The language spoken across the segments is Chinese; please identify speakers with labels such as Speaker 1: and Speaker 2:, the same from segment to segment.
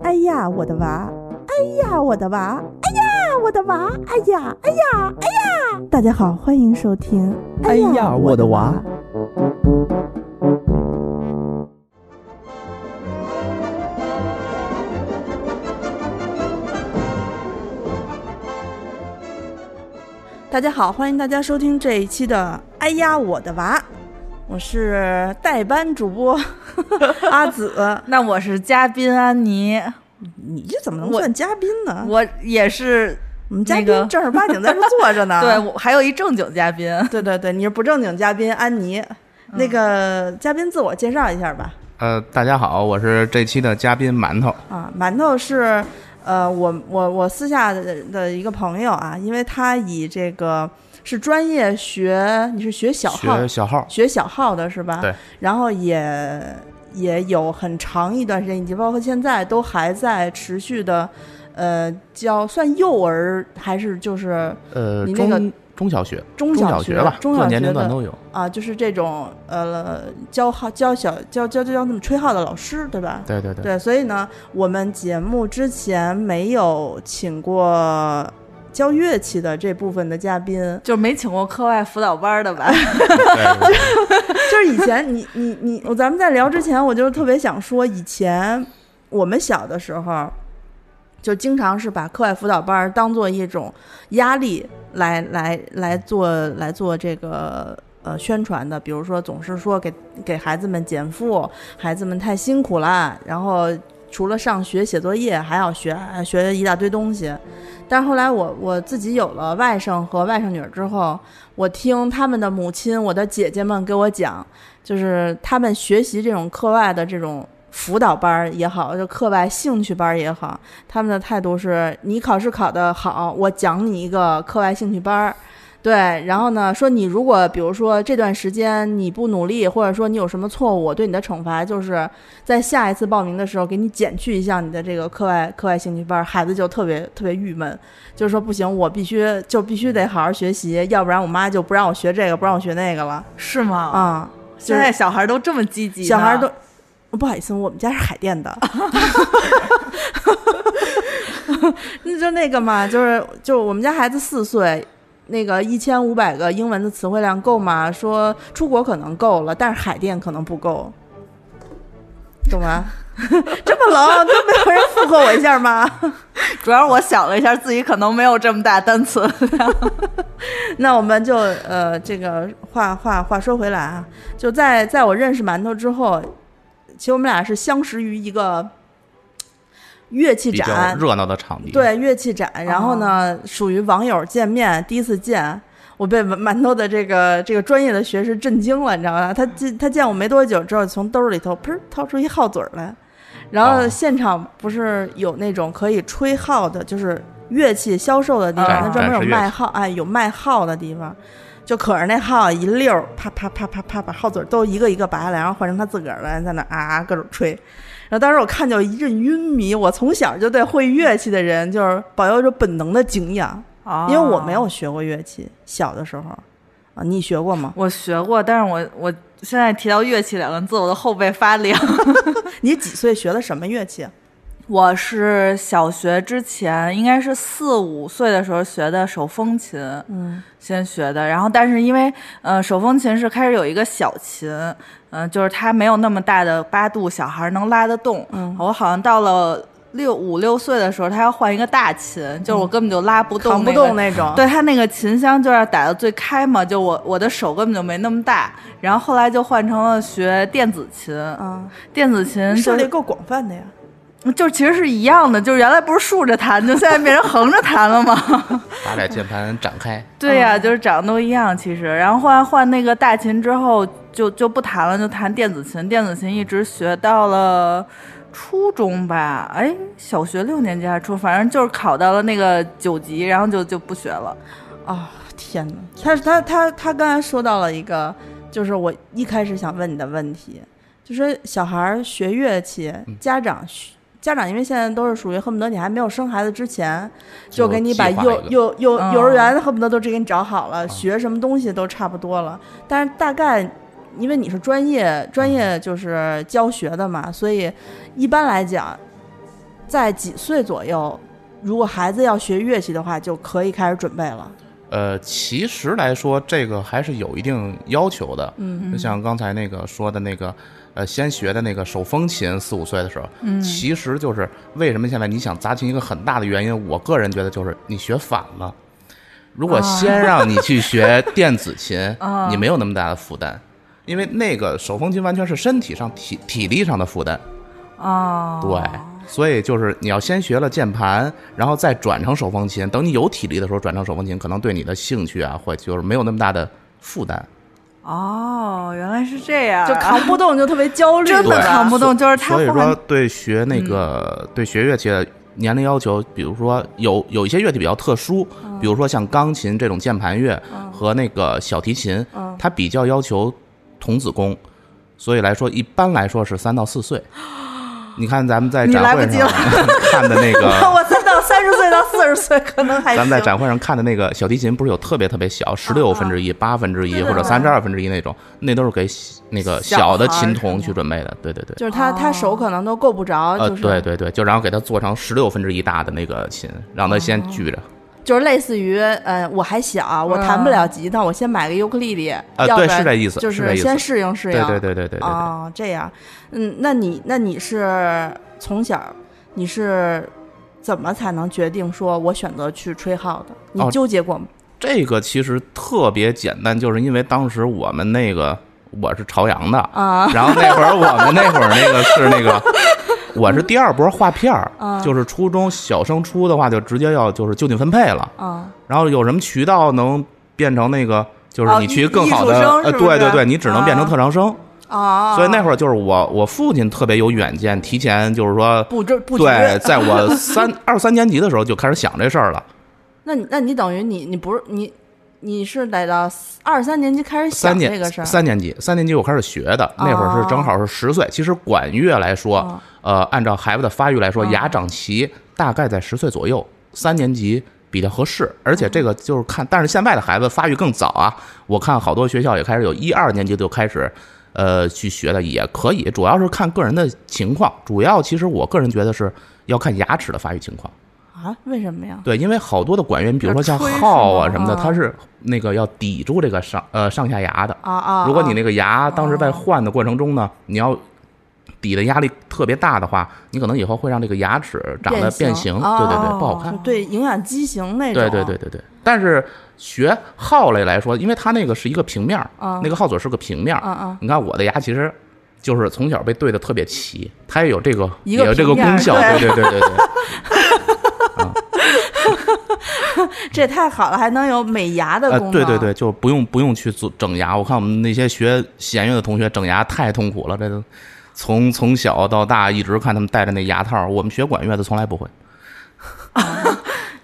Speaker 1: 哎呀，我的娃！哎呀，我的娃！哎呀，我的娃！哎呀，哎呀，哎呀！大家好，欢迎收听。
Speaker 2: 哎呀我的娃！
Speaker 1: 大家好，欢迎大家收听这一期的《哎呀我的娃》，我是代班主播 阿紫。
Speaker 3: 那我是嘉宾安妮，
Speaker 1: 你这怎么能
Speaker 3: 我
Speaker 1: 算嘉宾呢？
Speaker 3: 我也是，
Speaker 1: 我们嘉宾
Speaker 3: 那 个
Speaker 1: 正儿八经在这坐着 呢。
Speaker 3: 对我还有一正经嘉宾，，
Speaker 1: 对对对，你是不正经嘉宾安妮。那个嘉宾自我介绍一下吧。
Speaker 4: 呃，大家好，我是这期的嘉宾馒头。
Speaker 1: 啊，馒头是呃，我我我私下的的一个朋友啊，因为他以这个是专业学，你是学小号，
Speaker 4: 学小号，
Speaker 1: 学小号的是吧？
Speaker 4: 对。
Speaker 1: 然后也也有很长一段时间，以及包括现在都还在持续的，呃，教算幼儿还是就是
Speaker 4: 呃，
Speaker 1: 你那个
Speaker 4: 中中小学，
Speaker 1: 中
Speaker 4: 小
Speaker 1: 学
Speaker 4: 吧，
Speaker 1: 中
Speaker 4: 各
Speaker 1: 小学
Speaker 4: 年龄段
Speaker 1: 的
Speaker 4: 都有。
Speaker 1: 啊，就是这种呃教号教小教教教那么吹号的老师，对吧？
Speaker 4: 对对对，
Speaker 1: 对，所以呢，我们节目之前没有请过教乐器的这部分的嘉宾
Speaker 3: 就没请过课外辅导班的 吧？
Speaker 4: 对
Speaker 1: 就是以前你你你，我咱们在聊之前，我就特别想说，以前我们小的时候，就经常是把课外辅导班儿当做一种压力来来来做来做这个。呃，宣传的，比如说总是说给给孩子们减负，孩子们太辛苦啦，然后除了上学写作业，还要学学一大堆东西。但是后来我我自己有了外甥和外甥女儿之后，我听他们的母亲、我的姐姐们给我讲，就是他们学习这种课外的这种辅导班儿也好，就课外兴趣班儿也好，他们的态度是：你考试考得好，我奖你一个课外兴趣班儿。对，然后呢，说你如果比如说这段时间你不努力，或者说你有什么错误，我对你的惩罚就是在下一次报名的时候给你减去一项你的这个课外课外兴趣班儿。孩子就特别特别郁闷，就是说不行，我必须就必须得好好学习，要不然我妈就不让我学这个，不让我学那个了
Speaker 3: 是吗？
Speaker 1: 啊。
Speaker 3: 现在小孩都这么积极呢，
Speaker 1: 小孩儿都。不好意思，我们家是海淀 的，那就那个嘛，就是就我们家孩子四岁，那个一千五百个英文的词汇量够吗？说出国可能够了，但是海淀可能不够，懂吗？ 这么冷，都没有人附和我一下吗？
Speaker 3: 主要是我想了一下，自己可能没有这么大单词。
Speaker 1: 那我们就呃，这个话话话说回来啊，就在在我认识馒头之后，其实我们俩是相识于一个乐器
Speaker 4: 比较
Speaker 1: 展，
Speaker 4: 热闹的场地。，
Speaker 1: 对乐器展，然后呢，属于网友见面第一次见。我被馒馒头的这个这个专业的学识震惊了，你知道吗？他
Speaker 4: 嗯
Speaker 1: 见他见我没多久之后，从兜里头砰掏出一号嘴儿来，然后
Speaker 4: 哦
Speaker 1: 现场不是有那种可以吹号的，就是乐器销售的地方，
Speaker 3: 展
Speaker 1: 他专门有
Speaker 4: 展哎示乐器
Speaker 1: 卖号，哎，有卖号的地方，就可着那号一溜儿，啪啪啪啪啪，把号嘴儿都一个一个拔下来，然后换成他自个儿了，在那啊啊各种吹。然后当时我看就一阵晕迷，我从小就对会乐器的人就是保有着本能的敬仰， 因为我没
Speaker 3: 哦
Speaker 1: 有学过乐器，小的时候啊，你学过吗？
Speaker 3: 我学过，但是我我现在提到乐器两个字，我的后背发 凉。
Speaker 1: 你几岁学的什么乐器？啊
Speaker 3: 我是小学之前，应该是四五岁的时候学的手风琴，
Speaker 1: 嗯，
Speaker 3: 先学的。然后，但是因为呃，手风琴是开始有一个小琴，嗯、就是它没有那么大的八度，小孩能拉得动。
Speaker 1: 嗯
Speaker 3: 我好像到了六五六岁的时候，他要换一个大琴，就是我根本就拉不动、
Speaker 1: 嗯
Speaker 3: 那
Speaker 1: 扛
Speaker 3: 个，
Speaker 1: 不动那种。
Speaker 3: 对他那个琴箱就要打到最开嘛，就我我的手根本就没那么大，然后后来就换成了学电子琴，
Speaker 1: 啊，
Speaker 3: 电子琴
Speaker 1: 涉
Speaker 3: 就
Speaker 1: 猎
Speaker 3: 是
Speaker 1: 够广泛的呀。
Speaker 3: 就其实是一样的，就是原来不是竖着弹，就现在变成横着弹了嘛。
Speaker 4: 把俩键盘展开，
Speaker 3: 对呀、就是长得都一样其实。然后后来换那个大琴之后，就就不弹了，就弹电子琴。电子琴一直学到了初中吧，哎，小学六年级还是初，反正就是考到了那个九级，然后就就不学了。
Speaker 1: 啊、天哪！他他他他刚才说到了一个，就是我一开始想问你的问题，就是小孩儿学乐器，
Speaker 4: 嗯
Speaker 1: 家长学家长因为现在都是属于恨不得你还没有生孩子之前，就
Speaker 4: 就
Speaker 1: 给你把
Speaker 4: 计划
Speaker 1: 幼
Speaker 4: 一个嗯
Speaker 1: 幼幼
Speaker 3: 嗯
Speaker 1: 幼儿园恨不得都直接给你找好了，学什么东西都差不多了。但是大概因为你是
Speaker 4: 嗯
Speaker 1: 专业专业就是教学的嘛，所以一般来讲，在几岁左右，如果孩子要学乐器的话，就可以开始准备了。
Speaker 4: 呃，其实来说，这个还是有一定要求的。嗯，就像刚才那个说的那个，呃，先学的那个手风琴，四五岁的时候，嗯，其实就是为什么现在你想砸琴一个很大的原因，我个人觉得就是你学反了。如果先让你去学电子 琴，你没有那么大的负担，因为那个手风琴完全是身体上体体力上的负担。
Speaker 3: 哦，
Speaker 4: 对，所以就是你要先学了键盘，然后再转成手风琴。等你有体力的时候转成手风琴，可能对你的兴趣啊，会就是没有那么大的负担。
Speaker 3: 哦，原来是这样啊，
Speaker 1: 就 扛不动就特别焦虑，
Speaker 3: 真的
Speaker 1: 对吧
Speaker 3: 扛不动，就是他
Speaker 4: 所以
Speaker 3: 后
Speaker 4: 说
Speaker 3: 面，
Speaker 4: 对学那个、对学乐器的年龄要求，比如说有有一些乐器比较特殊，
Speaker 3: 嗯
Speaker 4: 比如说像钢琴这种键盘乐和那个小提琴，
Speaker 3: 嗯
Speaker 4: 它比较要求童子功，所以来说一般来说是三到四岁。你看咱们在
Speaker 3: 你来
Speaker 4: 展
Speaker 3: 不
Speaker 4: 会
Speaker 3: 及
Speaker 4: 上 看的那个，
Speaker 3: 我才到三十岁到四十岁，可能
Speaker 1: 哎
Speaker 3: 还
Speaker 4: 咱们在展
Speaker 3: 行
Speaker 4: 会上看的那个小提琴，不是有特别特别小，十六分之
Speaker 1: 啊
Speaker 4: 一、八分之一
Speaker 3: 对的
Speaker 4: 或者三十二分之一那种，那都是给小那个
Speaker 3: 小
Speaker 4: 小的
Speaker 3: 孩儿
Speaker 4: 琴
Speaker 3: 是
Speaker 4: 童
Speaker 3: 吗
Speaker 4: 去准备的。对对对，
Speaker 1: 就是他他手可能都够不着，
Speaker 4: 呃，
Speaker 1: 就是
Speaker 4: 对对对，就然后给它做成十六分之一大的那个琴，让它
Speaker 1: 啊
Speaker 4: 先锯着。
Speaker 1: 就是类似于，呃，我还小，我弹不了吉他，我先买个尤克里里，
Speaker 4: 呃
Speaker 1: 要不
Speaker 4: 对
Speaker 1: 然
Speaker 4: 是这意思
Speaker 1: 就是
Speaker 4: 这意思
Speaker 1: 先适应适
Speaker 4: 对
Speaker 1: 应。
Speaker 4: 对对对对对对，
Speaker 1: 哦，这样，嗯，那你那你是从小你是怎么才能决定说我选择去吹号的？你
Speaker 4: 哦
Speaker 1: 纠结过吗？
Speaker 4: 这个其实特别简单，就是因为当时我们那个我是朝阳的，
Speaker 1: 啊，
Speaker 4: 然后那会儿我们那会儿那个是那 个。我是第二波划片儿，
Speaker 3: 嗯
Speaker 4: 就是初中小升初的话，就直接要就是就近分配了。
Speaker 3: 嗯
Speaker 1: 啊，
Speaker 4: 然后有什么渠道能变成那个，就是
Speaker 3: 哦
Speaker 4: 你
Speaker 3: 艺艺
Speaker 4: 去更好
Speaker 3: 术
Speaker 4: 的，
Speaker 3: 生
Speaker 4: 呃，
Speaker 3: 是嗯不
Speaker 4: 对对
Speaker 3: 是
Speaker 4: 对，你只能变成特长生。
Speaker 1: 哦，
Speaker 4: 所以那会儿就是我，我父亲特别有远见，提前就是说，
Speaker 1: 布置布局。
Speaker 4: 对，在我三二三年级的时候就开始想这事儿了。
Speaker 1: 那你那你等于你你不是你你是得到二三年级开始
Speaker 4: 三
Speaker 1: 想
Speaker 4: 年
Speaker 1: 这个事儿，
Speaker 4: 三年级，三年级我开始学的，那会儿是正好是十岁。其实管乐来说，呃，按照孩子的发育来说，牙长齐大概在十岁左右，三年级比较合适。而且这个就是看，但是现在的孩子发育更早啊，我看好多学校也开始有一二年级就开始。呃，去学的也可以，主要是看个人的情况。主要其实我个人觉得是要看牙齿的发育情况。
Speaker 1: 啊？为什么呀？
Speaker 4: 对，因为好多的管乐，比如说像
Speaker 3: 要吹
Speaker 4: 号啊
Speaker 3: 是吗
Speaker 4: 什么的，
Speaker 1: 啊
Speaker 4: 它是那个要抵住这个上呃上下牙的。
Speaker 1: 啊啊！
Speaker 4: 如果你
Speaker 1: 啊
Speaker 4: 那个牙当时在换的过程中呢，你要抵的压力特别大的话，你可能以后会让这个牙齿长得
Speaker 1: 变
Speaker 4: 变
Speaker 1: 形
Speaker 4: 形，
Speaker 1: 哦
Speaker 4: 对对对，不好看
Speaker 1: 就。对影响畸形那种，啊
Speaker 4: 对对对对对，但是学号类来说，因为它那个是一个平面儿，
Speaker 1: 啊
Speaker 4: 那个号嘴是个平面儿。
Speaker 1: 嗯嗯
Speaker 4: 你看我的牙其实就是从小被对的特别齐，它也有这个
Speaker 1: 一
Speaker 4: 也
Speaker 1: 个
Speaker 4: 有这个
Speaker 1: 平面儿
Speaker 4: 功效。
Speaker 1: 对
Speaker 4: 对对对对对。
Speaker 1: 这也太好了，还能有美牙的
Speaker 4: 呃
Speaker 1: 功能。，
Speaker 4: 对对对，就不用不用去做整牙。我看我们那些学弦乐的同学整牙太痛苦了，这都从从小到大一直看他们戴着那牙套。我们学管乐的从来 不会。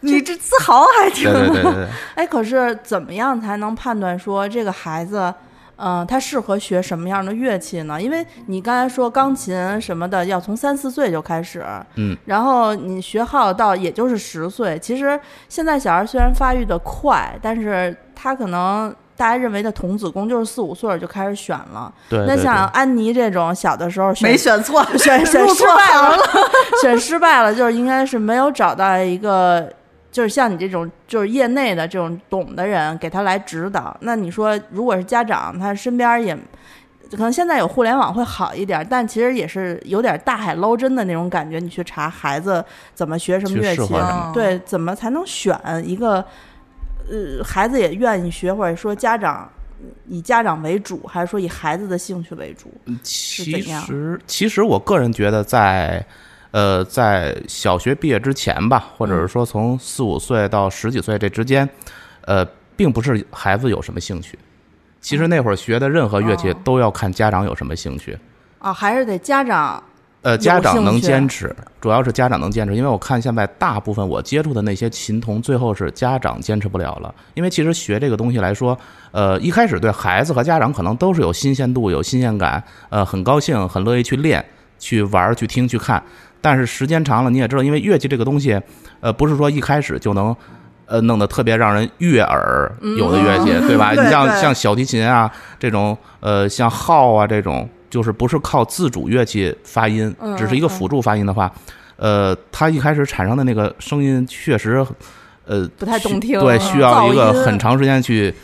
Speaker 3: 你这自豪还挺
Speaker 4: 对对对对对，
Speaker 1: 啊哎，可是怎么样才能判断说这个孩子，嗯、他适合学什么样的乐器呢？因为你刚才说钢琴什么的要从三四岁就开始，
Speaker 4: 嗯，
Speaker 1: 然后你学号到也就是十岁。其实现在小孩虽然发育的快，但是他可能大家认为的童子功就是四五岁就开始选了。
Speaker 4: 对对
Speaker 1: 那
Speaker 4: 对
Speaker 1: 像安妮这种小的时候选
Speaker 3: 没选错，
Speaker 1: 选选
Speaker 3: 入
Speaker 1: 失
Speaker 3: 错
Speaker 1: 败
Speaker 3: 行
Speaker 1: 了，选失败了，就是应该是没有找到一个，就是像你这种就是业内的这种懂的人给他来指导。那你说，如果是家长，他身边也可能现在有互联网会好一点，但其实也是有点大海捞针的那种感觉。你去查孩子怎么学什么
Speaker 4: 去
Speaker 1: 乐
Speaker 4: 适
Speaker 1: 器啊
Speaker 4: 合，什
Speaker 3: 么
Speaker 1: 对，怎么才能选一个呃孩子也愿意学，或者说家长。嗯以家长为主，还是说以孩子的兴趣为主？
Speaker 4: 其
Speaker 1: 怎样
Speaker 4: 实其实我个人觉得在。呃，在小学毕业之前吧，或
Speaker 1: 嗯
Speaker 4: 者是说从四五岁到十几岁这之间，呃，并不是孩子有什么兴趣。其
Speaker 1: 嗯
Speaker 4: 实那会儿学的任何乐器
Speaker 3: 哦
Speaker 4: 都要看家长有什么兴趣。
Speaker 1: 啊，还是得家长
Speaker 4: 呃，家长能
Speaker 1: 兴趣啊
Speaker 4: 坚持，主要是家长能坚持，因为我看现在大部分我接触的那些琴童，最后是家长坚持不了了。因为其实学这个东西来说，呃，一开始对孩子和家长可能都是有新鲜度、有新鲜感，呃，很高兴、很乐意去练、去玩儿、去听、去看。但是时间长了，你也知道，因为乐器这个东西，呃，不是说一开始就能。呃，弄得特别让人悦耳，有的乐器，对吧？
Speaker 1: 对
Speaker 4: 你像
Speaker 1: 嗯对
Speaker 4: 像小提琴啊这种，呃，像
Speaker 1: 嗯
Speaker 4: 号啊这种，就是不是靠自主乐器发音，只是一个辅助发音的话，呃，它一开始产生的那个声音确实，呃，
Speaker 1: 不太动听
Speaker 4: 需对，
Speaker 1: 嗯
Speaker 4: 需要一个
Speaker 1: 噪音
Speaker 4: 很长时间去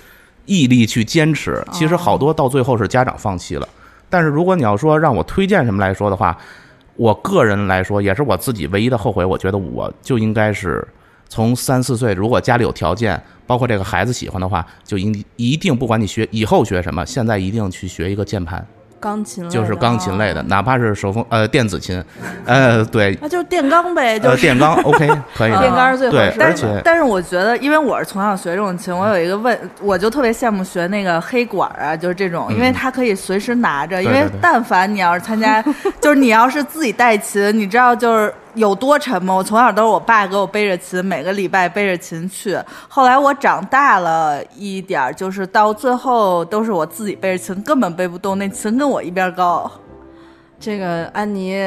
Speaker 4: 毅力去坚持。
Speaker 1: 哦
Speaker 4: 其实好多到最后是家长放弃了，但是如果你要说让我推荐什么来说的话，我个人来说也是我自己唯一的后悔，我觉得我就应该是。从三四岁，如果家里有条件，包括这个孩子喜欢的话，就一一定不管你学以后学什么，现在一定去学一个键盘，
Speaker 1: 钢琴类的
Speaker 4: 就是钢琴类的，
Speaker 1: 哦
Speaker 4: 哪怕是手风呃电子琴， 呃对，
Speaker 1: 那就电钢呗，就
Speaker 4: 呃
Speaker 1: 是
Speaker 4: 电钢 OK 可以
Speaker 1: 电
Speaker 4: 的，
Speaker 1: 钢是最合
Speaker 4: 对
Speaker 1: 适，的。
Speaker 4: 而
Speaker 3: 但是
Speaker 4: 且
Speaker 3: 但是我觉得，因为我是从小学这种琴，我有一个问，我就特别羡慕学那个黑管啊，就是这种，因为它可以随时拿着。因为
Speaker 4: 嗯对对
Speaker 3: 但凡你要是参加， 就是你要是自己带琴，你知道就是有多沉吗？我从小都是我爸给我背着琴，每个礼拜背着琴去。后来我长大了一点儿，就是到最后都是我自己背着琴，根本背不动，那琴跟我一边高。
Speaker 1: 这个安妮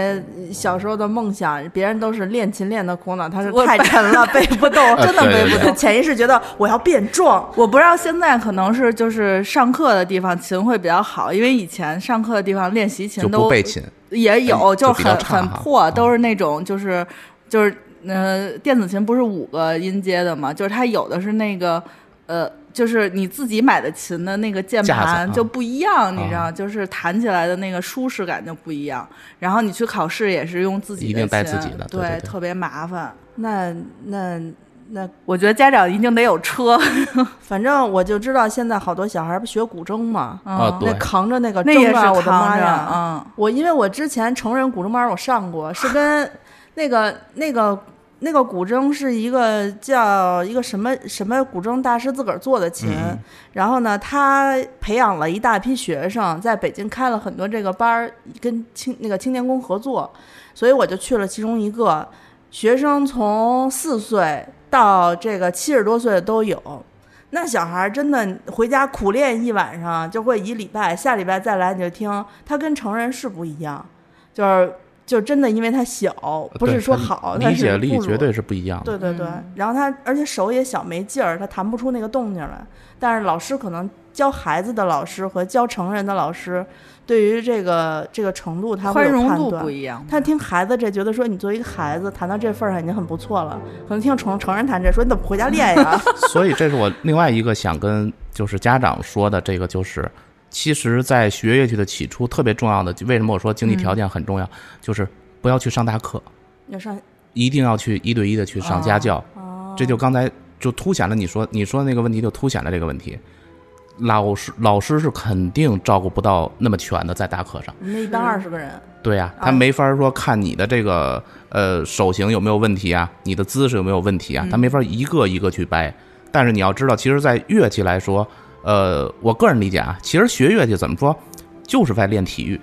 Speaker 1: 小时候的梦想，别人都是练琴练的苦恼，她是
Speaker 3: 我
Speaker 1: 太沉 了，背不动，
Speaker 4: 呃
Speaker 1: 真的背
Speaker 4: 对
Speaker 1: 不
Speaker 4: 对
Speaker 1: 动。潜意识觉得我要变壮，
Speaker 3: 我不知道现在可能是就是上课的地方琴会比较好，因为以前上课的地方练习
Speaker 4: 就
Speaker 3: 琴
Speaker 4: 不
Speaker 3: 都
Speaker 4: 备琴，
Speaker 3: 也有，
Speaker 4: 嗯就
Speaker 3: 就是
Speaker 4: 比较
Speaker 3: 很
Speaker 4: 差
Speaker 3: 很
Speaker 4: 哈
Speaker 3: 破，
Speaker 4: 嗯
Speaker 3: 都是那种就是就是呃电子琴不是五个音阶的嘛，就是它有的是那个呃。就是你自己买的琴的那个键
Speaker 4: 架子啊
Speaker 3: 盘就不一样，你知道，就是弹起来的那个舒适感就不一样。然后你去考试也是用自己的琴，
Speaker 4: 一定带自己的对对对
Speaker 3: 特别麻烦。
Speaker 1: 那那那，
Speaker 3: 我觉得家长一定得有车，
Speaker 1: 反正我就知道现在好多小孩不学古筝嘛，
Speaker 4: 啊
Speaker 1: 那
Speaker 4: 对
Speaker 1: 扛着那个
Speaker 3: 嗯那
Speaker 1: 筝
Speaker 3: 也是
Speaker 1: 啊，我的
Speaker 3: 扛
Speaker 1: 妈
Speaker 3: 着
Speaker 1: 呀！
Speaker 3: 嗯，
Speaker 1: 我因为我之前成人古筝班我上过，是跟那个那个那个古筝是一个叫一个什么什么古筝大师自个儿做的琴，然后呢，他培养了一大批学生，在北京开了很多这个班儿，跟青那个青年宫合作，所以我就去了其中一个，学生从四岁到这个七十多岁的都有。那小孩儿真的回家苦练一晚上，就会一礼拜，下礼拜再来你就听，他跟成人是不一样，就是就真的因为他小，不是
Speaker 4: 呃对
Speaker 1: 说
Speaker 4: 它
Speaker 1: 好，他
Speaker 4: 理
Speaker 1: 是
Speaker 4: 解力
Speaker 1: 不如
Speaker 4: 绝对嗯是不一样
Speaker 1: 对
Speaker 4: 的。
Speaker 1: 对对，然后他而且手也小没劲儿，他弹不出那个动静来。但是老师可能教孩子的老师和教成人的老师，对于这个这个程度他会
Speaker 3: 宽
Speaker 1: 有
Speaker 3: 容
Speaker 1: 判
Speaker 3: 度
Speaker 1: 断
Speaker 3: 不。一样。
Speaker 1: 他听孩子这，觉得说你作为一个孩子弹到这份儿上已经很不错了，可能听成成人弹这，说你怎么不回家练 呀？
Speaker 4: 所以这是我另外一个想跟就是家长说的，这个就是，其实，在学乐器的起初特别重要的，为什么我说经济条件很重要，就是不要去上大课，
Speaker 1: 要上
Speaker 4: 一定要去一对一的去上家教，
Speaker 1: 哦，
Speaker 4: 这就刚才就凸显了你说你说那个问题，就凸显了这个问题。老师老师是肯定照顾不到那么全的，在大课上，
Speaker 1: 我们那一班二十个人，
Speaker 4: 对呀、
Speaker 1: 啊
Speaker 4: 他没法说看你的这个呃手型有没有问题啊，你的姿势有没有问题
Speaker 1: 嗯
Speaker 4: 啊，他没法一个一个去掰。但是你要知道，其实，在乐器来说，呃，我个人理解啊，其实学乐器怎么说，就是在练体育，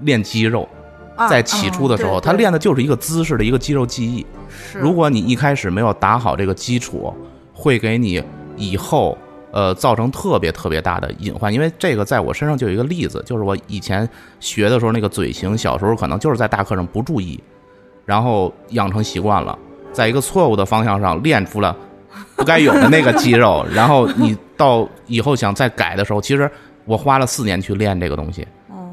Speaker 4: 练肌肉。
Speaker 1: 啊
Speaker 4: 在起
Speaker 3: 嗯
Speaker 4: 初的时候，
Speaker 1: 啊对
Speaker 4: 他练的就是一个姿势的一个肌肉记忆。
Speaker 3: 是
Speaker 4: 如果你一开始没有打好这个基础，会给你以后呃造成特别特别大的隐患。因为这个在我身上就有一个例子，就是我以前学的时候那个嘴型，小时候可能就是在大课上不注意，然后养成习惯了，在一个错误的方向上练出了 不该有的那个肌肉，然后你到以后想再改的时候，其实我花了四年去练这个东西，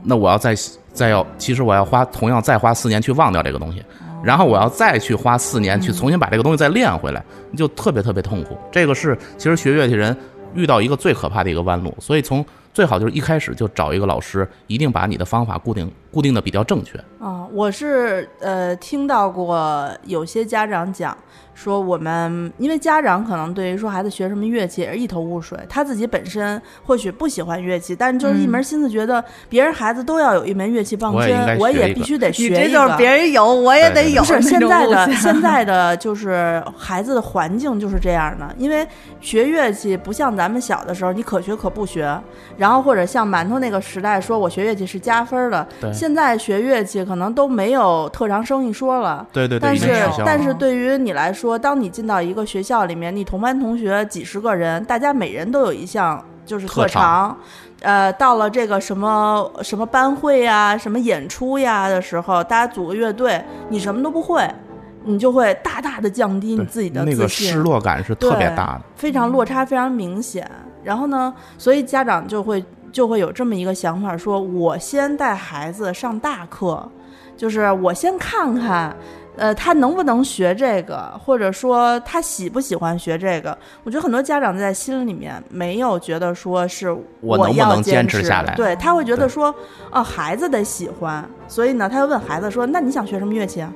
Speaker 4: 那我要再再要，其实我要花同样再花四年去忘掉这个东西，然后我要再去花四年
Speaker 1: 嗯
Speaker 4: 去重新把这个东西再练回来，就特别特别痛苦。这个是其实学乐器人遇到一个最可怕的一个弯路，所以从最好就是一开始就找一个老师，一定把你的方法固定固定的比较正确。
Speaker 1: 啊、我是呃听到过有些家长讲说，我们因为家长可能对于说孩子学什么乐器也是一头雾水，他自己本身或许不喜欢乐器，但就是一门心思觉得别人孩子都要有一门乐器傍
Speaker 4: 我也应该
Speaker 1: 身，嗯我
Speaker 4: 学
Speaker 1: 也
Speaker 4: 一
Speaker 1: 必
Speaker 4: 个
Speaker 1: 须得学
Speaker 3: 你
Speaker 1: 一
Speaker 3: 这就是
Speaker 1: 个
Speaker 3: 别人有我也得有，
Speaker 1: 不是现在的
Speaker 3: 在
Speaker 1: 现在的就是孩子的环境就是这样的，因为学乐器不像咱们小的时候，你可学可不学，然后或者像馒头那个时代，说我学乐器是加分的。
Speaker 4: 对
Speaker 1: 现在学乐器可能都没有特长生一说了。
Speaker 4: 对对
Speaker 1: 但
Speaker 4: 已
Speaker 1: 是
Speaker 4: 经取消，
Speaker 1: 但
Speaker 4: 了。
Speaker 1: 是对于你来说，当你进到一个学校里面，你同班同学几十个人，大家每人都有一项就是特
Speaker 4: 特长
Speaker 1: 呃，到了这个什么什么班会呀、什么演出呀的时候，大家组个乐队，你什么都不会，你就会大大的降低你
Speaker 4: 对
Speaker 1: 自己的
Speaker 4: 那
Speaker 1: 自
Speaker 4: 个
Speaker 1: 信，
Speaker 4: 失落感是特别
Speaker 1: 对
Speaker 4: 大的。
Speaker 1: 非常落差非常明显。然后呢，所以家长就会就会有这么一个想法，说我先带孩子上大课，就是我先看看呃，他能不能学这个，或者说他喜不喜欢学这个？我觉得很多家长在心里面没有觉得说是
Speaker 4: 我能不
Speaker 1: 要
Speaker 4: 能坚
Speaker 1: 坚
Speaker 4: 持下来
Speaker 1: 对他会觉得
Speaker 4: 对
Speaker 1: 说，哦，孩子得喜欢，所以呢，他就问孩子说，那你想学什么乐器啊？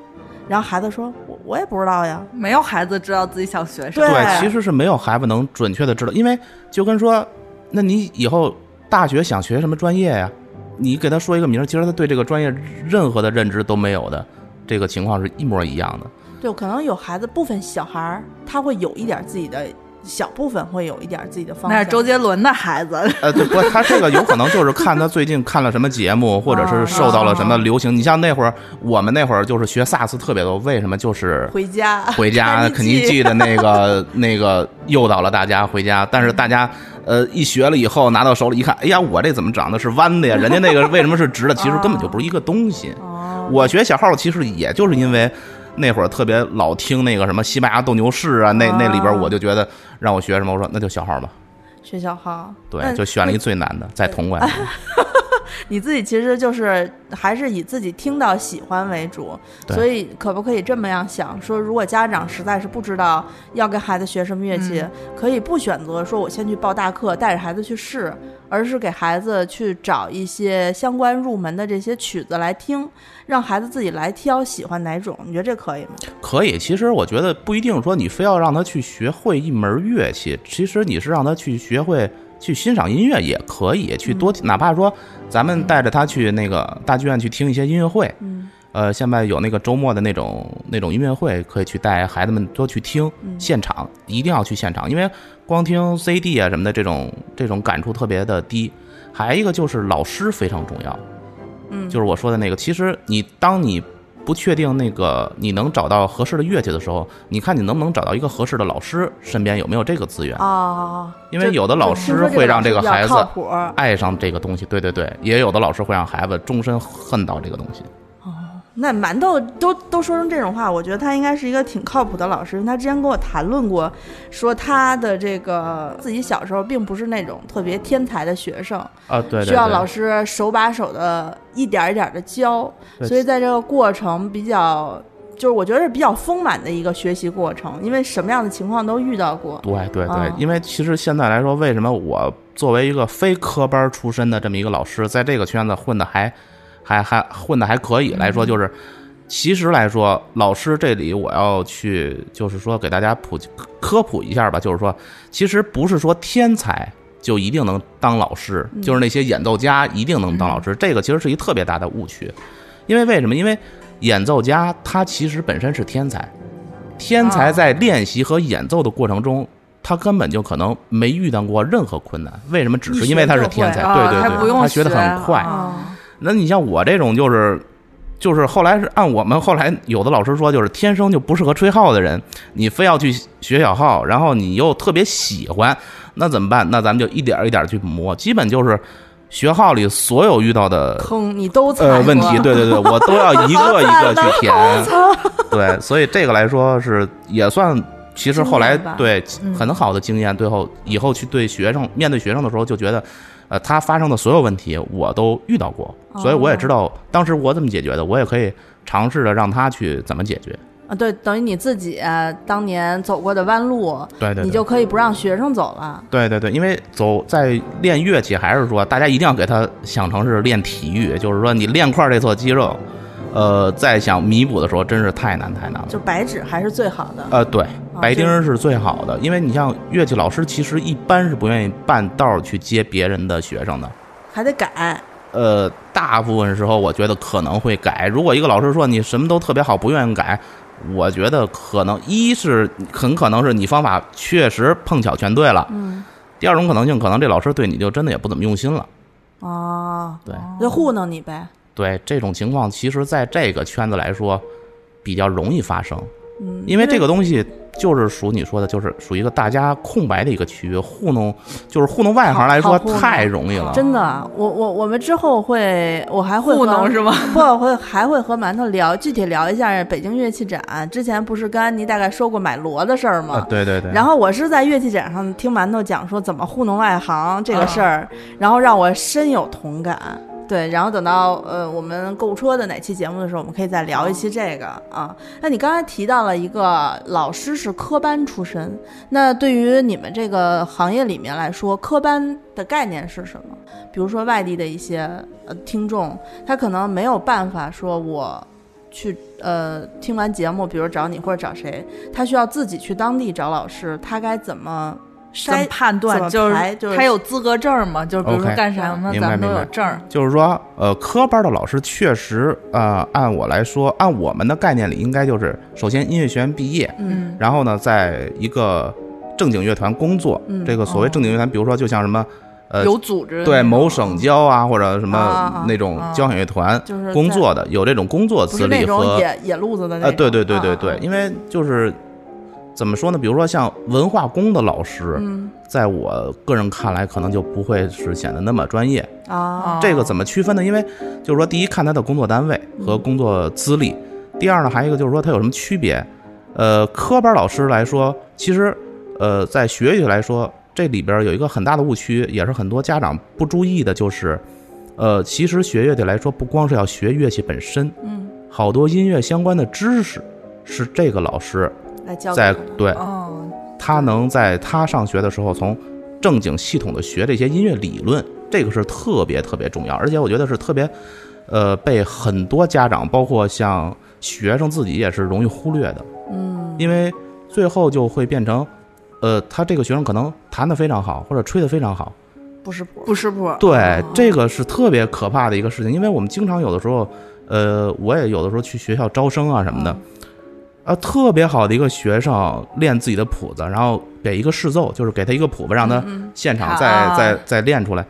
Speaker 1: 然后孩子说，我我也不知道呀。
Speaker 3: 没有孩子知道自己想学什么。
Speaker 1: 对
Speaker 4: 对，其实是没有孩子能准确的知道，因为就跟说，那你以后大学想学什么专业呀、你给他说一个名儿，其实他对这个专业任何的认知都没有的，这个情况是一模一样的。
Speaker 1: 对，可能有孩子部分小孩儿，他会有一点自己的小部分，会有一点自己的方
Speaker 3: 那
Speaker 1: 向。
Speaker 3: 是周杰伦的孩子，
Speaker 4: 呃，对，不，他这个有可能就是看他最近看了什么节目，或者是受到了什么流行。你像那会儿，我们那会儿就是学萨斯特别多，为什么就是
Speaker 1: 回家，
Speaker 4: 回家
Speaker 1: 肯
Speaker 4: 肯
Speaker 1: 尼
Speaker 4: 尼
Speaker 1: 基
Speaker 4: 基的那 个那个诱导了大家回家，但是大家呃一学了以后拿到手里一看，哎呀，我这怎么长得是弯的呀？人家那个为什么是直的？其实根本就不是一个东西。
Speaker 1: 哦
Speaker 4: 我学小号其实也就是因为。那会儿特别老听那个什么西班牙斗牛士啊，
Speaker 1: 哦
Speaker 4: 那那里边我就觉得让我学什么，我说那就小号吧，
Speaker 1: 学小号。
Speaker 4: 对，
Speaker 1: 那
Speaker 4: 就选了一最难的，在铜管。
Speaker 1: 你自己其实就是还是以自己听到喜欢为主，
Speaker 4: 对
Speaker 1: 所以可不可以这么样想？说如果家长实在是不知道要跟孩子学什么乐器，可以不选择说我先去报大课，带着孩子去试，而是给孩子去找一些相关入门的这些曲子来听，让孩子自己来挑喜欢哪种。你觉得这可以吗？
Speaker 4: 可以，其实我觉得不一定说你非要让他去学会一门乐器，其实你是让他去学会去欣赏音乐也可以，去多、哪怕说咱们带着他去那个大剧院去听一些音乐会，
Speaker 1: 嗯，
Speaker 4: 呃，现在有那个周末的那种那种音乐会，可以去带孩子们多去听，
Speaker 1: 嗯
Speaker 4: 现场一定要去现场，因为光听 CD 啊什么的这种这种感触特别的低。还一个就是老师非常重要，
Speaker 1: 嗯
Speaker 4: 就是我说的那个，其实你当你不确定那个你能找到合适的乐器的时候，你看你能不能找到一个合适的老师，身边有没有这个资源？
Speaker 1: 啊，
Speaker 4: 因为
Speaker 1: 就
Speaker 4: 有的老
Speaker 1: 就听说
Speaker 4: 师会让
Speaker 1: 这
Speaker 4: 这个
Speaker 1: 老师比较
Speaker 4: 孩
Speaker 1: 靠
Speaker 4: 子
Speaker 1: 谱儿
Speaker 4: 爱上这个东西，对对对，也有的老师会让孩子终身恨到这个东西。
Speaker 1: 那馒头都都说成这种话，我觉得他应该是一个挺靠谱的老师，因为他之前跟我谈论过，说他的这个自己小时候并不是那种特别天才的学生，
Speaker 4: 啊，对对对，
Speaker 1: 需要老师手把手的一点儿一点的教，
Speaker 4: 对
Speaker 1: 所以在这个过程比较，就是我觉得是比较丰满的一个学习过程，因为什么样的情况都遇到过。
Speaker 4: 对对对，
Speaker 1: 啊
Speaker 4: 因为其实现在来说，为什么我作为一个非科班出身的这么一个老师，在这个圈子混的还还还混的还可以来说，就是其实来说，老师这里我要去就是说给大家普及科普一下吧，就是说，其实不是说天才。就一定能当老师，
Speaker 3: 嗯
Speaker 4: 就是那些演奏家一定能当老师，这个其实是一特别大的误区，因为为什么？因为演奏家他其实本身是天才，天
Speaker 3: 啊
Speaker 4: 才在练习和演奏的过程中，他根本就可能没遇到过任何困难。为什么？只是因为他是天才，
Speaker 1: 一
Speaker 3: 学就会
Speaker 4: 对对
Speaker 3: 啊
Speaker 4: 对，
Speaker 3: 他不用
Speaker 4: 学得
Speaker 3: 学
Speaker 4: 很快。
Speaker 1: 啊，
Speaker 4: 那你像我这种就是。就是后来是按我们后来有的老师说，就是天生就不适合吹号的人，你非要去学小号，然后你又特别喜欢，那怎么办？那咱们就一点儿一点儿去磨，基本就是学号里所有遇到的
Speaker 1: 坑你都踩过、
Speaker 4: 呃问题，对对对，我都要一个一个去填。 对，所以这个来说是也算，其实后来
Speaker 1: 经验吧
Speaker 4: 对很好的经验，最后以后去对学生面对学生的时候，就觉得，呃，他发生的所有问题我都遇到过，
Speaker 1: 哦
Speaker 4: 所以我也知道当时我怎么解决的，我也可以尝试着让他去怎么解决。
Speaker 1: 啊，对，等于你自己、当年走过的弯路，
Speaker 4: 对对
Speaker 1: 你
Speaker 4: 对
Speaker 1: 就。可以不让学生走了。
Speaker 4: 对对对，因为走在练乐器，还是说大家一定要给他想成是练体育，就是说你练块儿这侧肌肉，呃，在想弥补的时候，真是太难太难了。
Speaker 1: 就白纸还是最好的，啊
Speaker 4: 呃，对，白
Speaker 1: 这
Speaker 4: 丁儿是最好的，因为你像乐器老师，其实一般是不愿意半道儿去接别人的学生的。
Speaker 1: 还得改。
Speaker 4: 呃，大部分时候我觉得可能会改。如果一个老师说你什么都特别好，不愿意改，我觉得可能一是很可能是你方法确实碰巧全对了，嗯。第二种可能性，可能这老师对你就真的也不怎么用心了。
Speaker 1: 哦，
Speaker 4: 对
Speaker 1: 就糊弄你呗。
Speaker 4: 对，这种情况其实在这个圈子来说比较容易发生。
Speaker 1: 嗯，
Speaker 4: 因为这个东西就是属你说的，就是属于一个大家空白的一个区域，糊弄就是糊弄外行来
Speaker 1: 好
Speaker 4: 说
Speaker 1: 糊弄
Speaker 4: 太容易了。
Speaker 1: 真的，啊我我我们之后会，我还会
Speaker 3: 糊弄
Speaker 1: 和
Speaker 3: 是吗？
Speaker 1: 不，我会还会和馒头聊，具体聊一下北京乐器展。之前不是跟安妮大概说过买锣的事儿吗？
Speaker 4: 啊，对对对。
Speaker 1: 然后我是在乐器展上听馒头讲说怎么糊弄外行这个事儿，然后让我深有同感。对，然后等到呃我们购物车的哪期节目的时候，我们可以再聊一期这个啊。那你刚才提到了一个老师是科班出身，那对于你们这个行业里面来说，科班的概念是什么？比如说外地的一些呃听众，他可能没有办法说我去呃听完节目，比如找你或者找谁，他需要自己去当地找老师，他该怎么
Speaker 3: 怎么
Speaker 1: 筛？
Speaker 3: 判
Speaker 1: 怎
Speaker 3: 断
Speaker 1: 么
Speaker 3: 就是
Speaker 1: 排就是
Speaker 3: 他有资格证吗？就是比如说
Speaker 4: OK，
Speaker 3: 干什么
Speaker 4: 明白
Speaker 3: 咱们都
Speaker 4: 明白
Speaker 3: 有证儿。
Speaker 4: 就是说，呃，科班的老师确实，呃，按我来说，按我们的概念里，应该就是首先音乐学院毕业，
Speaker 1: 嗯，
Speaker 4: 然后呢，在一个正经乐团工作。
Speaker 1: 嗯
Speaker 4: 这个所谓正经乐团，比如说就像什么，呃，
Speaker 3: 有组织的
Speaker 4: 对
Speaker 3: 那
Speaker 4: 某
Speaker 3: 种
Speaker 4: 省交啊，或者什
Speaker 1: 啊啊
Speaker 4: 么
Speaker 1: 啊
Speaker 4: 那种交响乐团
Speaker 1: 就是在
Speaker 4: 工作的，有这种工作
Speaker 1: 不
Speaker 4: 资
Speaker 1: 是那
Speaker 4: 历
Speaker 1: 种
Speaker 4: 和
Speaker 1: 野野路子的那
Speaker 4: 呃，
Speaker 1: 种。
Speaker 4: 对对对对
Speaker 1: 啊
Speaker 4: 对，，因为就是怎么说呢？比如说像文化宫的老师，
Speaker 1: 嗯
Speaker 4: 在我个人看来，可能就不会是显得那么专业。
Speaker 1: 啊，
Speaker 4: 这个怎么区分呢？因为就是说，第一看他的工作单位和工作资历，第二呢，还有一个就是说他有什么区别。呃，科班老师来说，其实呃，在学习来说，这里边有一个很大的误区，也是很多家长不注意的，就是呃，其实学乐器来说，不光是要学乐器本身，
Speaker 1: 嗯，
Speaker 4: 好多音乐相关的知识是这个老师
Speaker 1: 来教
Speaker 4: 在
Speaker 1: 给他们
Speaker 4: 对
Speaker 3: 哦，
Speaker 4: 他能在他上学的时候从正经系统的学这些音乐理论，这个是特别特别重要，而且我觉得是特别，呃，被很多家长，包括像学生自己也是容易忽略的，
Speaker 1: 嗯
Speaker 4: 因为最后就会变成，呃，他这个学生可能弹得非常好，或者吹得非常好，
Speaker 1: 不识谱，
Speaker 3: 不识谱。
Speaker 4: 对，这个是特别可怕的一个事情，因为我们经常有的时候，呃，我也有的时候去学校招生啊什
Speaker 1: 嗯
Speaker 4: 么的，啊，特别好的一个学生练自己的谱子，然后给一个试奏，就是给他一个谱子，让他
Speaker 1: 嗯
Speaker 4: 现场
Speaker 3: 啊
Speaker 4: 再、再再练出来，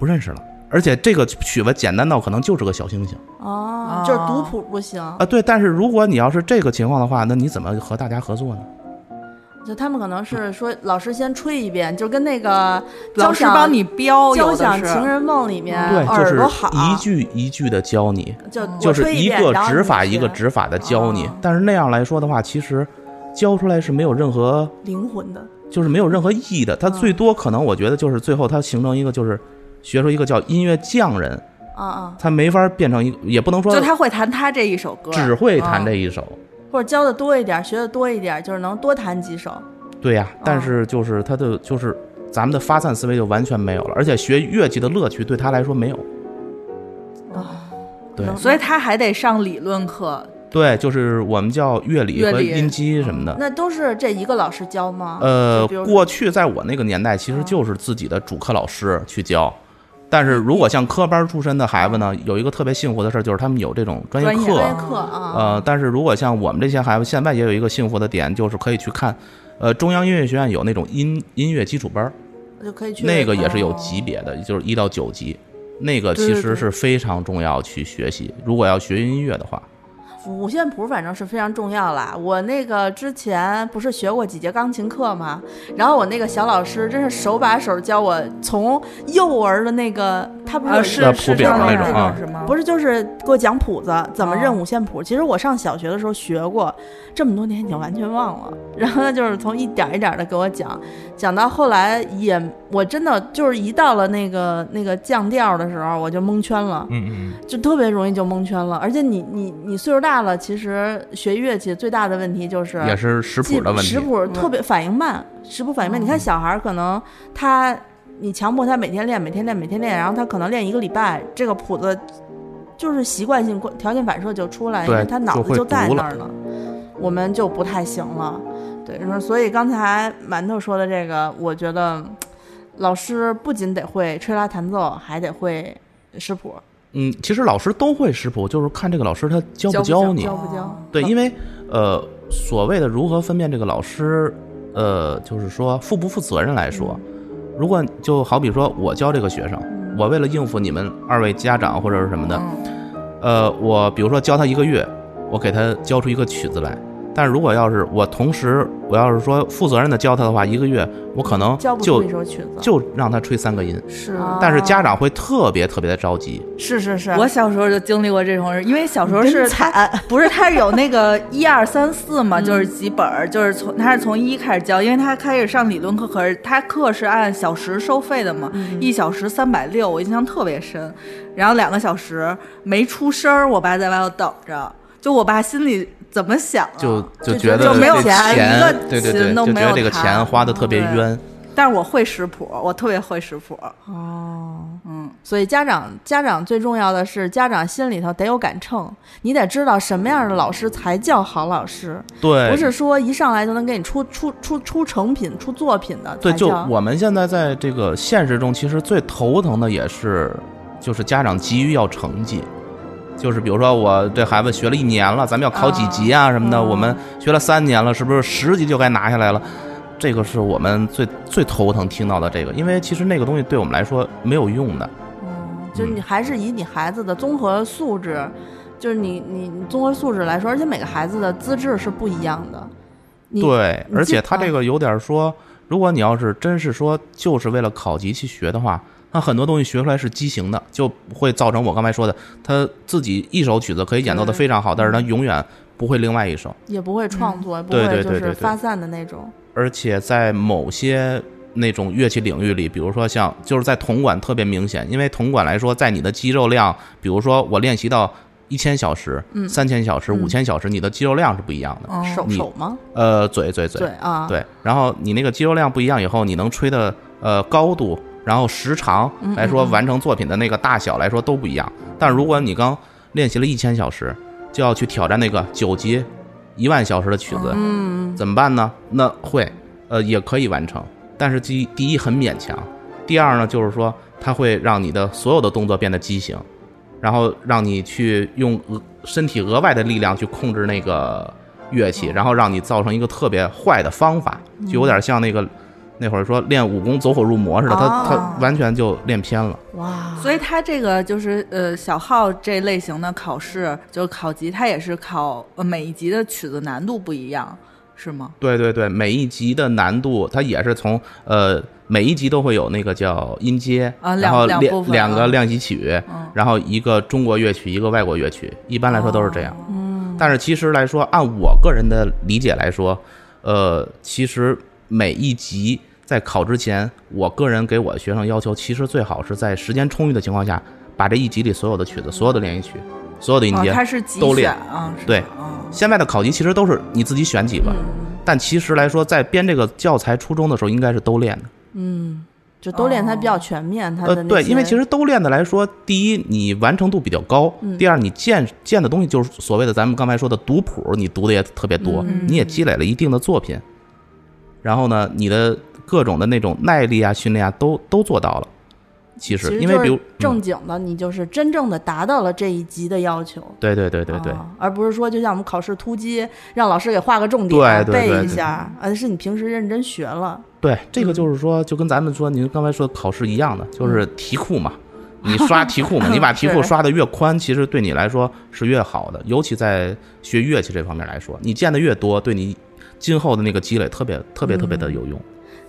Speaker 4: 不认识了。而且这个曲子简单到可能就是个小星星
Speaker 1: 哦
Speaker 3: 哦，
Speaker 1: 就是读谱不行，
Speaker 4: 啊，对。但是如果你要是这个情况的话，那你怎么和大家合作呢？
Speaker 1: 就他们可能是说老师先吹一遍，就跟那个
Speaker 3: 老师帮你标，
Speaker 1: 交
Speaker 3: 有
Speaker 1: 响
Speaker 3: 的
Speaker 1: 《
Speaker 3: 是
Speaker 1: 情人梦》里面
Speaker 4: 对，就
Speaker 1: 呃耳
Speaker 4: 是
Speaker 1: 朵好，
Speaker 4: 一句一句的教你，
Speaker 1: 就我
Speaker 4: 就是
Speaker 1: 吹
Speaker 4: 一
Speaker 1: 遍
Speaker 4: 个
Speaker 1: 然后
Speaker 4: 指
Speaker 1: 你
Speaker 4: 法
Speaker 1: 学
Speaker 4: 一个指法的教你
Speaker 1: 哦，
Speaker 4: 但是那样来说的话，其实教出来是没有任何
Speaker 1: 灵魂的，
Speaker 4: 就是没有任何意义的。它最多可能我觉得就是最后它形成一个就是学出一个叫音乐匠人，
Speaker 1: 啊啊，
Speaker 4: 他没法变成一个，也不能说
Speaker 3: 就他会弹他这一首歌，
Speaker 4: 只
Speaker 1: 嗯
Speaker 4: 会弹这一首，
Speaker 1: 或者教的多一点，学的多一点，就是能多弹几首，
Speaker 4: 对呀。
Speaker 1: 嗯
Speaker 4: 但是就是他的就是咱们的发散思维就完全没有了，而且学乐器的乐趣对他来说没有。对
Speaker 1: 能
Speaker 3: 所以他还得上理论课。
Speaker 4: 对，就是我们叫乐理
Speaker 3: 乐
Speaker 4: 和
Speaker 3: 理
Speaker 4: 音基什么的。
Speaker 1: 那都是这一个老师教吗？
Speaker 4: 呃
Speaker 1: 就比如，说
Speaker 4: 过去在我那个年代，其实就是自己的主课老师去教。但是如果像科班出身的孩子呢，有一个特别幸福的事儿，就是他们有这种专业
Speaker 3: 专业
Speaker 4: 课。
Speaker 1: 专业课啊，
Speaker 4: 呃，但是如果像我们这些孩子，现在也有一个幸福的点，就是可以去看，呃，中央音乐学院有那种音音乐基础班儿，
Speaker 1: 就可以去呃
Speaker 4: 那个也是有级别的，就是一到九级，那个
Speaker 3: 对
Speaker 4: 其
Speaker 3: 对
Speaker 4: 实
Speaker 3: 对
Speaker 4: 是非常重要去学习。如果要学音乐的话，
Speaker 1: 五线谱反正是非常重要啦。我那个之前不是学过几节钢琴课吗？然后我那个小老师真是手把手教我，从幼儿的那个他不是有
Speaker 3: 啊，
Speaker 1: 一
Speaker 3: 是
Speaker 1: 个
Speaker 4: 那
Speaker 3: 是
Speaker 4: 谱表
Speaker 3: 上
Speaker 4: 那
Speaker 3: 面
Speaker 4: 种
Speaker 3: 那
Speaker 4: 啊
Speaker 3: 是吗？
Speaker 1: 不是就是给我讲谱子怎么认
Speaker 3: 哦
Speaker 1: 五线谱？其实我上小学的时候学过，这么多年已经完全忘了。 然后他就是从一点儿一点的给我讲，讲到后来也我真的就是一到了那个那个降调的时候，我就蒙圈了。
Speaker 5: 嗯嗯
Speaker 1: 就特别容易就蒙圈了。而且你你你岁数大了，其实学乐器最大的问题就是
Speaker 4: 也是识谱的问
Speaker 1: 记
Speaker 4: 题嗯
Speaker 1: 识。谱特别反应慢，识谱反应慢。你看小孩儿可能他你强迫他每天练，每天练，每天练，然后他可能练一个礼拜，这个谱子就是习惯性过条件反射就出来，因
Speaker 4: 对
Speaker 1: 为他脑
Speaker 4: 就
Speaker 1: 子
Speaker 4: 会
Speaker 1: 就在
Speaker 4: 读
Speaker 1: 那
Speaker 4: 了
Speaker 1: 儿了。我们就不太行了，对，然后所以刚才馒头说的这个，我觉得老师不仅得会吹拉弹奏，还得会识谱。
Speaker 4: 嗯，其实老师都会识谱，就是看这个老师他教不
Speaker 3: 教不教
Speaker 4: 你。
Speaker 1: 教不教？
Speaker 4: 对，因为呃，所谓的如何分辨这个老师，呃，就是说负不负责任来说，如果就好比说我教这个学生，我为了应付你们二位家长或者是什么的，
Speaker 3: 嗯
Speaker 4: 呃，我比如说教他一个月，我给他教出一个曲子来，但是如果要是我同时，我要是说负责任的教他的话，一个月我可能
Speaker 1: 教不出
Speaker 4: 就
Speaker 1: 一首曲子，
Speaker 4: 就让他吹三个音。
Speaker 3: 是
Speaker 1: 啊
Speaker 4: 但是家长会特别特别的着急，
Speaker 1: 是是是，
Speaker 3: 我小时候就经历过这种事，因为小时候
Speaker 1: 真
Speaker 3: 是他
Speaker 1: 惨，嗯
Speaker 3: 不是他是有那个 一二三四嘛，就是几本儿，就是从他是从一开始教，因为他开始上理论课，可是他课是按小时收费的嘛，
Speaker 1: 嗯
Speaker 3: 一小时三百六，我印象特别深。然后两个小时没出声儿，我爸在外头等着，就我爸心里怎么想、啊？
Speaker 4: 就
Speaker 1: 哦就觉
Speaker 4: 觉
Speaker 1: 得就
Speaker 4: 得
Speaker 1: 没有
Speaker 4: 这
Speaker 1: 钱
Speaker 3: 一个
Speaker 4: 对对对，
Speaker 3: 钱都
Speaker 4: 就觉
Speaker 3: 没
Speaker 4: 得
Speaker 3: 有
Speaker 4: 这个
Speaker 3: 谈
Speaker 4: 钱花的特别
Speaker 1: 嗯
Speaker 3: 对
Speaker 4: 冤。
Speaker 3: 但是我会识谱，我特别会识谱。
Speaker 1: 哦，
Speaker 3: 嗯，
Speaker 1: 所以家长家长最重要的是，家长心里头得有杆秤，你得知道什么样的老师才叫好老师，
Speaker 4: 对，
Speaker 1: 不是说一上来就能给你出出出出成品、出作品的才
Speaker 4: 对，就
Speaker 1: 叫
Speaker 4: 我们现在在这个现实中，其实最头疼的也是，就是家长急于要成绩，就是比如说我这孩子学了一年了，咱们要考几级啊什么的，
Speaker 3: 啊
Speaker 4: 我们学了三年了，是不是十级就该拿下来了？这个是我们最最头疼听到的这个，因为其实那个东西对我们来说没有用的。
Speaker 1: 嗯，就是你还是以你孩子的综合素质，就是你你你综合素质来说，而且每个孩子的资质是不一样的。你，
Speaker 4: 对，
Speaker 1: 你
Speaker 4: 而
Speaker 1: 记啊
Speaker 4: 且他这个有点说，如果你要是真是说就是为了考级去学的话，那很多东西学出来是畸形的，就会造成我刚才说的，他自己一首曲子可以演奏的
Speaker 3: 对
Speaker 4: 非常好，但是
Speaker 1: 嗯
Speaker 4: 他永远不会另外一首。
Speaker 1: 也不会创作，不
Speaker 4: 嗯对
Speaker 1: 会
Speaker 4: 对
Speaker 1: 就
Speaker 4: 对
Speaker 1: 是
Speaker 4: 对对
Speaker 1: 发散的那种。
Speaker 4: 而且在某些那种乐器领域里，比如说像就是在铜管特别明显，因为铜管来说，在你的肌肉量，比如说我练习到一千小时、
Speaker 1: 嗯
Speaker 4: 三千小时、五千小时，你的肌肉量是不一样的。
Speaker 3: 嗯
Speaker 1: 手
Speaker 4: 你
Speaker 1: 手吗？
Speaker 4: 呃，嘴嘴嘴
Speaker 1: 对啊，
Speaker 4: 对，然后你那个肌肉量不一样以后，你能吹的呃高度，然后时长
Speaker 1: 嗯
Speaker 4: 来说，完成作品的那个大小来说都不一样。但如果你刚练习了一千小时，就要去挑战那个九级、一万小时的曲子，
Speaker 1: 嗯，
Speaker 4: 怎么办呢？那会呃也可以完成，但是第一第一很勉强，第二呢就是说它会让你的所有的动作变得畸形，然后让你去用额身体额外的力量去控制那个乐器，然后让你造成一个特别坏的方法，就有点像那个那会儿说练武功走火入魔似的，他
Speaker 1: 哦
Speaker 4: 他完全就练偏了。
Speaker 1: 哇，
Speaker 3: 所以他这个就是呃小号这类型的考试，就是考级，他也是考呃每一级的曲子难度不一样，是吗？
Speaker 4: 对对对，每一集的难度，它也是从呃每一集都会有那个叫音阶，
Speaker 3: 啊两
Speaker 4: 然后
Speaker 3: 两
Speaker 4: 两
Speaker 3: 部分
Speaker 4: 两
Speaker 3: 啊
Speaker 4: 个练习曲，然后一个中国乐曲，一个外国乐曲，一般来说都是这样。
Speaker 3: 哦
Speaker 4: 嗯，但是其实来说，按我个人的理解来说，呃，其实每一集在考之前，我个人给我的学生要求，其实最好是在时间充裕的情况下，把这一集里所有的曲子、所有的练习曲、所有的音
Speaker 3: 哦
Speaker 4: 阶，，
Speaker 3: 他是集
Speaker 4: 都
Speaker 3: 选
Speaker 4: 练
Speaker 3: 啊，是吧
Speaker 4: 对
Speaker 3: 啊
Speaker 4: 现在的考级其实都是你自己选几个，
Speaker 1: 嗯
Speaker 4: 但其实来说，在编这个教材初中的时候，应该是都练的。
Speaker 1: 就都练它比较全面，它的
Speaker 4: 呃，
Speaker 1: 那
Speaker 4: 对，
Speaker 1: 些
Speaker 4: 因为其实都练的来说，第一你完成度比较高，第二你见见的东西就是所谓的咱们刚才说的读谱，你读的也特别多，
Speaker 1: 嗯
Speaker 4: 你也积累了一定的作品。然后呢，你的各种的那种耐力啊、训练啊，都都做到了。其
Speaker 1: 其
Speaker 4: 实，
Speaker 1: 实
Speaker 4: 因为
Speaker 1: 就是
Speaker 4: 比如
Speaker 1: 正
Speaker 4: 嗯
Speaker 1: 经的，你就是真正的达到了这一级的要求。
Speaker 4: 对对对对对，
Speaker 1: 啊而不是说就像我们考试突击，让老师给画个重
Speaker 4: 对
Speaker 1: 点
Speaker 4: 对
Speaker 1: 背
Speaker 4: 对
Speaker 1: 一
Speaker 4: 对
Speaker 1: 下，而是你平时认真学了。
Speaker 4: 对，这
Speaker 1: 嗯
Speaker 4: 个就是说，就跟咱们说您刚才说的考试一样的，就是题库嘛，你刷题库 嘛，你把题库
Speaker 3: 是
Speaker 4: 刷的越宽，其实对你来说是越好的，尤其在学乐器这方面来说，你见的越多，对你今后的那个积累特别特别特别
Speaker 1: 嗯
Speaker 4: 的有用。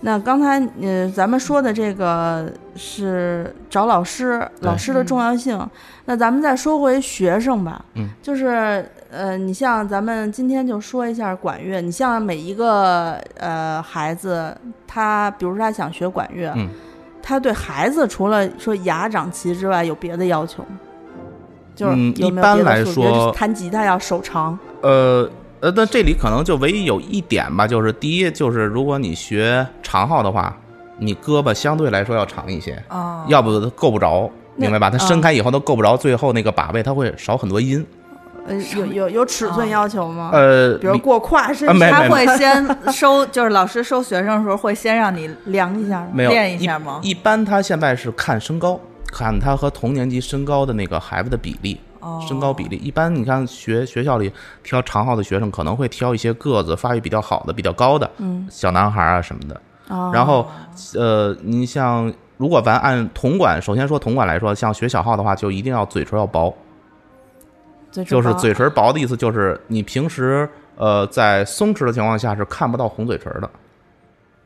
Speaker 1: 那刚才呃，咱们说的这个是找老师，
Speaker 4: 对
Speaker 1: 老师的重要性。那咱们再说回学生吧，
Speaker 4: 嗯，
Speaker 1: 就是呃，你像咱们今天就说一下管乐，你像每一个呃孩子，他比如说他想学管乐，
Speaker 4: 嗯
Speaker 1: 他对孩子除了说雅长齐之外，有别的要求吗？就是
Speaker 4: 嗯
Speaker 1: 有没
Speaker 4: 一
Speaker 1: 有
Speaker 4: 般
Speaker 1: 别
Speaker 4: 来
Speaker 1: 的素质？比如
Speaker 4: 说
Speaker 1: 弹吉他要手长，
Speaker 4: 呃呃，那这里可能就唯一有一点吧，就是第一就是如果你学长号的话，你胳膊相对来说要长一些，
Speaker 3: 啊，
Speaker 4: 要不它够不着，
Speaker 1: 那
Speaker 4: 明白吧？它
Speaker 1: 啊
Speaker 4: 伸开以后都够不着，最后那个把位它会少很多音。
Speaker 1: 呃，有有有尺寸
Speaker 3: 啊
Speaker 1: 要求吗？
Speaker 4: 呃，
Speaker 1: 比如
Speaker 4: 你
Speaker 1: 过胯身
Speaker 4: 啊没
Speaker 3: 他
Speaker 4: 没
Speaker 3: 会先收，就是老师收学生的时候会先让你
Speaker 1: 量一下吗？
Speaker 4: 没有
Speaker 3: 练一下吗
Speaker 4: 一般他现在是看身高，看他和同年级身高的那个孩子的比例，
Speaker 3: 哦
Speaker 4: 身高比例。一般你看学学校里挑长号的学生，可能会挑一些个子发育比较好的、比较高的，嗯，小男孩啊什么的。
Speaker 1: 哦
Speaker 4: 然后呃，你像如果咱按铜管，首先说铜管来说，像学小号的话，就一定要嘴唇要薄，
Speaker 1: 最重
Speaker 4: 就是
Speaker 1: 要
Speaker 4: 嘴唇薄的意思，就是你平时呃，在松弛的情况下是看不到红嘴唇的。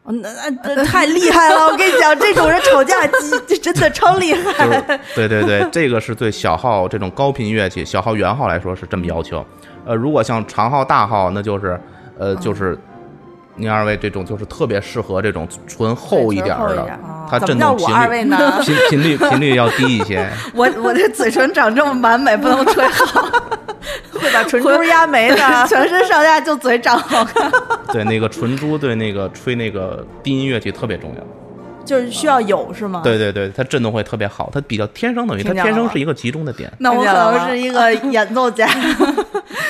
Speaker 1: 哦那 那那太厉害了！我跟你讲，这种人吵 架机这真的超厉害。
Speaker 4: 就是对对对，这个是对小号这种高频乐器、小号、圆号来说是这么要求。呃，如果像长号、大号，那就是
Speaker 3: 嗯
Speaker 4: 呃，就是您二位这种就是特别适合这种纯厚一点儿
Speaker 3: 厚一点
Speaker 4: 的
Speaker 3: 儿哦，
Speaker 4: 它
Speaker 1: 怎
Speaker 4: 振
Speaker 1: 么叫
Speaker 4: 动
Speaker 1: 我
Speaker 4: 频
Speaker 1: 二
Speaker 4: 率
Speaker 1: 位呢？
Speaker 4: 频频率频率要低一些。
Speaker 3: 我我这嘴唇长这么完美，不能 吹好，，
Speaker 1: 会把唇珠压没的
Speaker 4: 啊
Speaker 3: 全身上下就嘴长 好看。
Speaker 4: 对，那个唇珠对那个吹那个低音乐器特别重要。
Speaker 3: 嗯
Speaker 1: 就是需要有是吗？
Speaker 4: 对对对，它振动会特别好，它比较天生等于它
Speaker 3: 听见了
Speaker 4: 天生
Speaker 3: 吗
Speaker 4: 是一个集中的点。
Speaker 3: 那我可能是一个演奏家，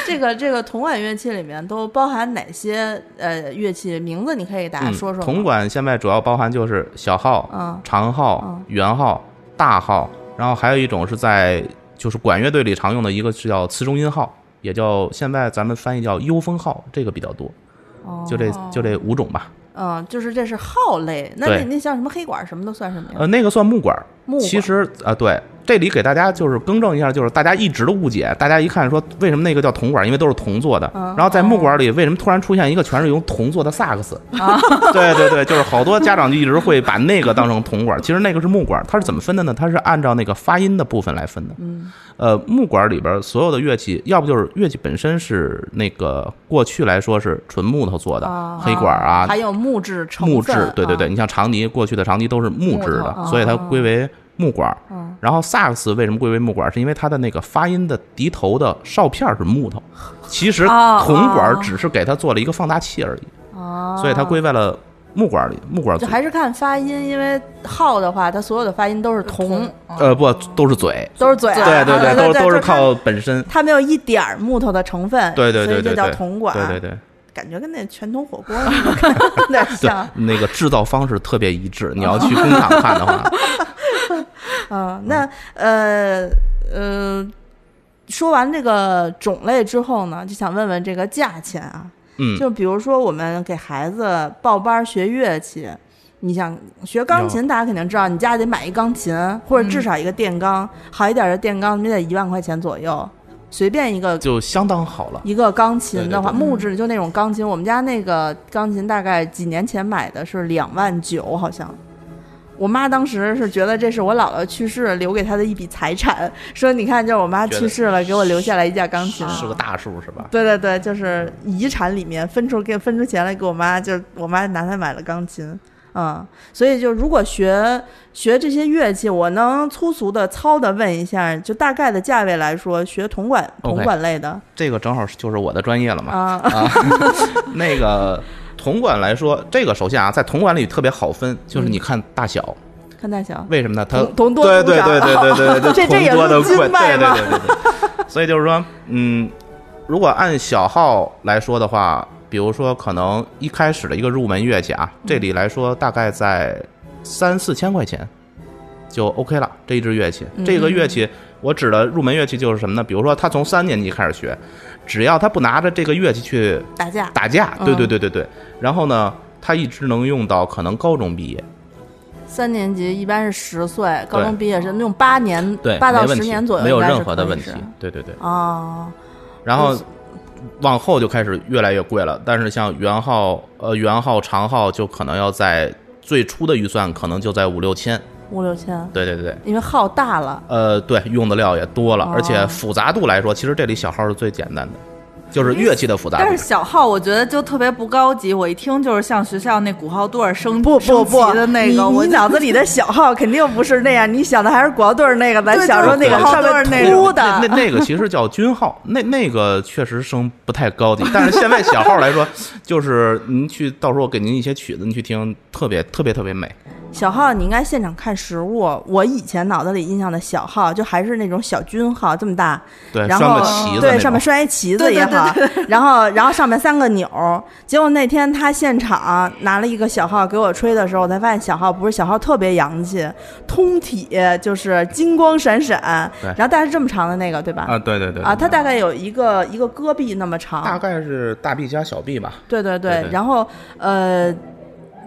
Speaker 1: 这个这个铜管乐器里面都包含哪些呃乐器？名字你可以给大家
Speaker 4: 嗯，
Speaker 1: 啊说说吗。
Speaker 4: 铜管现在主要包含就是小号、
Speaker 1: 嗯
Speaker 4: 长号、圆号、大号，然后还有一种是在就是管乐队里常用的一个是叫次中音号，也叫现在咱们翻译叫幽风号，这个比较多。就这就这五种吧。
Speaker 1: 嗯，就是这是号类，那那
Speaker 4: 对
Speaker 1: 那像什么黑管什么都算什么呀？
Speaker 4: 呃，那个算木管儿。
Speaker 1: 木管
Speaker 4: 其实啊、对，这里给大家就是更正一下，就是大家一直的误解，大家一看说为什么那个叫铜管儿，因为都是铜做的。
Speaker 1: 嗯
Speaker 4: 然后在木
Speaker 1: 哦
Speaker 4: 管儿里，为什么突然出现一个全是用铜做的萨克斯？ 对对对，就是好多家长就一直会把那个当成铜管儿，其实那个是木管儿。它是怎么分的呢？它是按照那个发音的部分来分的。
Speaker 1: 嗯
Speaker 4: 呃，木管儿里边儿所有的乐器，要不就是乐器本身是那个过去来说是纯木头做的，
Speaker 1: 哦
Speaker 4: 黑管儿啊，
Speaker 1: 还有木质成
Speaker 4: 木
Speaker 1: 分啊
Speaker 4: 质，对对对，，你像长笛，过去的长笛都是木质的，所以它
Speaker 1: 嗯
Speaker 4: 归为木管儿。然后萨克斯为什么归为木管儿？是因为它的那个发音的笛头的哨片儿是木 头，其实
Speaker 3: 哦
Speaker 4: 铜管儿只是给它做了一个放大器而已，
Speaker 1: 啊，
Speaker 4: 所以它归在了木管儿里。木管儿
Speaker 1: 就
Speaker 4: 组
Speaker 1: 还是看发音，因为号的话，它所有的发音都是铜，
Speaker 4: 呃不都是嘴，
Speaker 1: 都是嘴，啊
Speaker 4: 对对
Speaker 1: 对，
Speaker 4: 都是都
Speaker 1: 就是是它
Speaker 4: 靠本身。
Speaker 1: 它没有一点儿木头的成分，
Speaker 4: 对对
Speaker 1: 所
Speaker 4: 对
Speaker 1: 以就
Speaker 4: 对
Speaker 1: 叫
Speaker 4: 对，
Speaker 1: 铜管，
Speaker 4: 对对对
Speaker 1: 感觉跟那全铜火锅那种感觉有点
Speaker 4: 对
Speaker 1: 像，
Speaker 4: 那个制造方式特别一致。你 要去工厂看的话，
Speaker 1: 啊。那呃呃，说完这个种类之后呢，就想问问这个价钱啊，
Speaker 4: 嗯，
Speaker 1: 就比如说我们给孩子报班儿学乐器，你想学钢琴，大家肯定知道，你家得买一钢琴，或者至少一个电钢，好一点的电钢，你得一万块钱左右，随便一个。
Speaker 4: 就相当好了。
Speaker 1: 一个钢琴的话，
Speaker 4: 对对对
Speaker 1: 木质就那种钢琴，我们家那个钢琴大概几年前买的是两万九，好像。我妈当时是觉得这是我姥姥去世留给她的一笔财产，说你看，就是我妈
Speaker 4: 觉得
Speaker 1: 去世了，给我留下来一架钢琴，
Speaker 4: 是个大数是吧？
Speaker 1: 对对对，就是遗产里面分出给分出钱来给我妈，就是我妈拿它买了钢琴，嗯，所以就如果学学这些乐器，我能粗俗的糙的问一下，就大概的价位来说，学铜管
Speaker 4: OK
Speaker 1: 铜管类的
Speaker 4: 这个正好是就是我的专业了嘛。
Speaker 1: 啊，
Speaker 4: 啊， 那个铜管来说，这个首先啊，在铜管里特别好分，就是你看大小，
Speaker 1: 看大小，
Speaker 4: 为什么呢？它
Speaker 1: 铜铜多
Speaker 4: 对对
Speaker 1: 铜
Speaker 4: 对
Speaker 1: 少
Speaker 4: 对对 对对，
Speaker 1: 这这也
Speaker 4: 铜多的
Speaker 1: 论斤
Speaker 4: 贵，
Speaker 1: 卖
Speaker 4: 对对
Speaker 1: 吗
Speaker 4: 对对对。 所以就是说，嗯，如果按小号来说的话，比如说可能一开始的一个入门乐器啊，
Speaker 1: 嗯
Speaker 4: 这里来说大概在三四千块钱就 OK 了。这一支乐器，
Speaker 1: 嗯
Speaker 4: 这个乐器我指的入门乐器就是什么呢？比如说他从三年级开始学，只要他不拿着这个乐器去
Speaker 1: 打架
Speaker 4: 打架，
Speaker 1: 嗯
Speaker 4: 对对对对对。然后呢，他一直能用到可能高中毕业，
Speaker 1: 三年级一般是十岁，高
Speaker 4: 对
Speaker 1: 中毕业是用八年
Speaker 4: 对，
Speaker 1: 八到
Speaker 4: 没问
Speaker 1: 十
Speaker 4: 题
Speaker 1: 年左右，
Speaker 4: 没有
Speaker 1: 应该是
Speaker 4: 任何的
Speaker 1: 可以
Speaker 4: 问
Speaker 1: 是
Speaker 4: 题。对对对，
Speaker 1: 哦，
Speaker 4: 然后往后就开始越来越贵了，但是像圆号、呃圆号、长号就可能要在最初的预算可能就在五六千，
Speaker 1: 五六千，
Speaker 4: 对对对对。
Speaker 1: 因为号大了，
Speaker 4: 呃，对，用的料也多了，
Speaker 1: 哦
Speaker 4: 而且复杂度来说，其实这里小号是最简单的，就是乐器的复杂
Speaker 3: 但是
Speaker 4: 度。
Speaker 3: 小号我觉得就特别不高级，我一听就是像学校那鼓号队儿升
Speaker 1: 不不
Speaker 3: 升旗
Speaker 1: 不
Speaker 3: 的那个，
Speaker 1: 你
Speaker 3: 我
Speaker 1: 你脑子里的小号肯定不是那样，你想的还是国队儿那个，咱
Speaker 3: 对
Speaker 1: 小时候那
Speaker 4: 对
Speaker 1: 个
Speaker 4: 对
Speaker 1: 上面
Speaker 3: 对对
Speaker 1: 凸
Speaker 4: 那那
Speaker 1: 的。
Speaker 4: 那个其实叫军号，那那个确实声不太高级，但是现在小号来说，就是您去到时候我给您一些曲子，您去听，特别特别特别美。
Speaker 1: 小号你应该现场看实物。我以前脑子里印象的小号，就还是那种小军号这么大，
Speaker 4: 对，
Speaker 1: 然
Speaker 4: 呃拴个
Speaker 1: 后
Speaker 4: 旗子那
Speaker 1: 对
Speaker 4: 种
Speaker 1: 上面拴一旗子
Speaker 3: 对对
Speaker 1: 也
Speaker 3: 对。
Speaker 1: 好， 然后然后上面三个钮儿。结果那天他现场拿了一个小号给我吹的时候，我才发现小号不是小号特别洋气，通体就是金光闪闪
Speaker 4: 对，
Speaker 1: 然后大概是这么长的那个对吧？
Speaker 4: 啊，对对对
Speaker 1: 啊，它大
Speaker 4: 大
Speaker 1: 概有一个一个胳臂那么长，
Speaker 4: 大概是大臂加小臂吧，
Speaker 1: 对对对，
Speaker 4: 对对
Speaker 1: 然后呃，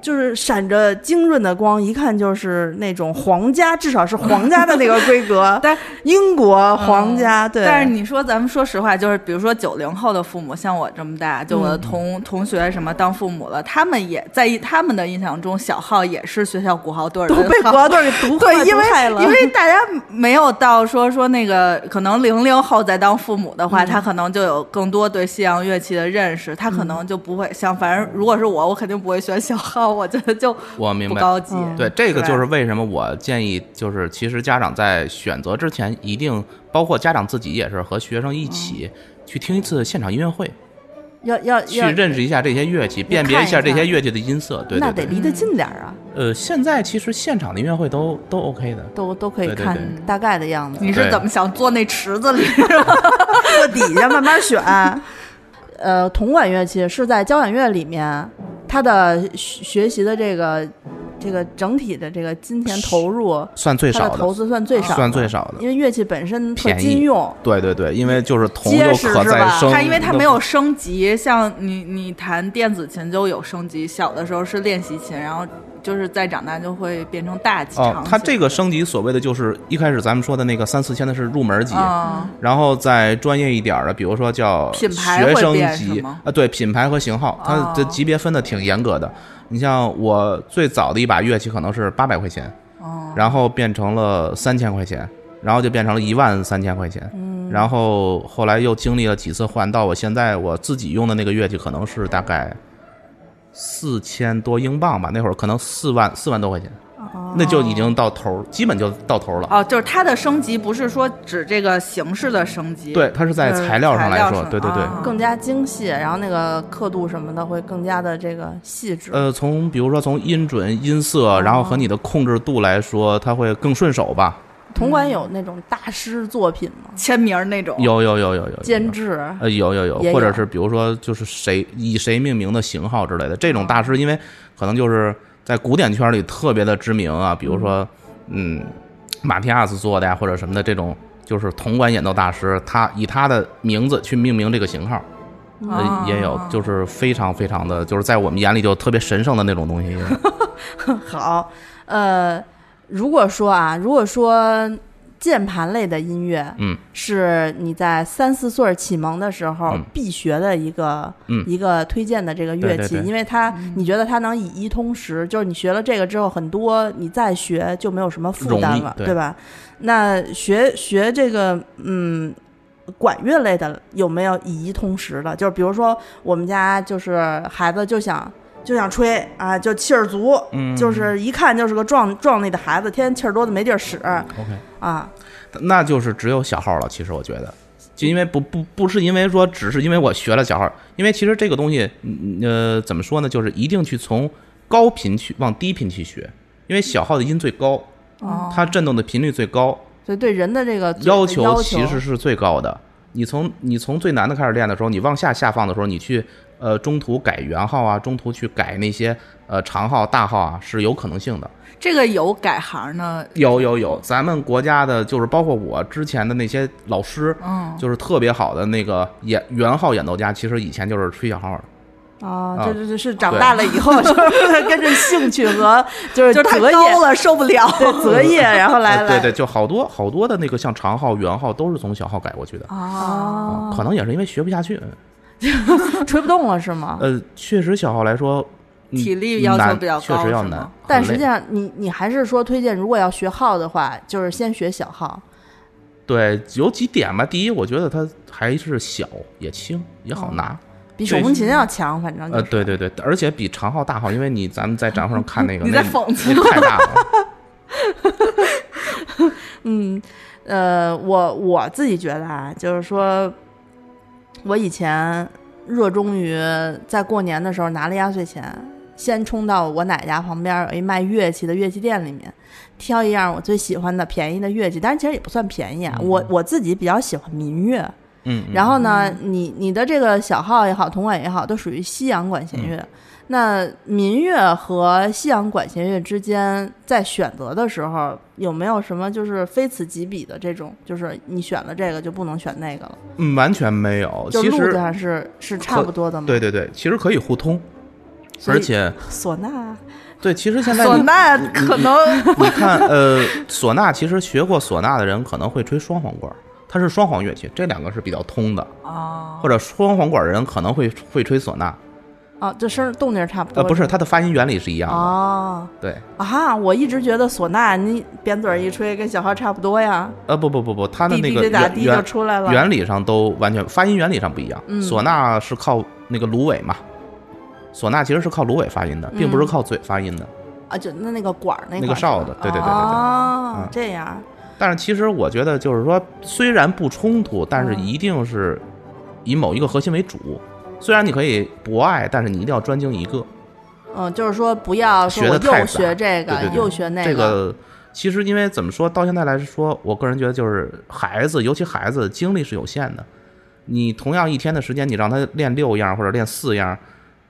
Speaker 1: 就是闪着晶润的光，一看就是那种皇家，至少是皇家的那个规格
Speaker 3: 但
Speaker 1: 英国皇家，对，
Speaker 3: 但是你说，咱们说实话，就是比如说九零后的父母，像我这么大，就
Speaker 1: 嗯
Speaker 3: 我的同、同学什么当父母了，他们也在意他们的印象中，小号也是学校鼓号 队儿的
Speaker 1: 都被
Speaker 3: 号
Speaker 1: 国家队给毒
Speaker 3: 对，
Speaker 1: 坏
Speaker 3: 因
Speaker 1: 毒害了
Speaker 3: 为因为大家 没有到说说那个，可能零零后再当父母的话，
Speaker 1: 嗯
Speaker 3: 他可能就有更多对西洋乐器的认识，他可能就不会像，反正如果是我，我肯定不会选小号，我觉得就
Speaker 4: 我明
Speaker 3: 不
Speaker 4: 白。
Speaker 3: 高级。
Speaker 1: 嗯
Speaker 4: 对，这个
Speaker 3: 对
Speaker 4: 就是为什么我建议，就是其实家长在选择之前，一定包括家长自己也是和学生一起去听一次现场音乐会，
Speaker 1: 要要嗯
Speaker 4: 去
Speaker 1: 要，
Speaker 4: 认识一下这些乐器，辨别
Speaker 1: 看一
Speaker 4: 一下这
Speaker 1: 下
Speaker 4: 些乐器的音色。对
Speaker 1: 那
Speaker 4: 对
Speaker 1: 得
Speaker 4: 对。
Speaker 1: 离得近点儿啊，
Speaker 4: 呃，现在其实现场的音乐会都都 OK 的。
Speaker 1: 都都可以
Speaker 4: 对对
Speaker 1: 看
Speaker 4: 对
Speaker 1: 大概的样子。
Speaker 3: 你是
Speaker 4: 对
Speaker 3: 怎么想坐那池 子里？
Speaker 1: 坐底下慢慢选。 呃，铜管乐器是在交响乐里面，它的学学习的这个这个整体的这个金钱投入，
Speaker 4: 算最
Speaker 1: 它
Speaker 4: 少
Speaker 1: 的投
Speaker 4: 的，啊
Speaker 1: 资算最少的，
Speaker 4: 算最少的
Speaker 1: 因为乐器本身特
Speaker 4: 便宜
Speaker 1: 金用。
Speaker 4: 对对对，因为就是铜
Speaker 1: 结
Speaker 4: 又
Speaker 1: 实
Speaker 4: 可
Speaker 1: 是
Speaker 4: 再
Speaker 1: 吧
Speaker 4: 生，
Speaker 3: 它因为它
Speaker 4: 嗯
Speaker 3: 没有升级，像你你弹电子琴就有升级，小的时候是练习琴，然后就是再长大就会变成大级长
Speaker 4: 哦
Speaker 3: 琴。，
Speaker 4: 它这个升级所谓的就是一开始咱们说的那个三四千的是入门级，
Speaker 1: 哦
Speaker 3: 啊，
Speaker 4: 然后再专业一点儿的，比如说叫
Speaker 3: 品牌
Speaker 4: 学生
Speaker 3: 会变是
Speaker 4: 级
Speaker 3: 吗
Speaker 4: 啊、对，品牌和型号，它的
Speaker 3: 哦
Speaker 4: 级别分的挺严格的。你像我最早的一把乐器可能是八百块钱，
Speaker 3: 哦，
Speaker 4: 然后变成了三千块钱，然后就变成了一万三千块钱，
Speaker 3: 嗯
Speaker 4: 然后后来又经历了几次换，到我现在我自己用的那个乐器可能是大概四千多英镑吧，那会儿可能四万四万多块钱，那就已经到头儿，基本就到头儿了。
Speaker 3: 哦，就是它的升级不是说指这个形式的升级，
Speaker 4: 对，，它是在
Speaker 3: 就是
Speaker 4: 材料上来
Speaker 3: 材料
Speaker 4: 说，
Speaker 3: 上
Speaker 4: 对对对。
Speaker 3: 啊
Speaker 1: 更加精细，然后那个刻度什么的会更加的这个细致。
Speaker 4: 呃，从比如说从音准、音色，然后和你的控制度来说，它会更顺手吧？
Speaker 1: 铜管有那种大师作品吗？
Speaker 3: 签名儿那种，
Speaker 4: 有有有有有有
Speaker 1: 监制，
Speaker 4: 呃，有有
Speaker 1: 也
Speaker 4: 有，或者
Speaker 1: 有
Speaker 4: 是比如说就是谁以谁命名的型号之类的，这种大师，因为可能就是在古典圈里特别的知名啊，比如说嗯，马蒂亚斯做的呀，或者什么的这种。就是铜管演奏大师，他以他的名字去命名这个型号，
Speaker 1: 啊
Speaker 4: 呃，也有，
Speaker 3: 哦
Speaker 4: 就是非常非常的，就是在我们眼里就特别神圣的那种东西 也有。
Speaker 1: 好，呃，如果说啊，如果说键盘类的音乐，
Speaker 4: 嗯，
Speaker 1: 是你在三四岁儿启蒙的时候
Speaker 4: 嗯
Speaker 1: 必学的一个、
Speaker 4: 嗯
Speaker 1: 一个推荐的这个乐器，
Speaker 4: 对对对
Speaker 1: 因为它你觉得它能以一通十，就是你学了这个之后，很多你再学就没有什么负担
Speaker 4: 容
Speaker 1: 了
Speaker 4: 易，对
Speaker 1: 吧？那学学这个，嗯。管乐类的有没有以一通十的？就是比如说，我们家就是孩子就想就想吹啊，就气儿足，
Speaker 4: 嗯
Speaker 1: 就是一看就是个壮壮丽的孩子，天天气儿多的没地儿使
Speaker 4: OK，
Speaker 1: 啊。
Speaker 4: 那就是只有小号了。其实我觉得，就因为不不不是因为说只是因为我学了小号，因为其实这个东西，嗯呃，怎么说呢？就是一定去从高频去往低频去学，因为小号的音最高，
Speaker 3: 哦
Speaker 4: 它振动的频率最高，
Speaker 1: 嗯所以对人的这个嘴的
Speaker 4: 要
Speaker 1: 要
Speaker 4: 求其实是最高的。你从你从最难的开始练的时候，你往下下放的时候，你去呃中途改圆号啊，中途去改那些呃长号、大号啊，是有可能性的。
Speaker 3: 这个有改行呢，
Speaker 4: 有有有，咱们国家的就是包括我之前的那些老师，
Speaker 3: 嗯，
Speaker 4: 就是特别好的那个演原号演奏家，其实以前就是吹小号的。
Speaker 1: 啊，
Speaker 4: 啊
Speaker 1: 这这这是长大了以后， 就是跟着兴趣 和就是
Speaker 3: 就是太
Speaker 1: 择
Speaker 3: 高
Speaker 1: 业
Speaker 3: 了，受不了。
Speaker 1: 对择业，然后来
Speaker 4: 呃对
Speaker 1: 来
Speaker 4: 对，就好多好多的那个像长号、圆号都是从小号改过去的。
Speaker 3: 啊，
Speaker 1: 啊，
Speaker 4: 可能也是因为学不下去，
Speaker 1: 吹不动了是吗？
Speaker 4: 呃，确实小号来说，嗯
Speaker 3: 体力要求
Speaker 4: 难
Speaker 3: 比较
Speaker 4: 确
Speaker 3: 高
Speaker 4: 实要
Speaker 3: 是吗
Speaker 4: 难。很
Speaker 1: 但实际
Speaker 4: 累
Speaker 1: 上，你你还是说推荐，如果要学号的话，就是先学小号。
Speaker 4: 对有几点吧，第一，我觉得它还是小也轻也
Speaker 3: 哦
Speaker 4: 好拿，
Speaker 1: 比手风琴要强，反正就
Speaker 4: 呃，
Speaker 1: 是
Speaker 4: 对对对，而且比长号大号，因为你咱们在展会上看那个，
Speaker 3: 啊 你
Speaker 4: 那
Speaker 3: 在讽刺
Speaker 4: 那太大了，
Speaker 1: 嗯，呃，我我自己觉得啊，就是说，我以前热衷于在过年的时候拿了压岁钱，先冲到我奶家旁边有一卖乐器的乐器店里面，挑一样我最喜欢的便宜的乐器，但是其实也不算便宜啊，我我自己比较喜欢民乐，
Speaker 4: 嗯，嗯
Speaker 1: 然后呢，你你的这个小号也好，铜管也好，都属于西洋管弦
Speaker 4: 嗯
Speaker 1: 乐。那民乐和西洋管弦乐之间，在选择的时候，有没有什么就是非此即彼的这种，就是你选了这个就不能选那个了？
Speaker 4: 嗯完全没有，
Speaker 1: 就
Speaker 4: 其
Speaker 1: 路
Speaker 4: 实
Speaker 1: 子上是是差
Speaker 4: 可
Speaker 1: 不多的吗？
Speaker 4: 对对对，其实可以互通。
Speaker 1: 所以
Speaker 4: 而且
Speaker 1: 唢呐，
Speaker 4: 对，其实现在
Speaker 3: 唢
Speaker 4: 你
Speaker 3: 呐可能
Speaker 4: 你看，呃，唢呐其实学过唢呐的人可能会吹双簧管儿，它是双簧乐器，这两个是比较通
Speaker 1: 哦
Speaker 4: 的，
Speaker 3: 啊，
Speaker 4: 或者双簧管儿的人可能会会吹唢呐，
Speaker 1: 哦，这声儿动静儿差不多。
Speaker 4: 呃，不是，它的发音原理是一样的，
Speaker 1: 哦
Speaker 4: 对，
Speaker 1: 啊，我一直觉得唢呐你扁嘴儿一吹跟小号差不多呀，
Speaker 4: 呃，不不不不，它的
Speaker 1: 滴
Speaker 4: 那
Speaker 1: 滴
Speaker 4: 个
Speaker 1: 滴打
Speaker 4: 原
Speaker 1: 滴就
Speaker 4: 原
Speaker 1: 出来了。
Speaker 4: 原理上都完全发音原理上不一样，
Speaker 1: 嗯
Speaker 4: 唢呐是靠那个芦苇嘛，唢呐其实是靠芦苇发音的，并
Speaker 1: 嗯
Speaker 4: 不是靠嘴发音的，
Speaker 1: 啊，就那那个管儿那
Speaker 4: 那
Speaker 1: 块
Speaker 4: 个
Speaker 1: 儿
Speaker 4: 哨
Speaker 1: 是
Speaker 4: 子
Speaker 1: 吧，
Speaker 4: 对对对对对。
Speaker 1: 哦
Speaker 4: 嗯，
Speaker 1: 这样
Speaker 4: 但是其实我觉得，就是说，虽然不冲突，但是一定是以某一个核心为主。虽然你可以博爱，但是你一定要专精一个。
Speaker 1: 嗯，就是说不要说
Speaker 4: 学
Speaker 1: 我
Speaker 4: 得太
Speaker 1: 又
Speaker 4: 杂
Speaker 1: 学这个
Speaker 4: 对对对
Speaker 1: 又学那
Speaker 4: 这个其实因为怎么说到现在来说，我个人觉得就是孩子，尤其孩子精力是有限的。你同样一天的时间，你让他练六样或者练四样，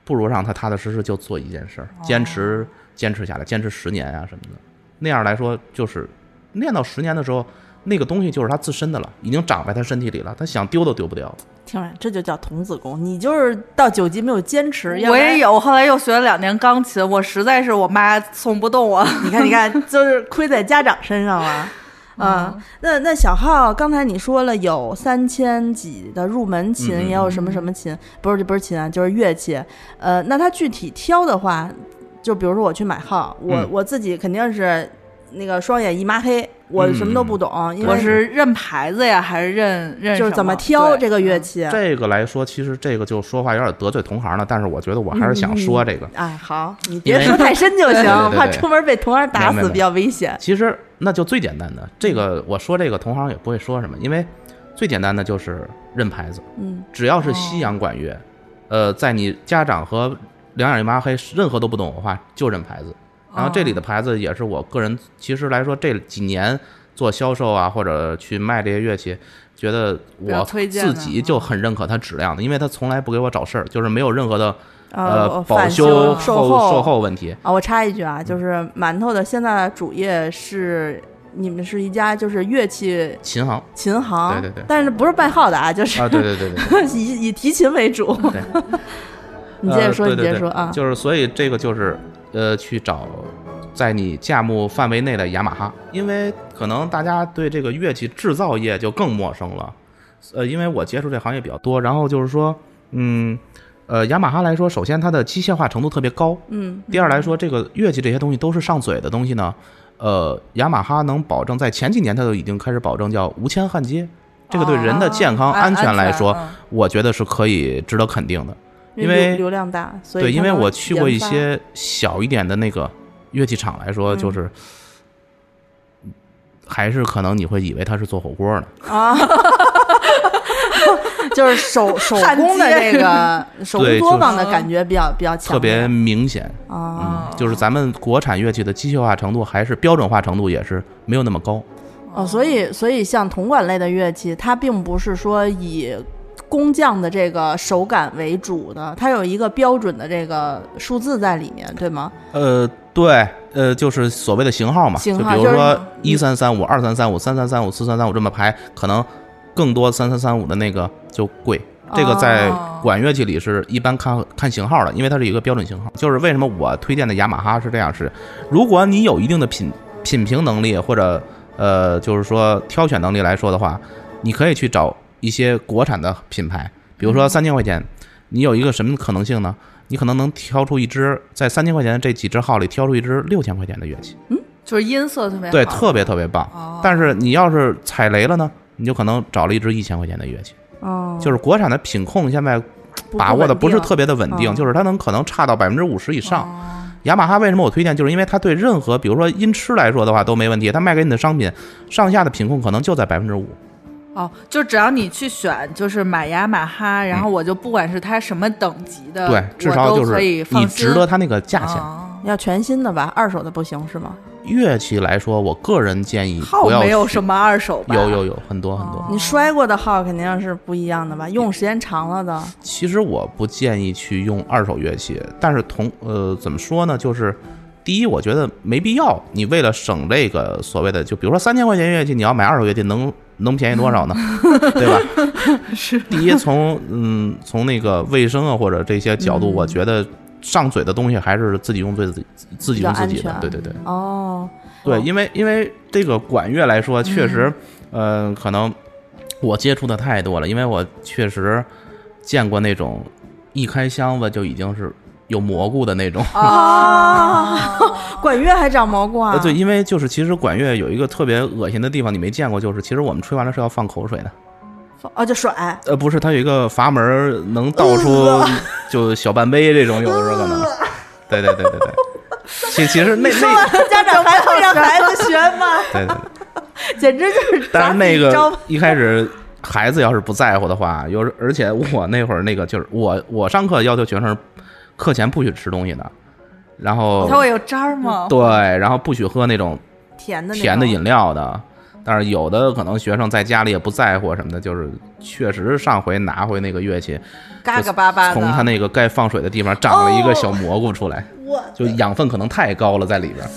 Speaker 4: 不如让他踏踏实实就做一件事儿，坚持坚持下来，坚持十年啊什么的。那样来说，就是练到十年的时候，那个东西就是他自身的了，已经长在他身体里了，他想丢都丢不掉。
Speaker 1: 听着，这就叫童子功。你就是到九级没有坚持，要
Speaker 3: 我
Speaker 1: 不然
Speaker 3: 也。有，后来又学了两年钢琴，我实在是我妈送不动我。
Speaker 1: 你看，你看，就是亏在家长身上 了。
Speaker 4: 嗯
Speaker 1: 啊，那那小浩，刚才你说了有三千几的入门琴，
Speaker 4: 嗯嗯
Speaker 1: 也有什么什么琴，不是不是琴啊，就是乐器。呃，那他具体挑的话，就比如说我去买号，我、
Speaker 4: 嗯
Speaker 1: 我自己肯定是那个双眼一抹黑，我什么都不懂，
Speaker 4: 嗯
Speaker 1: 因
Speaker 3: 我
Speaker 1: 为
Speaker 3: 是认牌子呀，还是认认
Speaker 1: 就是
Speaker 3: 什
Speaker 1: 怎么挑
Speaker 3: 对
Speaker 1: 这个乐
Speaker 3: 嗯
Speaker 1: 器。
Speaker 4: 这个来说，其实这个就说话有点得罪同行了，但是我觉得我还是想说这个。
Speaker 1: 哎，好，你
Speaker 4: 因
Speaker 1: 别
Speaker 4: 为
Speaker 1: 说太深就
Speaker 4: 对
Speaker 1: 行，
Speaker 4: 对对
Speaker 1: 怕
Speaker 4: 对
Speaker 1: 出门被同行打
Speaker 4: 明白
Speaker 1: 死
Speaker 4: 明白
Speaker 1: 比较危险。
Speaker 4: 其实那就最简单的，这个我说这个同行也不会说什么，因为最简单的就是认牌子，
Speaker 1: 嗯，
Speaker 4: 只要是西洋管乐，呃，在你家长和两眼一抹黑任何都不懂的话，就认牌子。然后这里的牌子也是我个人，其实来说这几年做销售啊，或者去卖这些乐器，觉得
Speaker 3: 比较
Speaker 4: 我
Speaker 3: 推荐
Speaker 4: 自
Speaker 3: 的
Speaker 4: 己就很认可它质量的，因为它从来不给我找事儿，就是没有任何的
Speaker 1: 我
Speaker 4: 呃保
Speaker 1: 返修、
Speaker 4: 后
Speaker 1: 售后、
Speaker 4: 售后问题。
Speaker 1: 啊，我插一句
Speaker 4: 嗯
Speaker 1: 啊，就是馒头的现在的主业是你们是一家就是乐器
Speaker 4: 琴行
Speaker 1: 琴行，
Speaker 4: 对对对
Speaker 1: 但是不是卖号的啊，就是、
Speaker 4: 啊，对对对对对
Speaker 1: 以以提琴为主。
Speaker 4: 对。
Speaker 1: 你接着说，
Speaker 4: 呃、对
Speaker 1: 你接着
Speaker 4: 对
Speaker 1: 说
Speaker 4: 对
Speaker 1: 啊，
Speaker 4: 就是所以这个就是呃，去找在你价目范围内的雅马哈，因为可能大家对这个乐器制造业就更陌生了。呃，因为我接触这行业比较多，然后就是说，嗯，呃，雅马哈来说，首先它的机械化程度特别高，
Speaker 1: 嗯
Speaker 4: 第二来说，这个乐器这些东西都是上嘴的东西呢，呃，雅马哈能保证在前几年它就已经开始保证叫无铅焊接，这个对人
Speaker 1: 哦
Speaker 4: 的健康
Speaker 3: 啊安
Speaker 4: 安全来说，
Speaker 3: 嗯
Speaker 4: 我觉得是可以值得肯定的。因
Speaker 1: 流
Speaker 4: 为
Speaker 1: 流量大，所以
Speaker 4: 对，
Speaker 1: 他
Speaker 4: 因为
Speaker 1: 能
Speaker 4: 我去过
Speaker 1: 研
Speaker 4: 一
Speaker 1: 发
Speaker 4: 些小一点的那个乐器厂来说，就
Speaker 1: 嗯
Speaker 4: 是还是可能你会以为他是做火锅呢。
Speaker 1: 啊， 就是手手
Speaker 3: 焊
Speaker 1: 工的
Speaker 3: 接
Speaker 1: 这个 手工
Speaker 4: 对
Speaker 1: 作
Speaker 4: 就是
Speaker 1: 坊的感觉比较比较强烈，
Speaker 4: 特别明显。
Speaker 1: 啊。
Speaker 4: 嗯，就是咱们国产乐器的机械化程度还是标准化程度也是没有那么高。
Speaker 1: 哦，所以所以像铜管类的乐器，它并不是说以工匠的这个手感为主的，它有一个标准的这个数字在里面，对吗？
Speaker 4: 呃，对，呃，就是所谓的型号嘛，
Speaker 1: 型
Speaker 4: 就
Speaker 1: 号
Speaker 4: 比
Speaker 1: 就
Speaker 4: 如
Speaker 1: 是
Speaker 4: 说一三三五、二三三五、三三三五、四三三五这么排，可能更多三三三五的那个就贵。这个在
Speaker 3: 哦
Speaker 4: 管乐器里是一般看看型号的，因为它是一个标准型号。就是为什么我推荐的雅马哈是这样是，如果你有一定的品品评能力或者呃，就是说挑选能力来说的话，你可以去找一些国产的品牌，比如
Speaker 3: 嗯
Speaker 4: 说三千块钱，你有一个什么可能性呢？你可能能挑出一支在三千块钱这几支号里挑出一支六千块钱的乐器，
Speaker 3: 就是音色特别
Speaker 4: 对，
Speaker 3: 好哦
Speaker 4: 特别特别棒。但是你要是踩雷了呢，你就可能找了一支一千块钱的乐器。
Speaker 3: 嗯
Speaker 1: 哦，
Speaker 4: 就是国产的品控现在
Speaker 1: 不
Speaker 4: 把握的不是特
Speaker 1: 别
Speaker 4: 别的稳定，
Speaker 1: 嗯
Speaker 4: 就是它能可能差到百分之五十以上。
Speaker 3: 哦
Speaker 4: 雅马哈为什么我推荐，就是因为它对任何比如说音痴来说的话都没问题，它卖给你的商品上下的品控可能就在百分之五。
Speaker 3: 哦，就只要你去选，就是买雅马哈，然后我就不管是它什么等级的，
Speaker 4: 对，至少
Speaker 3: 呃我
Speaker 4: 就
Speaker 3: 都
Speaker 4: 是
Speaker 3: 可以
Speaker 4: 你
Speaker 3: 放
Speaker 4: 值
Speaker 3: 心
Speaker 4: 得它那个价钱。
Speaker 3: 哦
Speaker 1: 要全新的吧，二手的不行是吗？
Speaker 4: 乐器来说，我个人建议
Speaker 3: 号
Speaker 4: 不要
Speaker 3: 没有
Speaker 4: 去
Speaker 3: 什么二手吧？哦
Speaker 4: 有有有很多很多。
Speaker 1: 你摔过的号肯定是不一样的吧？用时间长了的，
Speaker 4: 其实我不建议去用二手乐器，但是同呃怎么说呢，就是第一，我觉得没必要。你为了省这个所谓的，就比如说三千块钱乐器，你要买二手乐器，能能便宜多少呢？ 对吧？是。第一，从嗯从那个卫生啊或者这些角度，我觉得上嘴的东西还是自己用最自己自己用自己
Speaker 1: 比较
Speaker 4: 的
Speaker 1: 安全，
Speaker 4: 对对对
Speaker 1: 哦，
Speaker 4: 对，因为因为这个管乐来说，确实，呃，可能我接触的太多了，因为我确实见过那种一开箱子就已经是有蘑菇的那种。
Speaker 1: 啊， 管乐还长蘑菇啊？
Speaker 4: 呃， 对，，因为就是其实管乐有一个特别恶心的地方，你没见过，就是其实我们吹完了是要放口水的。
Speaker 1: 哦，就甩，
Speaker 4: 呃，不是，它有一个阀门儿能倒出就小半杯这种，有的时候可能。对对对对对，其其实那那
Speaker 1: 家长还会让孩子学哎 吗？
Speaker 4: 对对对，
Speaker 1: 简直就是
Speaker 4: 但
Speaker 1: 砸
Speaker 4: 是
Speaker 1: 自
Speaker 4: 那
Speaker 1: 己招牌
Speaker 4: 个一开始孩子要是不在乎的话，有时而且我那会儿那个就是我我上课要求学生课前不许吃东西的，然
Speaker 1: 哦
Speaker 4: 后
Speaker 3: 它会有渣儿吗？
Speaker 4: 对，然后不许喝那种
Speaker 1: 甜的那
Speaker 4: 甜的
Speaker 1: 种啊
Speaker 4: 饮料的。但是有的可能学生在家里也不在乎什么的，就是确实上回拿回那个乐器，
Speaker 3: 嘎嘎巴巴的，
Speaker 4: 从他那个该放水的地方长了一
Speaker 1: 哦
Speaker 4: 个小蘑菇出来，就养分可能太高了在里边儿。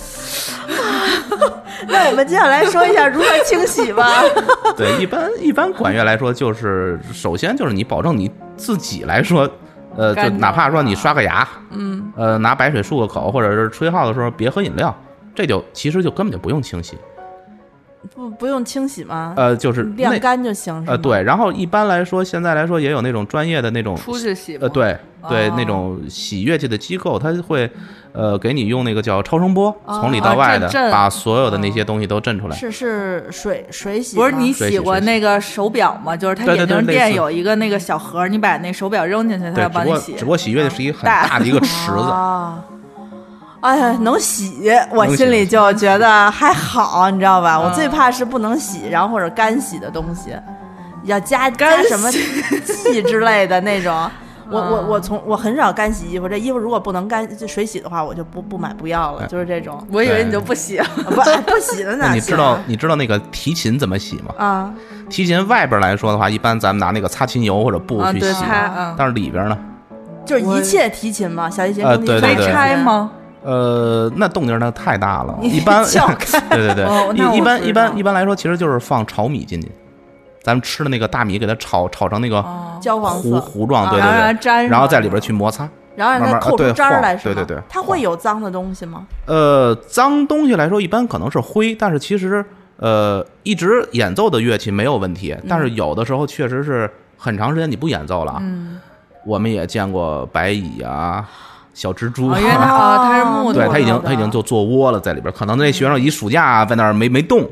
Speaker 1: 那我们接下来说一下如何清洗 吧。
Speaker 4: 对，一般一般管乐来说，就是首先就是你保证你自己来说，呃，就
Speaker 3: 干啊净
Speaker 4: 哪怕说你刷个牙，嗯，呃，拿白水漱个口，或者是吹号的时候别喝饮料，这就其实就根本就不用清洗，
Speaker 1: 不不用清洗
Speaker 3: 啊
Speaker 1: 吗？
Speaker 4: 呃，就是
Speaker 1: 晾
Speaker 4: 那
Speaker 1: 干就行是吗？
Speaker 4: 呃对，然后一般来说现在来说也有那种专业的那种
Speaker 3: 出去洗吗
Speaker 4: 呃，对对、
Speaker 3: 哦
Speaker 4: 那种洗乐器的机构，它会呃给你用那个叫超声波，从里
Speaker 3: 哦
Speaker 4: 到外的、
Speaker 3: 震震哦
Speaker 4: 把所有的那些东西都震出来。
Speaker 1: 是是水水洗吗，
Speaker 3: 不是你
Speaker 4: 水
Speaker 3: 洗
Speaker 4: 洗
Speaker 3: 过
Speaker 4: 水洗
Speaker 3: 那个手表吗？就是它
Speaker 4: 对
Speaker 3: 眼
Speaker 4: 对对
Speaker 3: 镜
Speaker 4: 类
Speaker 3: 店
Speaker 4: 似
Speaker 3: 有一个那个小盒儿，你把那手表扔进去，它
Speaker 4: 对，
Speaker 3: 要
Speaker 4: 只不
Speaker 3: 帮你
Speaker 4: 过
Speaker 3: 洗。嗯
Speaker 4: 只不过洗乐器是一个很
Speaker 3: 大
Speaker 4: 大的一个池 子，
Speaker 1: 啊。哎呀，能洗，我
Speaker 4: 能洗啊
Speaker 1: 心里
Speaker 4: 能洗
Speaker 1: 就觉得还好，你知道吧？我最怕是不能洗，然后或者干洗的东西，要加加
Speaker 3: 干洗
Speaker 1: 什么剂之类的那 种。我我
Speaker 4: 啊
Speaker 1: 我从我很少干洗衣服，这衣服如果不能干就水洗的话，我就不不买不要了，就是这 种
Speaker 3: 我以为你就不洗了，
Speaker 1: 不哎不洗的哪
Speaker 4: 哎那你
Speaker 1: 行
Speaker 4: 知
Speaker 3: 啊
Speaker 4: 道你知道那个提琴怎么洗吗？
Speaker 1: 啊？
Speaker 4: 提琴外边来说的话，一般咱们拿那个擦琴油或者布
Speaker 3: 啊，
Speaker 4: 去
Speaker 3: 对
Speaker 4: 洗，
Speaker 3: 它啊，
Speaker 4: 但是里边呢，
Speaker 1: 就是一切提琴嘛，小提琴、
Speaker 4: 呃
Speaker 1: 中提琴
Speaker 4: 对
Speaker 3: 没
Speaker 4: 对对
Speaker 3: 拆？吗？
Speaker 4: 呃，那动静儿那太大了，一 般，
Speaker 1: 撬
Speaker 4: 对对
Speaker 3: 哦那
Speaker 4: 对，
Speaker 3: 我
Speaker 4: 一一
Speaker 3: 知
Speaker 4: 般
Speaker 3: 道
Speaker 4: 一般一般来说，其实就是放炒米进去，咱们吃的那个大米给它炒炒成那个
Speaker 3: 哦
Speaker 1: 焦黄
Speaker 4: 糊
Speaker 1: 色，
Speaker 4: 糊状，对
Speaker 3: 然后让它
Speaker 4: 对
Speaker 3: 粘
Speaker 4: 对，
Speaker 3: 啊上
Speaker 4: 然后在里边去摩擦，
Speaker 1: 然后让
Speaker 4: 慢
Speaker 1: 它
Speaker 4: 慢
Speaker 1: 扣出
Speaker 4: 呃对
Speaker 1: 渣儿
Speaker 4: 晃
Speaker 1: 来，是吗
Speaker 4: 对对对
Speaker 1: 它会有脏的东西吗？
Speaker 4: 呃，脏东西来说，一般可能是灰，但是其实呃，一直演奏的乐器没有问题，但是有的时候确实是很长时间你不演奏了，嗯，我们也见过白蚁啊、小蜘蛛
Speaker 3: 哦，
Speaker 4: 啊，
Speaker 3: 因为它哦它是木
Speaker 4: 对
Speaker 3: 头
Speaker 4: 他已经
Speaker 1: 的
Speaker 4: 他已经就做窝了在里边儿，可能那学生一暑假在那儿没没动，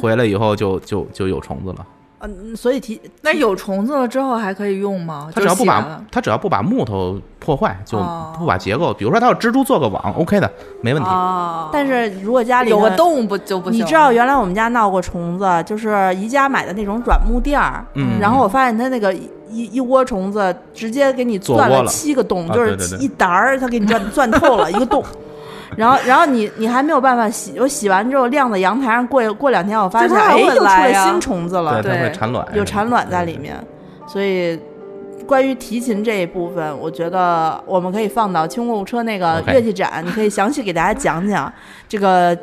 Speaker 4: 回来以后就就就有虫子了。
Speaker 1: 嗯，所以提
Speaker 3: 那有虫子了之后还可以用吗？
Speaker 4: 他只要
Speaker 3: 就
Speaker 4: 不
Speaker 3: 洗
Speaker 4: 把
Speaker 3: 了
Speaker 4: 他只要不把木头破坏，就
Speaker 3: 哦
Speaker 4: 不把结构，比如说他要蜘蛛做个网，OK 的，没问题。
Speaker 3: 哦，
Speaker 1: 但是如果家里
Speaker 3: 有个
Speaker 1: 呢，
Speaker 3: 洞不就不行
Speaker 1: 你
Speaker 3: 吗？
Speaker 1: 知道原来我们家闹过虫子，就是宜家买的那种软木垫儿，
Speaker 4: 嗯
Speaker 1: 然后我发现它那个一一窝虫子直接给你钻
Speaker 4: 做窝
Speaker 1: 了
Speaker 4: 了
Speaker 1: 七个洞，
Speaker 4: 啊
Speaker 1: 就
Speaker 4: 对对
Speaker 1: 是
Speaker 4: 对
Speaker 1: 一沓儿，它给你钻钻透了一个 洞。然后，然后你你还没有办法洗，我洗完之后晾在阳台上过过两天，我发
Speaker 3: 就
Speaker 1: 现
Speaker 3: 它还
Speaker 1: 哎，
Speaker 3: 会
Speaker 1: 又出
Speaker 3: 来
Speaker 1: 来
Speaker 3: 呀
Speaker 1: 新虫子了
Speaker 4: 对，，它
Speaker 3: 对
Speaker 4: 会产卵，
Speaker 1: 有产卵
Speaker 4: 哎
Speaker 1: 在里。面，所以关于提琴这一部分，我觉得我们可以放到轻购物车那个
Speaker 4: OK
Speaker 1: 乐器展你可以详细给大家讲讲这个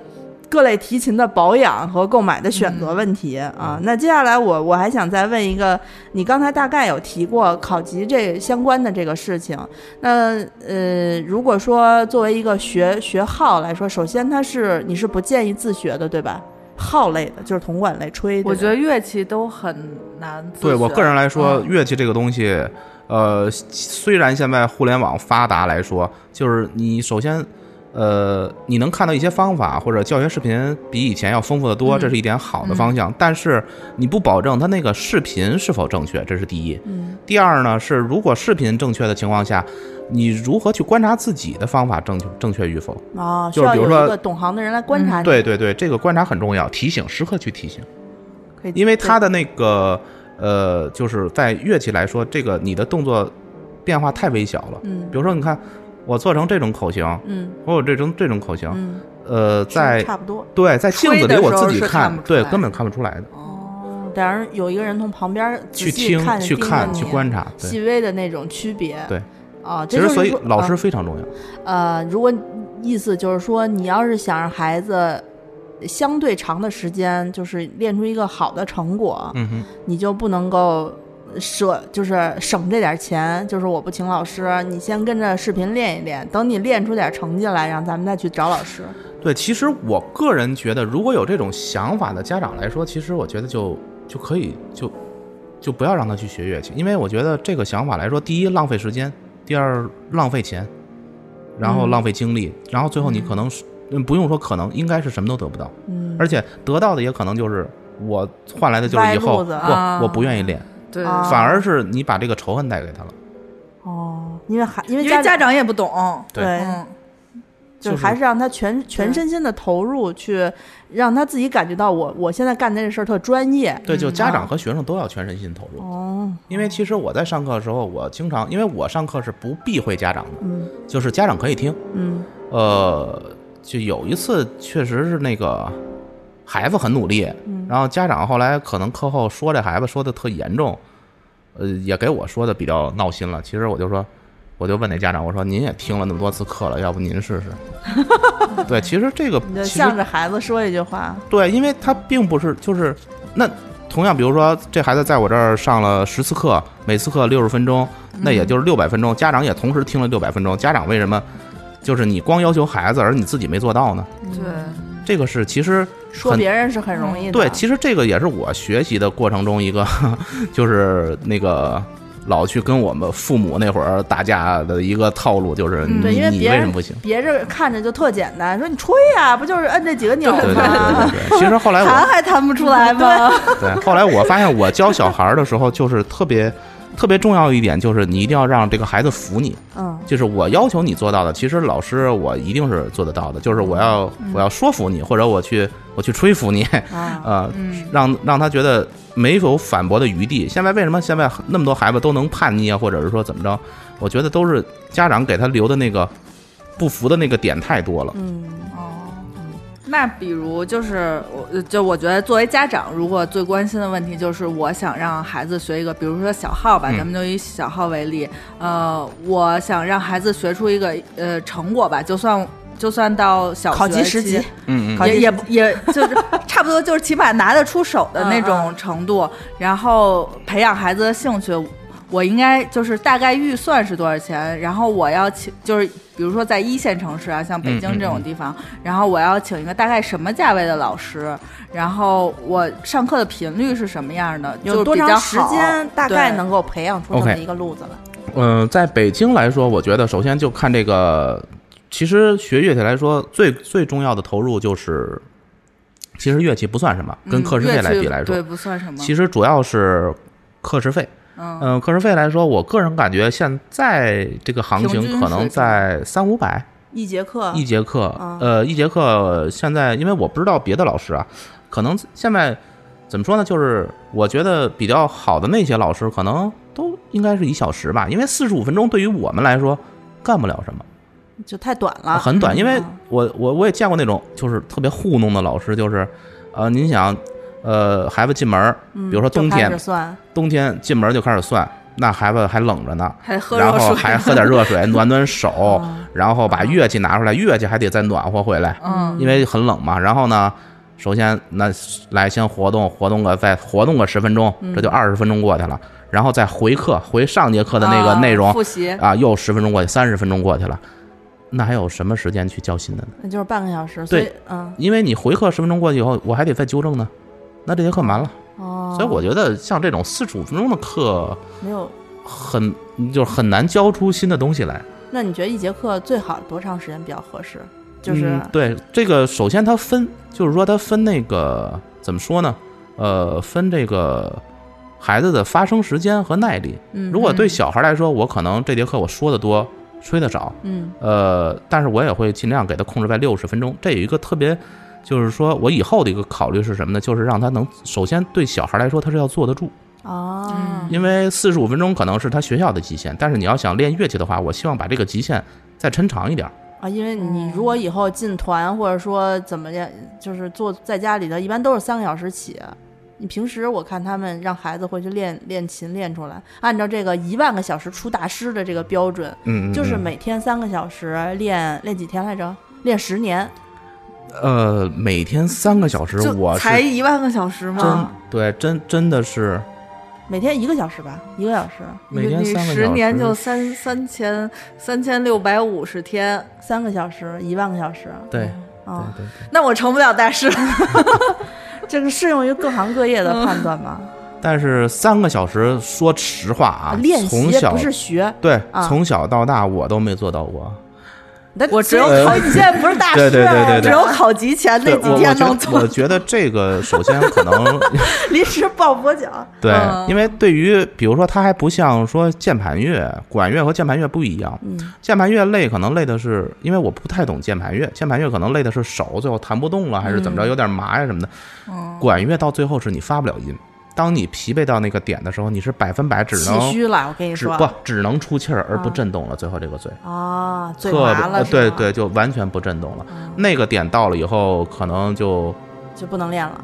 Speaker 1: 各类提琴的保养和购买的选择问题、啊。那接下来我我还想再问一个，你刚才大概有提过考级这相关的这个事情，那呃，如果说作为一个学学号来说，首先它是你是不建议自学的，对吧？号类的，就是铜管类吹，
Speaker 3: 我
Speaker 1: 对吧
Speaker 3: 觉得乐器都很难自学。
Speaker 4: 对我个人来说，
Speaker 3: 嗯
Speaker 4: 乐器这个东西，呃，虽然现在互联网发达来说，就是你首先。呃，你能看到一些方法或者教学视频比以前要丰富的
Speaker 3: 嗯
Speaker 4: 多，这是一点好的方向。但是你不保证它那个视频是否正确，这是第一。嗯、第二呢是，如果视频正确的情况下，你如何去观察自己的方法正确正确与否？
Speaker 1: 哦，需
Speaker 4: 就是
Speaker 1: 要
Speaker 4: 比
Speaker 1: 有
Speaker 4: 如
Speaker 1: 一
Speaker 4: 说嗯
Speaker 1: 个懂行的人来观察你。
Speaker 4: 对对对，这个观察很重要，提醒时刻去提醒。
Speaker 1: 可以，
Speaker 4: 因为它的那个呃，就是在乐器来说，这个你的动作变化太微小了。
Speaker 1: 嗯
Speaker 4: 比如说，你看我做成这种口型，
Speaker 1: 嗯
Speaker 4: 我有这种这种口型，
Speaker 1: 嗯，
Speaker 4: 呃，
Speaker 1: 是
Speaker 4: 在
Speaker 1: 差不多，
Speaker 4: 对在镜子
Speaker 3: 吹
Speaker 4: 里
Speaker 3: 的
Speaker 4: 我
Speaker 3: 时候
Speaker 4: 自己
Speaker 3: 是看不出
Speaker 4: 对
Speaker 3: 来
Speaker 4: 根本看不出来的，
Speaker 3: 哦
Speaker 1: 嗯当然有一个人从旁边儿仔
Speaker 4: 去
Speaker 1: 细
Speaker 4: 听
Speaker 1: 看
Speaker 4: 去
Speaker 1: 盯着
Speaker 4: 看
Speaker 1: 你
Speaker 4: 去观察。对，
Speaker 1: 细微的那种区别。
Speaker 4: 对，
Speaker 1: 啊，
Speaker 4: 其
Speaker 1: 这
Speaker 4: 实
Speaker 1: 就是
Speaker 4: 所以
Speaker 1: 说
Speaker 4: 老师
Speaker 1: 啊
Speaker 4: 非常重要。
Speaker 1: 呃，如果意思就是说，你要是想让孩子。相对长的时间，就是练出一个好的成果，
Speaker 4: 嗯哼，
Speaker 1: 你就不能够舍就是省这点钱，就是我不请老师，你先跟着视频练一练，等你练出点成绩来，然后咱们再去找老师。
Speaker 4: 对，其实我个人觉得，如果有这种想法的家长来说，其实我觉得就就可以就就不要让他去学乐器，因为我觉得这个想法来说，第一浪费时间，第二浪费钱，然
Speaker 1: 嗯
Speaker 4: 后浪费精力，然后最后你可能是嗯不用说可能，应该是什么都得不到，
Speaker 1: 嗯，
Speaker 4: 而且得到的也可能就是我换来的就是
Speaker 1: 歪
Speaker 4: 以
Speaker 1: 路
Speaker 4: 后
Speaker 1: 子
Speaker 3: 啊
Speaker 4: 不我不愿意练，
Speaker 3: 对
Speaker 1: 啊
Speaker 4: 反而是你把这个仇恨带给他了。
Speaker 1: 哦，因为还因为
Speaker 3: 因为
Speaker 1: 家
Speaker 3: 家长也不懂，
Speaker 4: 对
Speaker 1: 对，
Speaker 3: 嗯，
Speaker 1: 就
Speaker 4: 就是是
Speaker 1: 还是让他全全身心的投入，去让他自己感觉到我我现在干的这事儿特专业。
Speaker 4: 对，就
Speaker 1: 啊
Speaker 4: 家长和学生都要全身心投入。
Speaker 1: 哦，
Speaker 4: 因为其实我在上课的时候，我经常因为我上课是不避讳家长的，
Speaker 1: 嗯
Speaker 4: 就是家长可以听。
Speaker 1: 嗯
Speaker 4: 呃，就有一次确实是那个孩子很努力，
Speaker 1: 嗯
Speaker 4: 然后家长后来可能课后说这孩子说的特严重，呃，也给我说的比较闹心了。其实我就说，我就问那家长，我说您也听了那么多次课了，要不您试试？ 对，其实这个
Speaker 1: 你就
Speaker 4: 其实
Speaker 1: 向着孩子说一句话，
Speaker 4: 对，因为他并不是就是那同样，比如说这孩子在我这儿上了十次课，每次课六十分钟，
Speaker 1: 嗯
Speaker 4: 那也就是六百分钟，家长也同时听了六百分钟，家长为什么就是你光要求孩子，而你自己没做到呢？
Speaker 3: 对，
Speaker 4: 这个是其实
Speaker 1: 嗯说
Speaker 4: 很
Speaker 1: 别人是很容易的。
Speaker 4: 对，其实这个也是我学习的过程中一个， 就是那个。老去跟我们父母那会儿打架的一个套路，就是
Speaker 3: 嗯
Speaker 4: 你、
Speaker 1: 对因为
Speaker 4: 你
Speaker 1: 别
Speaker 4: 为
Speaker 1: 人
Speaker 4: 什么不行？
Speaker 1: 别人看着就特简单，说你吹呀、不就是摁这几个钮儿
Speaker 4: 对对对
Speaker 1: 吗？
Speaker 4: 对对。其实后来我
Speaker 3: 弹还弹不出来吗？
Speaker 4: 对，后来我发现我教小孩儿的时候，就是特别特别重要一点，就是你一定要让这个孩子服你。
Speaker 1: 嗯，
Speaker 4: 就是我要求你做到的，其实老师我一定是做得到的。就是我要我要说服你，或者我去我去吹服你，
Speaker 1: 啊，
Speaker 4: 呃，
Speaker 3: 嗯
Speaker 4: 让让他觉得没有反驳的余地。现在为什么现在那么多孩子都能叛逆啊，或者是说怎么着？我觉得都是家长给他留的那个不服的那个点太多了。
Speaker 1: 嗯，
Speaker 3: 哦，那比如就是我，呃就我觉得作为家长，如果最关心的问题就是，我想让孩子学一个，比如说小号吧，
Speaker 4: 嗯
Speaker 3: 咱们就以小号为例，呃，我想让孩子学出一个呃成果吧，就算就算到小
Speaker 1: 考
Speaker 3: 学
Speaker 1: 级十
Speaker 3: 期
Speaker 1: 级，
Speaker 4: 嗯
Speaker 1: 考级
Speaker 3: 也
Speaker 1: 十
Speaker 3: 也
Speaker 1: 级
Speaker 3: 不也就是差不多，就是起码拿得出手的那
Speaker 1: 嗯
Speaker 3: 种程度，然后培养孩子的兴趣。我应该就是大概预算是多少钱，然后我要请，就是比如说在一线城市啊，像北京
Speaker 4: 嗯嗯
Speaker 3: 这种地方，然后我要请一个大概什么价位的老师，然后我上课的频率是什么样的，就
Speaker 1: 有
Speaker 3: 是
Speaker 1: 多
Speaker 3: 比较
Speaker 1: 长
Speaker 3: 好
Speaker 1: 时间大概
Speaker 3: 对
Speaker 1: 能够培养出这么
Speaker 4: OK
Speaker 1: 一个路子来？
Speaker 4: 嗯，在北京来说，我觉得首先就看这个，其实学乐器来说，最最重要的投入就是，其实乐器不算什么，跟
Speaker 3: 嗯
Speaker 4: 课时费
Speaker 3: 乐
Speaker 4: 来
Speaker 3: 器
Speaker 4: 比来说，
Speaker 3: 对不算什么。
Speaker 4: 其实主要是课时费。
Speaker 3: 嗯
Speaker 4: 嗯，课时费来说，我个人感觉现在这个行
Speaker 3: 平均
Speaker 4: 情可
Speaker 3: 水
Speaker 4: 能
Speaker 3: 平
Speaker 4: 在三五百
Speaker 1: 一节课
Speaker 4: 一节课
Speaker 1: 啊，
Speaker 4: 呃，一节课现在因为我不知道别的老师啊，可能现在怎么说呢，就是我觉得比较好的那些老师可能都应该是一小时吧，因为四十五分钟对于我们来说干不了什么。
Speaker 1: 就太短了，
Speaker 4: 很短，因为
Speaker 1: 嗯
Speaker 4: 我我我也见过那种就是特别糊弄的老师，就是，呃，您想，呃，孩子进门儿，比如说冬
Speaker 1: 嗯就开
Speaker 4: 天，
Speaker 1: 始算，
Speaker 4: 冬天进门就开始算，那孩子还冷着呢，
Speaker 3: 还喝
Speaker 4: 然
Speaker 3: 热
Speaker 4: 后
Speaker 3: 水，
Speaker 4: 还喝点 热水暖暖
Speaker 1: 哦
Speaker 4: 手，然后把
Speaker 3: 啊
Speaker 4: 乐器拿出来，乐器还得再暖和回来，
Speaker 3: 嗯
Speaker 4: 因为很冷嘛。然后呢，首先那来先活动活动个，再活动个十分钟，
Speaker 3: 嗯
Speaker 4: 这就二十分钟过去了，然后再回课回上节课的那个
Speaker 3: 啊
Speaker 4: 内容
Speaker 3: 复习，
Speaker 4: 啊，又十分钟过去，三十分钟过去了，那还有什么时间去教新的呢？
Speaker 1: 那就是半个小时。所
Speaker 4: 对
Speaker 1: 以，嗯，
Speaker 4: 因为你回课十分钟过去以后，我还得再纠正呢，那这节课完了。
Speaker 1: 哦，
Speaker 4: 所以我觉得像这种四十五分钟的课，
Speaker 1: 没有。
Speaker 4: 很就是很难教出新的东西来。
Speaker 1: 那你觉得一节课最好多长时间比较合适？就是
Speaker 4: 嗯、对这个，首先它分，就是说它分那个怎么说呢？呃，分这个孩子的发声时间和耐力。
Speaker 1: 嗯
Speaker 4: 如果对小孩来说，我可能这节课我说的多，吹的少，
Speaker 1: 嗯
Speaker 4: 呃，但是我也会尽量给他控制在六十分钟。这有一个特别，就是说我以后的一个考虑是什么呢？就是让他能首先对小孩来说，他是要坐得住，
Speaker 1: 哦，
Speaker 4: 因为四十五分钟可能是他学校的极限，但是你要想练乐器的话，我希望把这个极限再抻长一点儿。
Speaker 1: 啊，因为
Speaker 4: 嗯
Speaker 1: 你如果以后进团或者说怎么样，就是做在家里的，一般都是三个小时起。你平时我看他们让孩子回去练练琴练出来，按照这个一万个小时出大师的这个标准，
Speaker 4: 嗯，嗯
Speaker 1: 就是
Speaker 4: 嗯
Speaker 1: 每天三个小时练练几天来着？练十年，
Speaker 4: 呃每天三个小时，
Speaker 3: 就
Speaker 4: 我
Speaker 3: 才啊
Speaker 4: 是
Speaker 3: 一万个小时吗？
Speaker 4: 对真真的是
Speaker 1: 每天一个小时吧，一个小时，
Speaker 3: 你
Speaker 5: 每天
Speaker 3: 你
Speaker 5: 三个小时，
Speaker 3: 十年就三三千三千六百五十天，
Speaker 1: 三个小时，一万个小时
Speaker 5: 对对
Speaker 3: 哦
Speaker 1: 啊，
Speaker 5: 对
Speaker 3: 那我成不了大师。
Speaker 1: 这个适用于各行各业的判断吧。
Speaker 4: 但是三个小时，说实话啊，
Speaker 1: 练习
Speaker 4: 从小
Speaker 1: 不是学，
Speaker 3: 呃
Speaker 4: 对、
Speaker 1: 啊
Speaker 4: 从小到大我都没做到过。
Speaker 1: 但
Speaker 3: 我只有
Speaker 1: 所以
Speaker 3: 考，你现在不是大
Speaker 4: 呃对
Speaker 3: 师，
Speaker 1: 啊
Speaker 4: 对呃对对
Speaker 3: 只
Speaker 4: 对
Speaker 3: 有考级前那
Speaker 4: 对，我
Speaker 3: 几
Speaker 4: 我
Speaker 3: 天
Speaker 4: 觉
Speaker 3: 能
Speaker 4: 得
Speaker 3: 做
Speaker 4: 我。觉得这个首先可 能
Speaker 1: 临时抱佛脚，
Speaker 4: 对
Speaker 3: 嗯，
Speaker 4: 因为对于比如说它还不像说键盘乐、管乐和键盘乐不一样，
Speaker 1: 嗯
Speaker 4: 键盘乐累可能累的是，因为我不太懂键盘乐，键盘乐可能累的是手最后弹不动了，还是
Speaker 3: 嗯
Speaker 4: 怎么着有点麻呀什么的。管乐到最后是你发不了音，当你疲惫到那个点的时候，你是百分百只
Speaker 1: 气
Speaker 4: 能
Speaker 1: 虚了，我跟你
Speaker 4: 只
Speaker 1: 说
Speaker 4: 不只能出气儿而不
Speaker 1: 啊
Speaker 4: 震动了，最后这个嘴。
Speaker 1: 啊，嘴
Speaker 4: 特别
Speaker 1: 麻了
Speaker 4: 呃，
Speaker 1: 是
Speaker 4: 对
Speaker 1: 吧，嗯
Speaker 4: 对，就完全不震动了。那个点到了以后，可能就
Speaker 1: 就不能练了。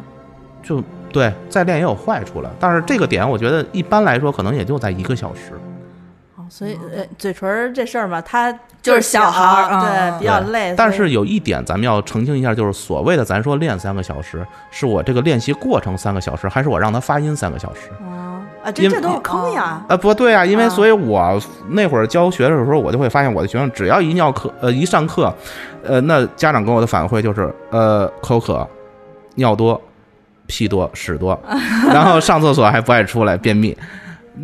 Speaker 4: 就对再练也有坏处了。但是这个点，我觉得一般来说可能也就在一个小时。
Speaker 1: 哦所
Speaker 4: 嗯
Speaker 1: 以呃，嘴唇儿这事儿嘛，它
Speaker 3: 就是小孩儿嗯
Speaker 1: 对，比较
Speaker 4: 对
Speaker 1: 累，
Speaker 4: 但
Speaker 1: 所
Speaker 4: 是
Speaker 1: 以
Speaker 4: 有一点，咱们要澄清一下，就是所谓的咱说练三个小时，是我这个练习过程三个小时，还是我让他发音三个小时？
Speaker 1: 啊，这
Speaker 4: 因为
Speaker 1: 这都是坑呀。
Speaker 4: 啊，不对啊，因为
Speaker 1: 啊
Speaker 4: 所以我那会儿教学的时候，我就会发现我的学生只要一尿课，呃，一上课，呃，那家长跟我的反馈就是，呃，口渴、尿多、屁多、屎多，然后上厕所还不爱出来，便秘。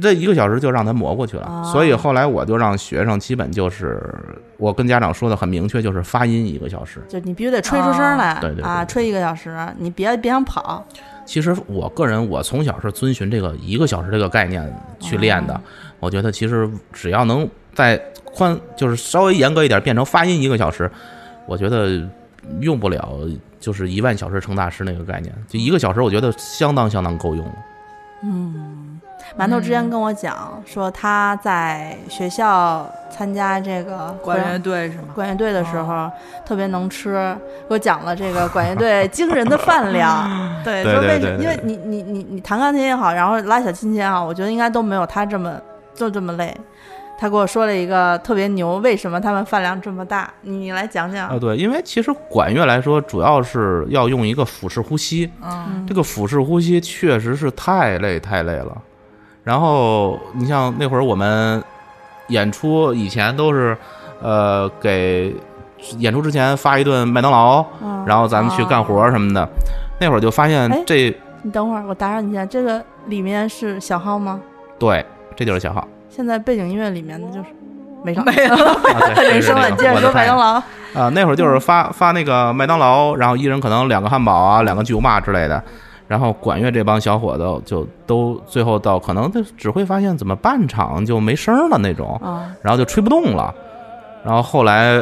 Speaker 4: 这一个小时就让他磨过去了，所以后来我就让学生基本就是，我跟家长说的很明确，就是发音一个小时。
Speaker 1: 就你必须得吹出声来
Speaker 4: 哦对对对
Speaker 1: 啊，
Speaker 4: 对
Speaker 1: 吹一个小时，你别别想跑，
Speaker 4: 其实我个人，我从小是遵循这个一个小时这个概念去练的。我觉得其实只要能再宽，就是稍微严格一点，变成发音一个小时，我觉得用不了就是一万小时成大师那个概念，就一个小时，我觉得相当相当够用了。
Speaker 1: 馒头之前跟我讲说他在学校参加这个
Speaker 3: 管
Speaker 1: 合
Speaker 3: 乐队是吗？
Speaker 1: 管乐哦队的时候、特别能吃，给我讲了这个管乐队惊人的饭量。 对
Speaker 4: 对
Speaker 1: 说
Speaker 4: 对
Speaker 1: 为
Speaker 4: 对
Speaker 1: 什
Speaker 4: 对
Speaker 1: 因为你你你你弹钢琴也好，然后拉小提琴也好，我觉得应该都没有他这么就这么累。他给我说了一个特别牛，为什么他们饭量这么大？你你来讲讲。
Speaker 4: 啊，对，因为其实管乐来说，主要是要用一个腹式呼吸，
Speaker 3: 嗯，
Speaker 4: 这个腹式呼吸确实是太累太累了。然后你像那会儿我们演出以前都是，呃，给演出之前发一顿麦当劳，
Speaker 1: 嗯，
Speaker 4: 然后咱们去干活什么的。那会儿就发
Speaker 1: 哎
Speaker 4: 现这
Speaker 1: 你等会儿，我打扰你一下，这个里面是小号吗？
Speaker 4: 对，这就是 小号。
Speaker 1: 现在背景音乐里面的就是没上。
Speaker 4: 啊对
Speaker 1: 人
Speaker 4: 这是
Speaker 1: 生
Speaker 4: 那
Speaker 1: 晚
Speaker 4: 个
Speaker 1: 接
Speaker 4: 我
Speaker 1: 着
Speaker 4: 的
Speaker 1: 说麦
Speaker 4: 太
Speaker 1: 当劳。
Speaker 4: 啊，那会儿就是发发那个麦当劳，然后一人可能两个汉堡啊，两个巨无霸之类的。然后管乐这帮小伙子就都最后到可能就只会发现怎么半场就没声儿了那种，
Speaker 1: 啊
Speaker 4: 然后就吹不动了。然后后来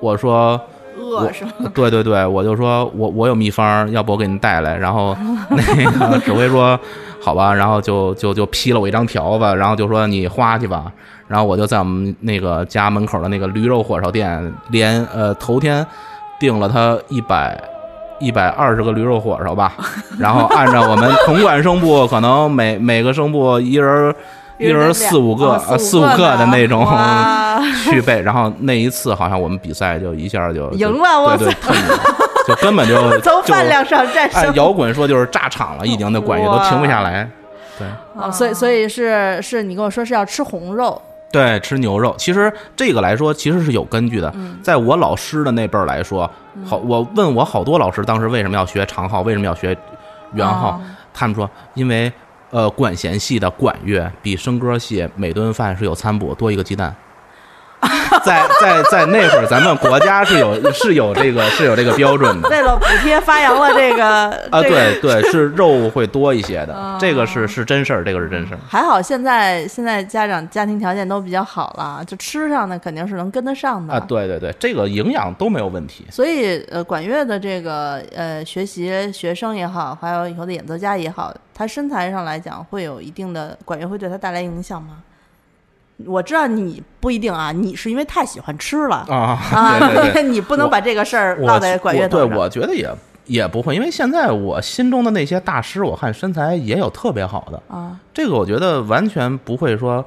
Speaker 4: 我说，
Speaker 3: 嗯饿是吗？
Speaker 4: 对对对，我就说我我有秘方，要不我给您带来。然后那个指挥说，好吧，然后就就就批了我一张条子，然后就说你花去吧。然后我就在我们那个家门口的那个驴肉火烧店，连呃头天订了他一百一百二十个驴肉火烧吧，然后按照我们铜管声部，可能每每个声部一人儿一人儿四五个
Speaker 3: 啊
Speaker 4: 呃四五个的那种
Speaker 1: 哇
Speaker 4: 去背，然后那一次好像我们比赛就一下就
Speaker 1: 赢了哇
Speaker 4: 对对，特赢了就根 本就
Speaker 1: 从
Speaker 4: 就
Speaker 1: 饭量上战
Speaker 4: 按
Speaker 1: 胜。
Speaker 4: 摇滚说就是炸场了，已经那管乐都停不下来。对
Speaker 1: 哦，所以所以是是你跟我说是要吃红肉，
Speaker 4: 对，吃牛肉，其实这个来说其实是有根据的。
Speaker 1: 嗯
Speaker 4: 在我老师的那辈儿来说，好，我问我好多老师当时为什么要学长号，为什么要学圆
Speaker 1: 哦
Speaker 4: 号，
Speaker 3: 嗯
Speaker 4: 他们说因为。呃，管弦系的管乐比笙歌系每顿饭是有餐补多一个鸡蛋，在在在那会儿咱们国家是有是有这个是有这个标准的，
Speaker 1: 为了补贴发扬了这个
Speaker 4: 啊，
Speaker 1: 这个。
Speaker 4: 对对，是肉会多一些的，这个是是真事儿，这个是真事儿。
Speaker 1: 还好现在现在家长家庭条件都比较好了，就吃上呢肯定是能跟得上的
Speaker 4: 啊，。对对对，这个营养都没有问题。
Speaker 1: 所以呃，管乐的这个呃学习学生也好，还有以后的演奏家也好，他身材上来讲会有一定的管乐会对他带来影响吗？我知道你不一定啊，你是因为太喜欢吃了
Speaker 4: 啊，
Speaker 1: 啊，
Speaker 4: 对对对，
Speaker 1: 你不能把这个事儿
Speaker 4: 我
Speaker 1: 落在管乐
Speaker 4: 我
Speaker 1: 头
Speaker 4: 对，
Speaker 1: 上。
Speaker 4: 我觉得也也不会，因为现在我心中的那些大师，我看身材也有特别好的，
Speaker 1: 啊，
Speaker 4: 这个我觉得完全不会说，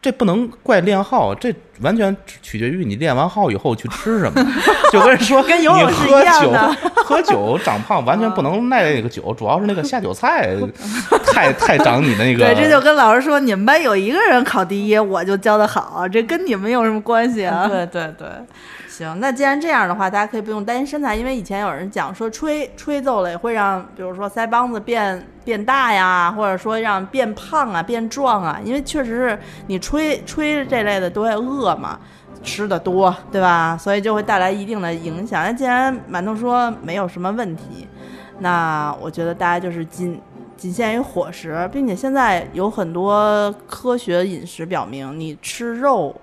Speaker 4: 这不能怪练号，这完全取决于你练完号以后去吃什么， 就跟说
Speaker 3: 跟游泳
Speaker 4: 你
Speaker 3: 是
Speaker 4: 喝
Speaker 3: 一样
Speaker 4: 酒
Speaker 3: 的啊
Speaker 4: 喝酒长胖，完全不能赖那个酒，主要是那个下酒菜 太太长你那个。
Speaker 3: 对，这就跟老师说，你们班有一个人考第一，我就教的好，这跟你们有什么关系 啊？
Speaker 1: 对对对，行，那既然这样的话，大家可以不用担心身材，因为以前有人讲说吹吹奏了也会让，比如说腮帮子变变大呀，或者说让变胖啊、变壮啊，因为确实是你吹吹这类的都会饿嘛。吃的多，对吧？所以就会带来一定的影响。那既然馒头说没有什么问题，那我觉得大家就是仅仅限于伙食，并且现在有很多科学饮食表明，你吃肉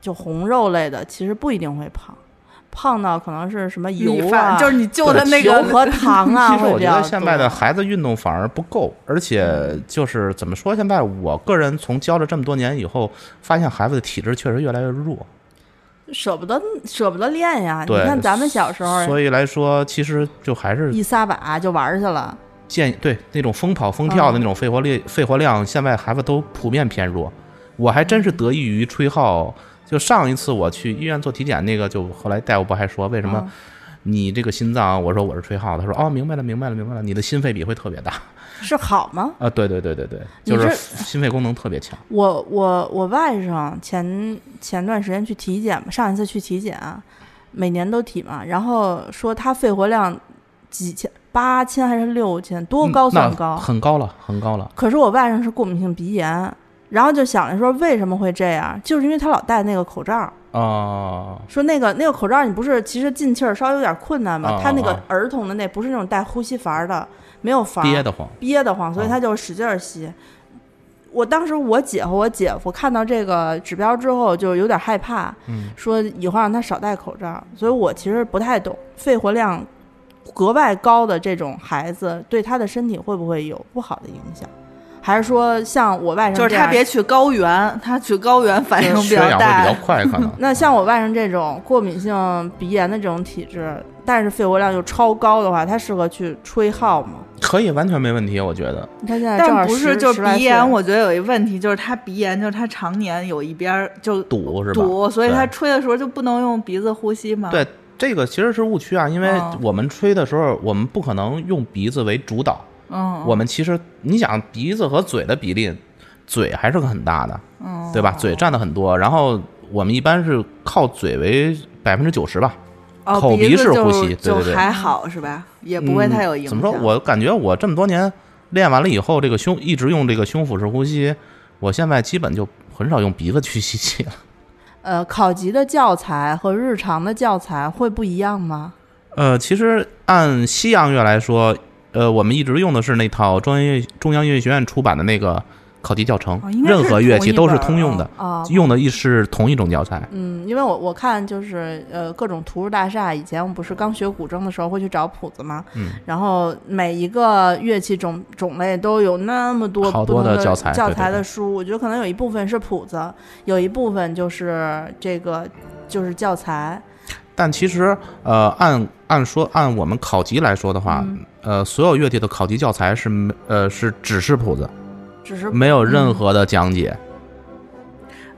Speaker 1: 就红肉类的，其实不一定会胖，胖到可能是什么
Speaker 3: 米
Speaker 1: 油啊，
Speaker 3: 饭就是你就的
Speaker 4: 对
Speaker 3: 那
Speaker 1: 油
Speaker 3: 个
Speaker 1: 和糖啊，
Speaker 4: 其实
Speaker 1: 会
Speaker 4: 我
Speaker 1: 比
Speaker 4: 觉
Speaker 1: 较
Speaker 4: 得现在的
Speaker 1: 多
Speaker 4: 孩子运动反而不够，而且就是怎么说，现在我个人从教了这么多年以后，发现孩子的体质确实越来越弱。
Speaker 1: 舍不得舍不得练呀。你
Speaker 4: 对
Speaker 1: 看咱们小时候
Speaker 4: 所以来说，其实就还是
Speaker 1: 一撒把就玩儿去了，
Speaker 4: 建议对那种疯跑疯跳的那种肺活量，肺活量现在孩子都普遍偏弱。我还真是得益于吹号，就上一次我去医院做体检那个，就后来大夫不还说为什么你这个心脏，我说我是吹号，他说哦明白了明白了明白了，你的心肺比会特别大
Speaker 1: 是好吗？
Speaker 4: 啊，对对对对对，
Speaker 1: 你
Speaker 4: 就是是心肺功能特别强。
Speaker 1: 我我我外甥前前段时间去体检嘛，上一次去体检啊，每年都体嘛，然后说他肺活量几千八千还是六千，多高
Speaker 4: 嗯那
Speaker 1: 算高？
Speaker 4: 很高了，很高了。
Speaker 1: 可是我外甥是过敏性鼻炎，然后就想着说为什么会这样，就是因为他老戴那个口罩。
Speaker 4: 啊、
Speaker 1: 说那个那个口罩，你不是其实进气儿稍微有点困难吗？
Speaker 4: 啊
Speaker 1: 他那个
Speaker 4: 啊
Speaker 1: 儿童的那不是那种带呼吸阀儿的，没有阀儿，
Speaker 4: 憋得慌。
Speaker 1: 憋得慌，所以
Speaker 4: 啊
Speaker 1: 他就使劲儿吸。我当时我姐和我姐夫看到这个指标之后，就有点害怕，
Speaker 4: 嗯
Speaker 1: 说以后让他少戴口罩。所以我其实不太懂肺活量格外高的这种孩子对他的身体会不会有不好的影响，还是说像我外甥
Speaker 3: 就是
Speaker 1: 这
Speaker 3: 他
Speaker 1: 样
Speaker 3: 别去高原，他去高原
Speaker 1: 哎
Speaker 3: 反应比
Speaker 4: 缺
Speaker 3: 较
Speaker 4: 氧
Speaker 3: 大
Speaker 4: 会比较快， 可能
Speaker 1: 那像我外甥这种过敏性鼻炎的这种体质，但是肺活量又超高的话，他适合去吹号吗？
Speaker 4: 可以完全没问题，啊我觉得。
Speaker 1: 他现在哎正好
Speaker 3: 但不是，
Speaker 1: 10
Speaker 3: 就
Speaker 1: 10
Speaker 3: 是
Speaker 1: 来
Speaker 3: 鼻炎，
Speaker 1: 岁
Speaker 3: 我觉得有一问题，就是他鼻炎，就是他常年有一边儿就
Speaker 4: 堵是吧
Speaker 3: 堵，所以
Speaker 4: 对
Speaker 3: 他吹的时候就不能用鼻子呼吸嘛。
Speaker 4: 对，这个其实是误区啊，因为
Speaker 1: 哦
Speaker 3: 嗯
Speaker 4: 我们吹的时候，我们不可能用鼻子为主导，
Speaker 1: 哦
Speaker 3: 嗯，
Speaker 4: 我们其实你想鼻子和嘴的比例，嘴还是很大的，
Speaker 1: 哦
Speaker 3: 嗯，
Speaker 4: 对吧？嘴占的很多，然后我们一般是靠嘴为百分之九十吧，
Speaker 3: 哦
Speaker 4: 口鼻
Speaker 3: 子
Speaker 4: 式呼
Speaker 3: 就
Speaker 4: 吸对
Speaker 3: 就
Speaker 4: 对对嗯
Speaker 3: 还好是吧？也不会太有影响。
Speaker 4: 怎么说？我感觉我这么多年练完了以后，这个胸一直用这个胸腹式呼吸，我现在基本就很少用鼻子去 吸气了。
Speaker 1: 呃，考级的教材和日常的教材会不一样吗？
Speaker 4: 呃，其实按西洋乐来说，呃，我们一直用的是那套中央乐中央音乐学院出版的那个考级教程，
Speaker 3: 哦应该是
Speaker 4: 任何乐器都是通用
Speaker 3: 哦
Speaker 4: 的，
Speaker 1: 啊、
Speaker 4: 用的亦是同一种教材。
Speaker 1: 嗯，因为我我看就是呃各种图书大厦，以前我们不是刚学古筝的时候会去找谱子吗？
Speaker 4: 嗯，
Speaker 1: 然后每一个乐器种种类都有那么多
Speaker 4: 好
Speaker 1: 不
Speaker 4: 多
Speaker 1: 同
Speaker 4: 的
Speaker 1: 的
Speaker 4: 教材对对
Speaker 1: 的
Speaker 4: 对
Speaker 1: 书，我觉得可能有一部分是谱子，有一部分就是这个就是教材。
Speaker 4: 但其实，呃，按按说按我们考级来说的话，
Speaker 3: 嗯
Speaker 1: 嗯
Speaker 4: 呃，所有乐器的考级教材是没呃是只是谱子，
Speaker 1: 只是
Speaker 4: 没有
Speaker 3: 嗯
Speaker 4: 任何的讲解。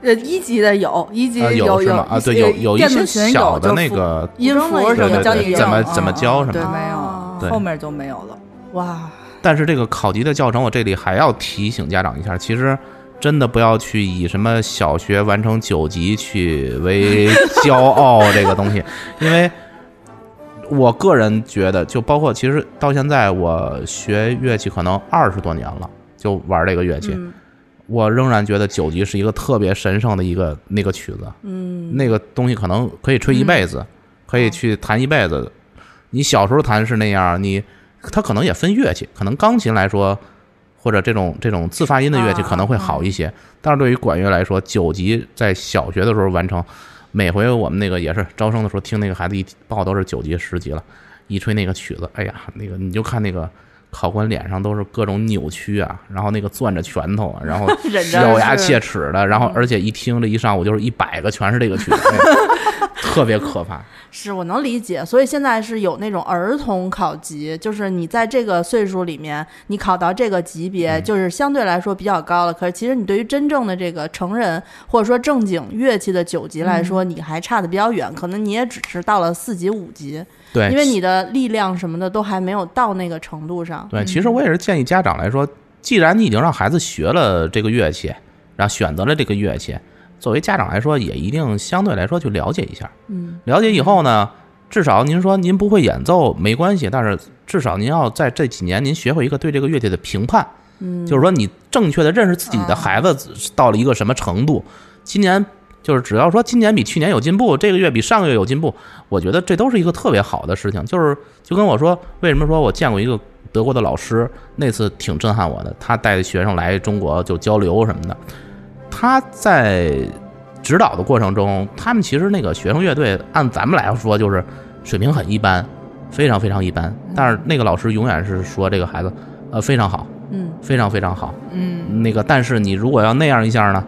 Speaker 3: 呃一级的有，一级
Speaker 4: 呃，
Speaker 3: 有
Speaker 4: 是吗？啊，对，
Speaker 3: 有
Speaker 4: 有有一
Speaker 3: 电
Speaker 4: 些
Speaker 3: 子琴
Speaker 4: 小
Speaker 3: 有
Speaker 4: 的
Speaker 3: 就
Speaker 4: 那
Speaker 3: 附
Speaker 4: 个，
Speaker 3: 音符什
Speaker 4: 对
Speaker 3: 么
Speaker 4: 对
Speaker 3: 教
Speaker 4: 对
Speaker 3: 你
Speaker 4: 怎么
Speaker 3: 用
Speaker 4: 怎么
Speaker 3: 嗯
Speaker 4: 教
Speaker 3: 嗯
Speaker 4: 什么
Speaker 3: 对，
Speaker 1: 的
Speaker 3: 没
Speaker 1: 哦
Speaker 3: 有，
Speaker 4: 对
Speaker 3: 后面就没有了。
Speaker 1: 哇，
Speaker 4: 但是这个考级的教程，我这里还要提醒家长一下，其实真的不要去以什么小学完成九级去 为骄傲这个东西，因为我个人觉得，就包括其实到现在我学乐器可能二十多年了，就玩这个乐器，
Speaker 1: 嗯
Speaker 4: 我仍然觉得九级是一个特别神圣的一个那个曲子，
Speaker 1: 嗯，
Speaker 4: 那个东西可能可以吹
Speaker 3: 嗯
Speaker 4: 一辈子，可
Speaker 3: 哦
Speaker 4: 以去弹一辈子。你小时候弹是那样，你它可能也分乐器，可能钢琴来说，或者这种这种自发音的乐器
Speaker 3: 啊
Speaker 4: 可能会好一些。但是对于管乐来说，九级在小学的时候完成，每回我们那个也是招生的时候听那个孩子一报都是九级十级了，一吹那个曲子，哎呀，那个你就看那个。考官脸上都是各种扭曲啊，然后那个攥着拳头啊，然后
Speaker 3: 忍着
Speaker 4: 咬牙
Speaker 3: 是
Speaker 4: 切齿的，
Speaker 1: 嗯
Speaker 4: 然后而且一听这一上午就是一百个全是这个 曲子，哎特别可怕。
Speaker 1: 是我能理解，所以现在是有那种儿童考级，就是你在这个岁数里面，你考到这个级别，
Speaker 4: 嗯
Speaker 1: 就是相对来说比较高了。可是其实你对于真正的这个成人或者说正经乐器的九级
Speaker 4: 嗯
Speaker 1: 来说，你还差的比较远，可能你也只是到了四级、五级，
Speaker 4: 对，
Speaker 1: 因为你的力量什么的都还没有到那个程度上。
Speaker 4: 对，其实我也是建议家长来说，既然你已经让孩子学了这个乐器，然后选择了这个乐器，作为家长来说，也一定相对来说去了解一下。
Speaker 1: 嗯，
Speaker 4: 了解以后呢，至少您说您不会演奏没关系，但是至少您要在这几年您学会一个对这个乐器的评判，嗯，就是说你正确的认识自己的孩子到了一个什么程度。今年就是只要说今年比去年有进步，这个月比上个月有进步，我觉得这都是一个特别好的事情。就是就跟我说，为什么说我见过一个德国的老师，那次挺震撼我的，他带着学生来中国就交流什么的，他在指导的过程中，他们其实那个学生乐队按咱们来说就是水平很一般，非常非常一般，但是那个老师永远是说这个孩子呃非常好，
Speaker 1: 嗯，
Speaker 4: 非常非常好。
Speaker 3: 嗯，
Speaker 4: 那个，但是你如果要那样一下呢，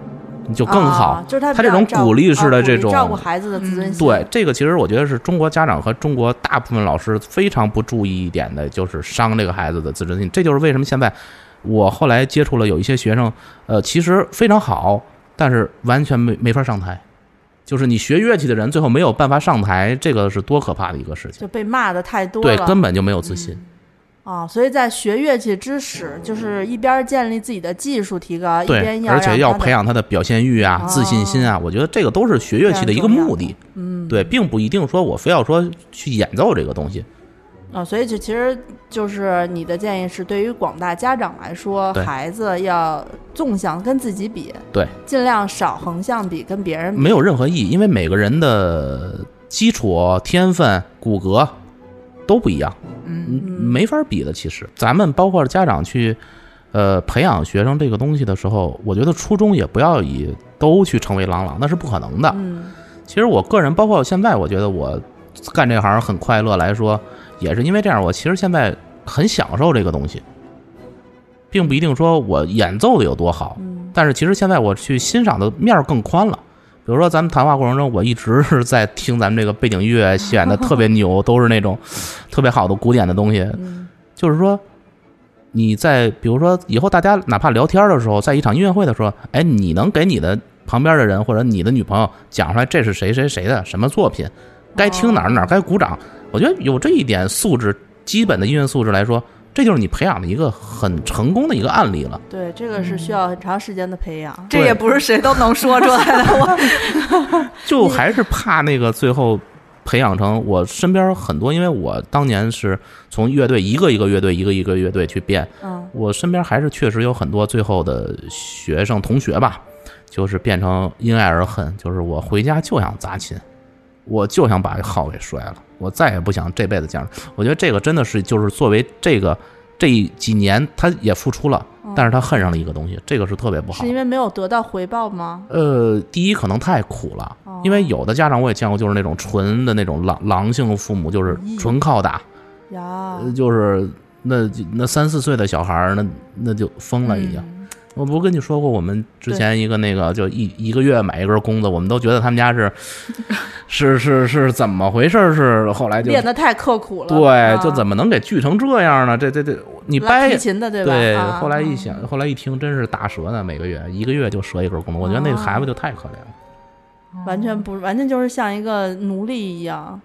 Speaker 4: 你就更好。
Speaker 1: 啊就是他
Speaker 4: 他
Speaker 1: 比
Speaker 4: 这
Speaker 1: 较
Speaker 4: 种
Speaker 1: 照
Speaker 4: 鼓励式的
Speaker 1: 啊鼓励
Speaker 4: 这种嗯
Speaker 1: 照顾孩子的自尊心，
Speaker 4: 对，这个其实我觉得是中国家长和中国大部分老师非常不注意一点的，就是伤这个孩子的自尊心。这就是为什么现在我后来接触了有一些学生，呃，其实非常好，但是完全没没法上台。就是你学乐器的人最后没有办法上台，这个是多可怕的一个事情
Speaker 1: 就。被骂的太多
Speaker 4: 对，
Speaker 1: 了，
Speaker 4: 根本就没有自信。
Speaker 1: 啊、所以在学乐器之时，就是一边建立自己的技术提高，一边
Speaker 4: 对，
Speaker 1: 要
Speaker 4: 而且
Speaker 1: 让
Speaker 4: 要
Speaker 1: 他的哦
Speaker 4: 培养他的表现欲啊、自信心啊，我觉得这个都是学乐器的一个目的。嗯，对，并不一定说我非要说去演奏这个东西。
Speaker 1: 啊、所以就其实就是你的建议是，对于广大家长来说，
Speaker 4: 对
Speaker 1: 孩子要纵向跟自己比，
Speaker 4: 对，
Speaker 1: 尽量少横向比，跟别人比
Speaker 4: 没有任何意义，因为每个人的基础、天分、骨骼都不一样，嗯，没法比的。其实，咱们包括家长去，呃，培养学生这个东西的时候，我觉得初衷也不要以都去成为郎朗，那是不可能的。
Speaker 1: 嗯
Speaker 4: 其实我个人，包括现在，我觉得我干这行很快乐来说，也是因为这样。我其实现在很享受这个东西，并不一定说我演奏的有多好，
Speaker 1: 嗯
Speaker 4: 但是其实现在我去欣赏的面儿更宽了。比如说，咱们谈话过程中，我一直是在听咱们这个背景音乐，显得特别牛，都是那种特别好的古典的东西。
Speaker 1: 嗯
Speaker 4: 就是说，你在比如说以后大家哪怕聊天的时候，在一场音乐会的时候，哎，你能给你的旁边的人或者你的女朋友讲出来这是谁谁谁的什么作品，该听哪儿哪儿该鼓掌，我觉得有这一点素质，基本的音乐素质来说，这就是你培养的一个很成功的一个案例了。
Speaker 1: 对，这个是需要很长时间的培养。
Speaker 3: 这也不是谁都能说出来 的。我
Speaker 4: 就还是怕那个最后培养成我身边很多，因为我当年是从乐队一个一个乐队一个一个乐队去变，
Speaker 1: 嗯，
Speaker 4: 我身边还是确实有很多最后的学生同学吧，就是变成因爱而恨，就是我回家就想砸琴，我就想把这号给摔了，我再也不想这辈子这样。我觉得这个真的是就是作为这个这几年他也付出了，但是他恨上了一个东西，这个是特别不好
Speaker 1: 哦是。因为没有得到回报吗？
Speaker 4: 呃，第一可能太苦了，
Speaker 1: 哦
Speaker 4: 因为有的家长我也见过，就是那种纯的那种狼狼性父母，就是纯靠打，
Speaker 1: 呀，
Speaker 4: 呃就是那那三四岁的小孩儿，那那就
Speaker 1: 嗯
Speaker 4: 疯了已经。我不跟你说过，我们之前一个那个就一一个月买一根弓子，我们都觉得他们家是是是是怎么回事儿？是后来就
Speaker 1: 练得太刻苦了，啊
Speaker 4: 对，就
Speaker 1: 么
Speaker 4: 怎么能给锯成这样呢？这这这，你掰
Speaker 1: 提琴的对吧？啊
Speaker 4: 后来一想，后来一听，真是打折呢，每个月一个月就折一根弓子，我觉得那个孩子就太可怜了。
Speaker 1: 完全不，完全就是像一个奴隶一样。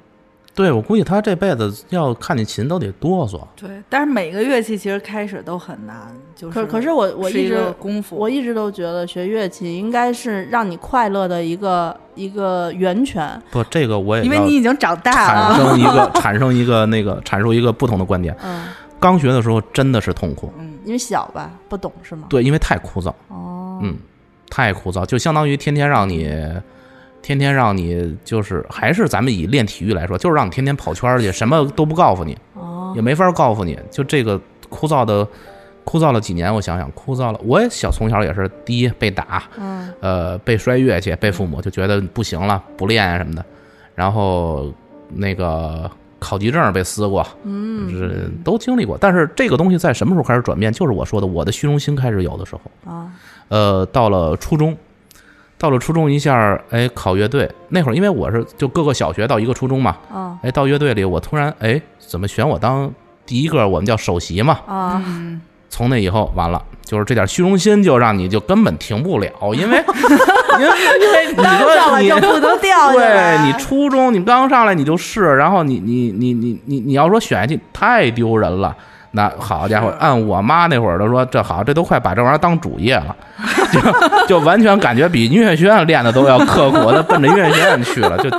Speaker 4: 对我估计他这辈子要看见琴都得哆嗦。
Speaker 3: 对，但是每个乐器其实开始都很难，就是
Speaker 1: 可可是我我
Speaker 3: 是
Speaker 1: 一
Speaker 3: 一
Speaker 1: 直
Speaker 3: 个功夫，
Speaker 1: 我一直都觉得学乐器应该是让你快乐的一个一个源泉。
Speaker 4: 不，这个我也
Speaker 3: 因为
Speaker 4: 要
Speaker 3: 你已经长大啊
Speaker 4: 产
Speaker 3: 了，
Speaker 4: 生一个产生一个那个阐述一个不同的观点。
Speaker 1: 嗯，
Speaker 4: 刚学的时候真的是痛苦，
Speaker 3: 嗯
Speaker 1: 因为小吧，不懂是吗？
Speaker 4: 对，因为太枯燥，
Speaker 1: 哦，
Speaker 4: 嗯，太枯燥，就相当于天天让你，天天让你就是还是咱们以练体育来说，就是让你天天跑圈儿去，什么都不告诉你，
Speaker 1: 哦，
Speaker 4: 也没法告诉你，就这个枯燥的。枯燥了几年，我想想，枯燥了。我也小从小也是，第一被打，
Speaker 1: 嗯，
Speaker 4: 呃，被摔乐器，被父母就觉得不行了，不练啊什么的。然后那个考级证被撕过，嗯，是都经历过。但是这个东西在什么时候开始转变？就是我说的，我的虚荣心开始有的时候。
Speaker 3: 啊，
Speaker 4: 呃，到了初中，到了初中一下，哎，考乐队那会儿，因为我是就各个小学到一个初中嘛，
Speaker 3: 啊
Speaker 4: 哎，到乐队里，我突然哎，怎么选我当第一个？我们叫首席嘛。
Speaker 3: 啊，
Speaker 4: 从那以后完了，就是这点虚荣心就让你就根本停不了，因为 因为因为你
Speaker 3: 当上
Speaker 4: 说
Speaker 3: 了
Speaker 4: 你
Speaker 3: 就不能掉下
Speaker 4: 对你
Speaker 3: 来。
Speaker 4: 初中你刚上来你就试，然后你你你你你你要说选下去太丢人了。那好家伙，按我妈那会儿都说，这好，这都快把这玩意儿当主业了，就就完全感觉比音乐学院练的都要刻苦，那奔着音乐学院去了，就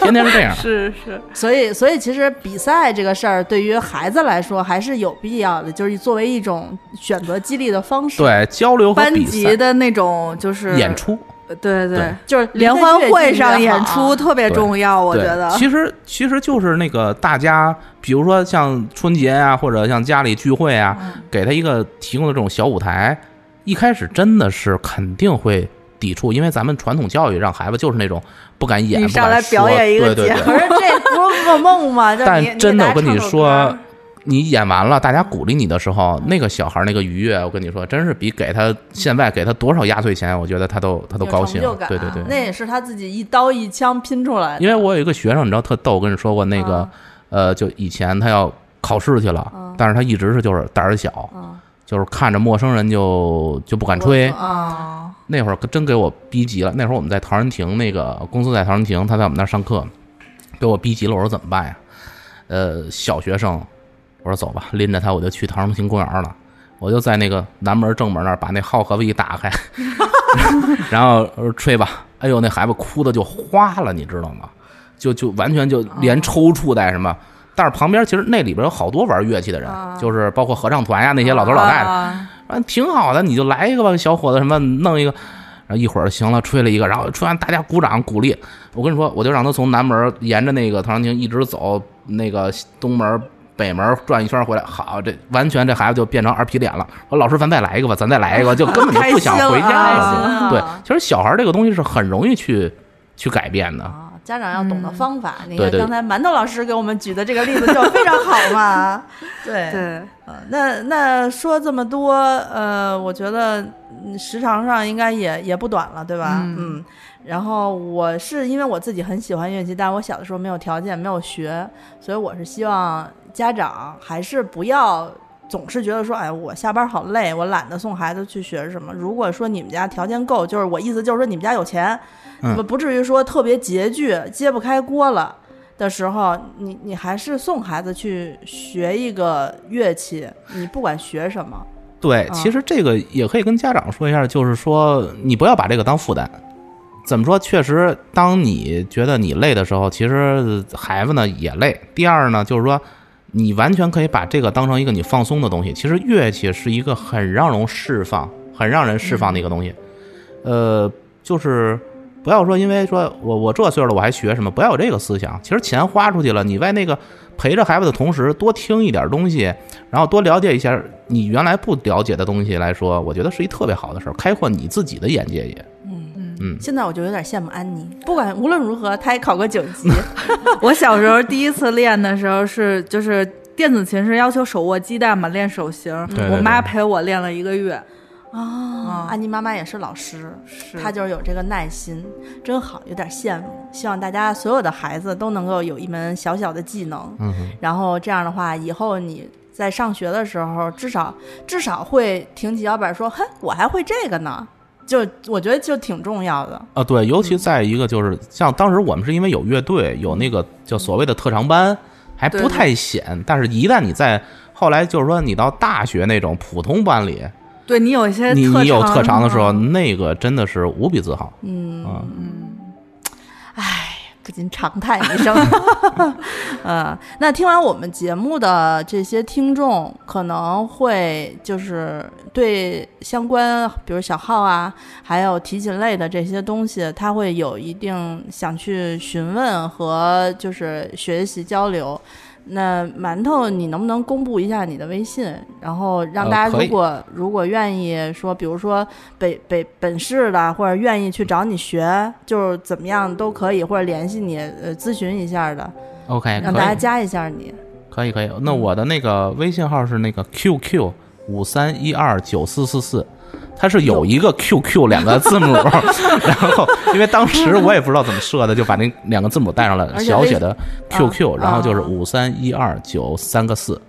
Speaker 4: 天天是这样。
Speaker 3: 啊是是，
Speaker 5: 所以，所以其实比赛这个事儿对于孩子来说还是有必要的，就是作为一种选择激励的方式。，
Speaker 4: 对，交流和
Speaker 3: 班
Speaker 4: 比
Speaker 3: 级
Speaker 4: 赛、
Speaker 3: 的那种就是
Speaker 4: 演，出，
Speaker 3: 对
Speaker 4: 对
Speaker 5: 就是
Speaker 3: 联欢会上演
Speaker 1: 啊
Speaker 5: 离得越近越
Speaker 3: 出
Speaker 5: 好
Speaker 3: 特别重要，我觉
Speaker 4: 对
Speaker 3: 得。
Speaker 4: 其实其实就是那个大家，比如说像春节啊，或者像家里聚会啊，
Speaker 3: 嗯
Speaker 4: 给他一个提供的这种小舞台，一开始真的是肯定会抵触，因为咱们传统教育让孩子就是那种不敢演，
Speaker 3: 你
Speaker 4: 不
Speaker 3: 上
Speaker 4: 敢
Speaker 3: 来表
Speaker 4: 说
Speaker 3: 演一个
Speaker 4: 对对对。
Speaker 3: 节
Speaker 5: 可是这不是噩梦 吗？就是你
Speaker 4: 但真的，我跟你，
Speaker 5: 给大家唱首
Speaker 4: 说
Speaker 5: 歌，
Speaker 4: 你演完了，大家鼓励你的时候，那个小孩那个愉悦，我跟你说，真是比给他现在给他多少压岁钱，我觉得他都他都
Speaker 5: 有
Speaker 4: 高
Speaker 5: 成
Speaker 4: 兴
Speaker 5: 就。感啊
Speaker 4: 对对对，
Speaker 5: 那也是他自己一刀一枪拼出来的。
Speaker 4: 因为我有一个学生，你知道特逗，我跟你说过那个，呃，就以前他要考试去了，但是他一直是就是胆儿小，
Speaker 5: 嗯
Speaker 4: 就是看着陌生人就就不敢吹。
Speaker 3: 啊，
Speaker 4: 那会儿可真给我逼急了。那会儿我们在陶然亭，那个公司在陶然亭，他在我们那儿上课，给我逼急了。我说怎么办呀？呃，小学生，我说走吧，拎着他我就去陶然亭公园了。我就在那个南门正门那儿把那号盒子一打开， 然后我说吹吧。哎呦，那孩子哭的就花了，你知道吗？就就完全就连抽搐带什么。但是旁边其实那里边有好多玩乐器的人，就是包括合唱团呀那些老头老太太，
Speaker 3: 啊
Speaker 4: 啊，挺好的，你就来一个吧，小伙子什么弄一个，然后一会儿行了，吹了一个，然后吹完大家鼓掌鼓励。我跟你说，我就让他从南门沿着那个陶然亭一直走，那个东门北门转一圈回来。好，这完全这孩子就变成二皮脸了。我说老师，咱再来一个吧，咱再来一个，就根本就不想回家了。
Speaker 3: 啊
Speaker 4: 对，其实小孩这个东西是很容易去去改变的。
Speaker 5: 啊，家长要懂得方法。你
Speaker 4: 对
Speaker 5: 看
Speaker 4: 对
Speaker 5: 刚才馒头老师给我们举的这个例子就非常好嘛。对
Speaker 3: 对，
Speaker 1: 呃那那说这么多，呃，我觉得嗯时长上应该也也不短了，对吧？嗯然后我是因为我自己很喜欢乐器，但我小的时候没有条件，没有学，所以我是希望家长还是不要总是觉得说，哎，我下班好累，我懒得送孩子去学什么。如果说你们家条件够，就是我意思就是说你们家有钱，
Speaker 4: 嗯
Speaker 1: 不不至于说特别拮据，揭不开锅了。的时候，你你还是送孩子去学一个乐器，你不管学什么，
Speaker 4: 对，其实这个也可以跟家长说一下，就是说你不要把这个当负担。怎么说？确实，当你觉得你累的时候，其实孩子呢也累。第二呢，就是说你完全可以把这个当成一个你放松的东西。其实乐器是一个很让人释放、很让人释放的一个东西。呃，就是不要说因为说我我这岁数了我还学什么，不要有这个思想。其实钱花出去了，你在那个陪着孩子的同时，多听一点东西，然后多了解一下你原来不了解的东西来说，我觉得是一特别好的事儿，开阔你自己的眼界也。
Speaker 1: 现在我就有点羡慕安妮。不管无论如何，她也考个九 级，
Speaker 4: 啊
Speaker 3: 我小时候第一次练的时候是就是电子琴是要求手握鸡蛋嘛，练手型儿。
Speaker 4: 对对
Speaker 3: 我
Speaker 4: 对
Speaker 3: 妈陪我练了一个月，
Speaker 1: 啊，安妮妈妈也是老师，
Speaker 3: 是
Speaker 1: 她就是有这个耐心，真好，有点羡慕。希望大家所有的孩子都能够有一门小小的技能，
Speaker 4: 嗯哼，
Speaker 1: 然后这样的话，以后你在上学的时候，至少至少会挺起腰板说：“嘿，我还会这个呢。”就我觉得就挺重要的。
Speaker 4: 啊，对，尤其在一个就是像当时我们是因为有乐队，有那个叫所谓的特长班，还
Speaker 3: 对
Speaker 4: 不
Speaker 3: 对
Speaker 4: 太显，但是一旦你在后来就是说你到大学那种普通班里，
Speaker 3: 对你有一些
Speaker 4: 你你有特长的时候，
Speaker 3: 呃嗯
Speaker 4: 那个真的是无比自豪。嗯
Speaker 1: 不禁长叹一声。呃，那听完我们节目的这些听众，可能会就是对相关，比如小号啊，还有提琴类的这些东西，他会有一定想去询问和就是学习交流。那馒头，你能不能公布一下你的微信，然后让
Speaker 4: 呃
Speaker 1: 大家
Speaker 4: 可以
Speaker 1: 如果、如果愿意说，比如说北北本市的，或者愿意去找你学，就是怎么样都可以，或者联系你呃咨询一下的。
Speaker 4: OK，
Speaker 6: 让
Speaker 4: 可
Speaker 6: 大家
Speaker 4: 以，
Speaker 6: 加一下你。
Speaker 4: 可以，可以。那
Speaker 1: 嗯
Speaker 4: 我的那个微信号是那个 QQ 五三一二九四四四。它是有一个 QQ 两 个字母，然后因为当时我也不知道怎么设的，就把那两个字母带上了，
Speaker 1: 而且
Speaker 4: 小
Speaker 1: 微
Speaker 4: 写的 QQ，然后就是
Speaker 1: 啊
Speaker 4: 五三一二九三个四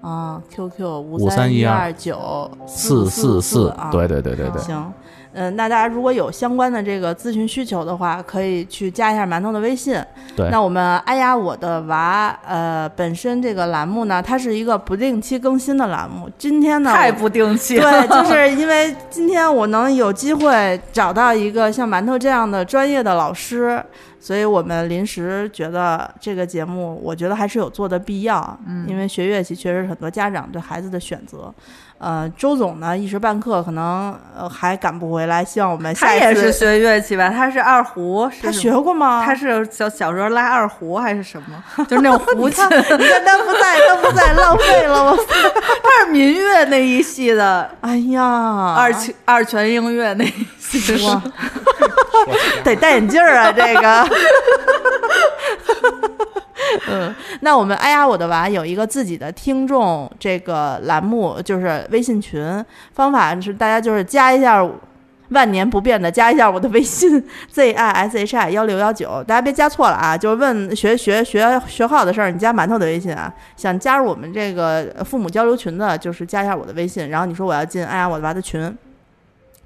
Speaker 1: 啊，QQ 五二
Speaker 4: 5312
Speaker 1: 九
Speaker 4: 四
Speaker 1: 四
Speaker 4: 四四
Speaker 1: 啊，，
Speaker 4: 对对对对对，
Speaker 6: 行，
Speaker 1: 嗯，那大家如果有相关的这个咨询需求的话，可以去加一下馒头的微信。
Speaker 4: 对
Speaker 1: 那我们哎呀我的娃，呃，本身这个栏目呢，它是一个不定期更新的栏目。今天呢，
Speaker 3: 太不定期了。
Speaker 1: 对，就是因为今天我能有机会找到一个像馒头这样的专业的老师，所以我们临时觉得这个节目，我觉得还是有做的必要。嗯，因为学乐器确实是很多家长对孩子的选择。呃，周总呢一时半刻可能呃还赶不回来，希望我们
Speaker 3: 他
Speaker 1: 下一次
Speaker 3: 也是学乐器吧？他是二胡，是
Speaker 1: 他
Speaker 3: 什么
Speaker 1: 学过吗？
Speaker 3: 他是小小时候拉二胡还是什么？ 就是那种胡琴，
Speaker 1: 你看他不在，他不在，浪费了 我。
Speaker 3: 他是民乐那一系的
Speaker 1: 哎呀，
Speaker 3: 二泉二泉映月那一系的。
Speaker 1: 哇，得戴眼镜儿啊，这个。嗯，那我们哎呀，我的娃有一个自己的听众这个栏目，就是微信群，方法是大家就是加一下。万年不变的，加一下我的微信 z i s h i 幺六幺九，大家别加错了啊！就是问学学学学号的事儿，你加馒头的微信啊。想加入我们这个父母交流群的，就是加一下我的微信，然后你说我要进哎呀我的娃的群，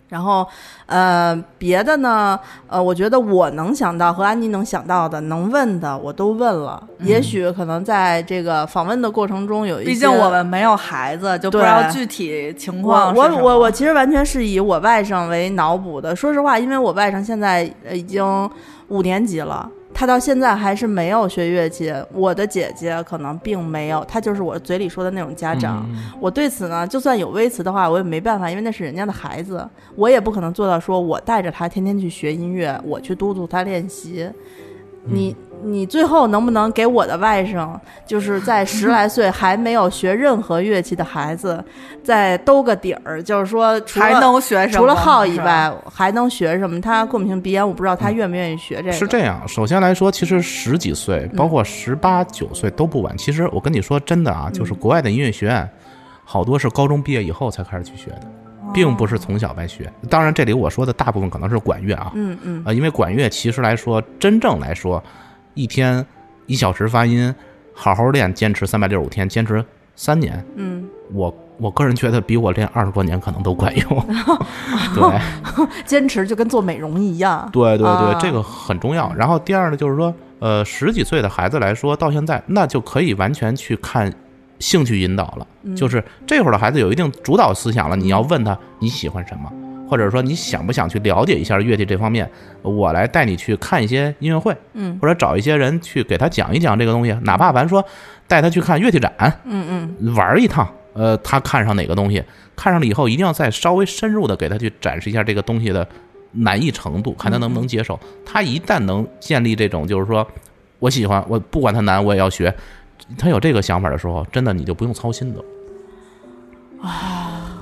Speaker 1: 然后呃，别的呢，呃，我觉得我能想到和安妮能想到的、能问的，我都问了。也许可能在这个访问的过程中有一些，
Speaker 3: 嗯毕竟我们没有孩子，就不知
Speaker 1: 对
Speaker 3: 道具体情
Speaker 1: 我
Speaker 3: 况是
Speaker 1: 我
Speaker 3: 什么
Speaker 1: 我我其实完全是以我外甥为脑补的。说实话，因为我外甥现在呃已经五年级了，他到现在还是没有学乐器。我的姐姐可能并没有，她就是我嘴里说的那种家长。
Speaker 3: 嗯
Speaker 1: 我对此呢，就算有微词的话，我也没办法，因为那是人家的孩子，我也不可能做到说我带着他天天去学音乐，我去督促他练习。你
Speaker 4: 嗯
Speaker 1: 你最后能不能给我的外甥，就是在十来岁还没有学任何乐器的孩子，再兜个底儿？就是说，除
Speaker 3: 还
Speaker 1: 了
Speaker 3: 能学什么？
Speaker 1: 除了号以
Speaker 3: 是吧，
Speaker 1: 外，还能学什么？他郭敏平鼻炎，我不知道他愿不愿意学这个。
Speaker 4: 嗯是这样，首先来说，其实十几岁，包括十八九岁都不晚。其实我跟你说真的啊，就是
Speaker 1: 嗯
Speaker 4: 国外的音乐学院，好多是高中毕业以后才开始去学的，
Speaker 1: 哦
Speaker 4: 并不是从小白学。当然，这里我说的大部分可能是管乐啊，
Speaker 1: 嗯嗯，
Speaker 4: 呃，因为管乐其实来说，真正来说，一天一小时发音，好好练，坚持三百六十五天，坚持三年，
Speaker 1: 嗯，
Speaker 4: 我我个人觉得比我练二十多年可能都 管用。对。
Speaker 1: 坚持就跟做美容一样。
Speaker 4: 对对对，
Speaker 1: 啊
Speaker 4: 这个很重要。然后第二呢，就是说，呃，十几岁的孩子来说，到现在那就可以完全去看兴趣引导了。
Speaker 1: 嗯
Speaker 4: 就是这会儿的孩子有一定主导思想了，你要问他你喜欢什么，或者说你想不想去了解一下乐器这方面，我来带你去看一些音乐会，
Speaker 1: 嗯，
Speaker 4: 或者找一些人去给他讲一讲这个东西，哪怕咱说带他去看乐器展，
Speaker 1: 嗯嗯，
Speaker 4: 玩一趟，呃，他看上哪个东西，看上了以后，一定要再稍微深入的给他去展示一下这个东西的难易程度，看他能不能接受。他一旦能建立这种就是说我喜欢，我不管它难，我也要学，他有这个想法的时候，真的你就不用操心的。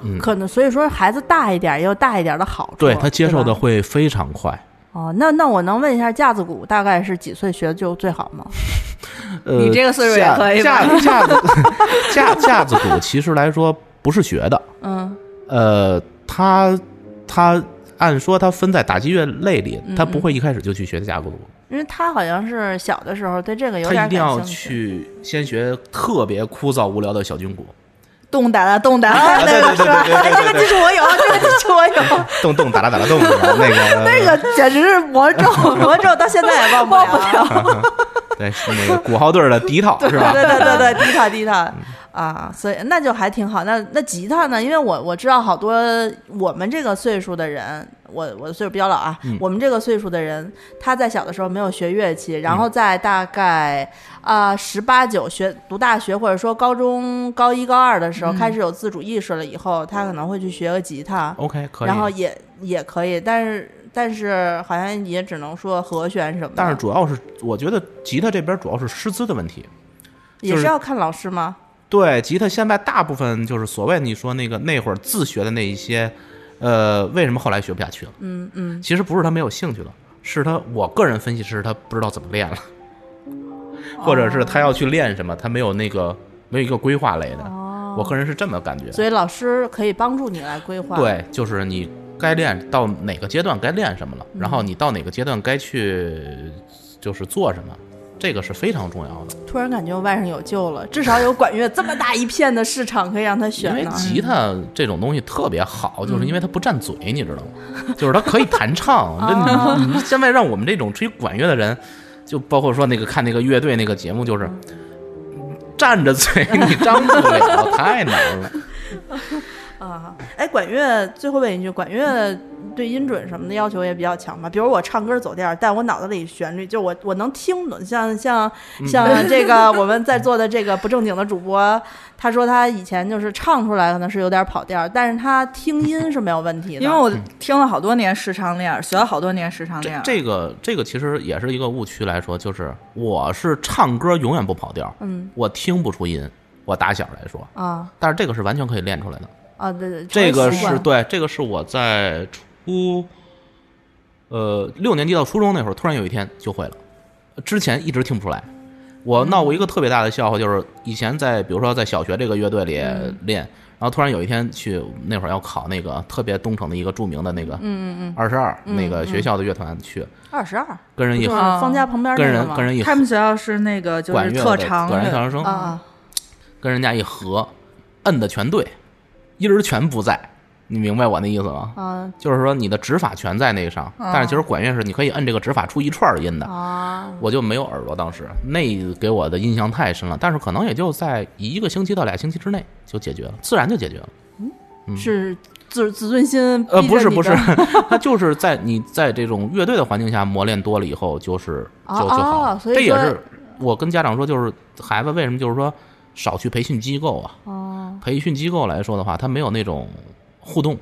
Speaker 4: 嗯
Speaker 1: 可能所以说孩子大一点儿也有大一点儿的好处。
Speaker 4: 对他接受
Speaker 1: 吧
Speaker 4: 的会非常快。
Speaker 1: 哦，那那我能问一下，架子鼓大概是几岁学就最好吗？
Speaker 4: 呃，
Speaker 3: 你这个岁数也可以
Speaker 4: 架
Speaker 3: 吧
Speaker 4: 架架子架架子鼓其实来说不是学的，
Speaker 1: 嗯，
Speaker 4: 呃，它它按说它分在打击乐类里，它不会一开始就去学架子鼓，
Speaker 1: 因为他好像是小的时候对这个有
Speaker 4: 他
Speaker 1: 点
Speaker 4: 一定
Speaker 1: 感
Speaker 4: 要
Speaker 1: 兴趣。
Speaker 4: 去先学特别枯燥无聊的小军鼓。
Speaker 3: 动打打动打打，
Speaker 4: 对对对对对对，
Speaker 1: 这啊个我有，这个是我有，
Speaker 4: 动动打啦打啦动，那 个那
Speaker 1: 这个 简直是魔咒， 魔咒到现在也 忘不了。啊
Speaker 4: 对那个鼓号队的笛套是吧？嗯
Speaker 1: 对对对对，低塔低塔啊，所以那就还挺好。那那吉他呢？因为我我知道好多我们这个岁数的人，我我的岁数比较老啊，
Speaker 4: 嗯
Speaker 1: 我们这个岁数的人，他在小的时候没有学乐器，然
Speaker 4: 嗯
Speaker 1: 后在大概啊十八九学读大学或者说高中高一高二的时候、
Speaker 4: 嗯
Speaker 1: 开始有自主意识了以后，他可能会去学个吉他，
Speaker 4: OK 哦可以
Speaker 1: 然。后也也可以，但是但是好像也只能说和弦什么的，
Speaker 4: 但是主要是我觉得吉他这边主要是师资的问题。
Speaker 1: 也
Speaker 4: 就是
Speaker 1: 是要看老师吗？
Speaker 4: 对，吉他现在大部分就是所谓你说那个那会儿自学的那一些，呃，为什么后来学不下去了？嗯嗯，其实不是他没有兴趣了，是他我个人分析是他不知道怎么练了。
Speaker 1: 哦
Speaker 4: 或者是他要去练什么，他没有那个没有一个规划类的。我个人是这么感觉。
Speaker 1: 哦所以老师可以帮助你来规划。，
Speaker 4: 对，就是你该练到哪个阶段该练什么了，然后你到哪个阶段该去就是做什么，这个是非常重要的。
Speaker 1: 突然感觉外甥有救了，至少有管乐这么大一片的市场可以让他
Speaker 4: 因
Speaker 1: 选
Speaker 4: 为
Speaker 1: 呢。
Speaker 4: 吉他这种东西特别好，就是因为它不占嘴，你知道吗？就是它可以弹唱。那你你现在让我们这种吹管乐的人，就包括说那个看那个乐队那个节目，就是站着嘴你张不了，太难了。
Speaker 1: 哎，管乐最后问一句，管乐对音准什么的要求也比较强吧？比如我唱歌走调，但我脑子里旋律就我我能听懂，像像
Speaker 4: 嗯
Speaker 1: 像这个我们在座的这个不正经的主播，他说他以前就是唱出来可能是有点跑调，但是他听音是没有问题的。
Speaker 3: 因为我听了好多年视唱练，学了好多年视唱
Speaker 4: 这
Speaker 3: 练。
Speaker 4: 这个这个其实也是一个误区来说，就是我是唱歌永远不跑调，嗯，我听不出音，我打小来说，
Speaker 1: 啊
Speaker 4: 但是这个是完全可以练出来的。
Speaker 1: 啊，对对，
Speaker 4: 这
Speaker 1: 成
Speaker 4: 个
Speaker 1: 为习惯
Speaker 4: 是对，这个是我在初，呃，六年级到初中那会儿，突然有一天就会了，之前一直听不出来。我闹过一个特别大的笑话，就是以前在比如说在小学这个乐队里练，然后突然有一天去那会儿要考那个特别东城的一个著名的那个嗯二十二那个学校的乐团去，
Speaker 1: 二十二，
Speaker 4: 跟人一
Speaker 1: 就是
Speaker 4: 合
Speaker 1: 方家旁边
Speaker 4: 跟
Speaker 1: 那个
Speaker 4: 人
Speaker 1: 吗
Speaker 4: 跟？人一合
Speaker 3: 他们学校是那个就
Speaker 4: 管
Speaker 3: 是
Speaker 4: 乐
Speaker 3: 特
Speaker 4: 的
Speaker 3: 长
Speaker 4: 管乐特
Speaker 3: 乐，
Speaker 4: 长生
Speaker 1: 啊啊，
Speaker 4: 跟人家一合，摁的全对，音儿全不在，你明白我那意思吗？
Speaker 1: 啊
Speaker 4: 就是说你的指法全在那个上，
Speaker 3: 嗯
Speaker 4: 但是其实管乐是你可以摁这个指法出一串儿音的。
Speaker 3: 哦
Speaker 1: 啊，
Speaker 4: 我就没有耳朵，当时那给我的印象太深了，但是可能也就在一个星期到俩星期之内就解决了，自然就解决了。
Speaker 1: 是自自尊心逼着
Speaker 4: 嗯呃，
Speaker 1: 你的？
Speaker 4: 不是不 是，它就是在你在这种乐队的环境下磨练多了以后，就是就
Speaker 1: 哦
Speaker 4: 就好了。
Speaker 1: 哦所以
Speaker 4: 这也
Speaker 1: 说
Speaker 4: 是我跟家长说，就是孩子为什么就是说少去培训机构啊？
Speaker 1: 哦，
Speaker 4: 培训机构来说的话，它没有那种互动。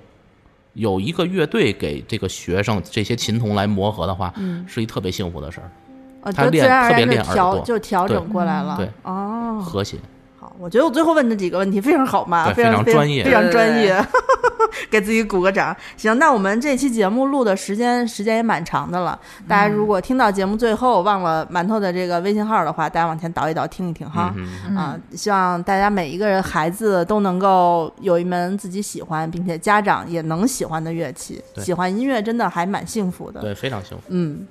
Speaker 4: 有一个乐队给这个学生这些琴童来磨合的话，
Speaker 1: 嗯
Speaker 4: 是一特别幸福的事儿，
Speaker 1: 啊
Speaker 4: 他
Speaker 1: 就
Speaker 4: 练
Speaker 1: 自然而
Speaker 4: 特别
Speaker 1: 然就
Speaker 4: 练耳
Speaker 1: 调
Speaker 4: 朵
Speaker 1: 就调整
Speaker 4: 对
Speaker 1: 过来了。
Speaker 4: 对
Speaker 1: 哦，
Speaker 4: 和谐。
Speaker 1: 好，我觉得我最后问这几个问题非常好嘛，
Speaker 4: 对非
Speaker 1: 常
Speaker 4: 常
Speaker 1: 非
Speaker 4: 专业
Speaker 1: 非常
Speaker 3: 对对
Speaker 1: 专
Speaker 3: 对
Speaker 1: 业，给自己鼓个掌。行，那我们这期节目录的时间时间也蛮长的了，大
Speaker 3: 嗯
Speaker 1: 家如果听到节目最后忘了馒头的这个微信号的话，大家往前倒一倒听一听哈。
Speaker 4: 嗯哼，
Speaker 1: 啊，希望大家每一个人孩子都能够有一门自己喜欢，并且家长也能喜欢的乐器。
Speaker 4: 对
Speaker 1: 喜欢音乐真的还蛮幸福的。
Speaker 4: 对，非常幸福。
Speaker 1: 嗯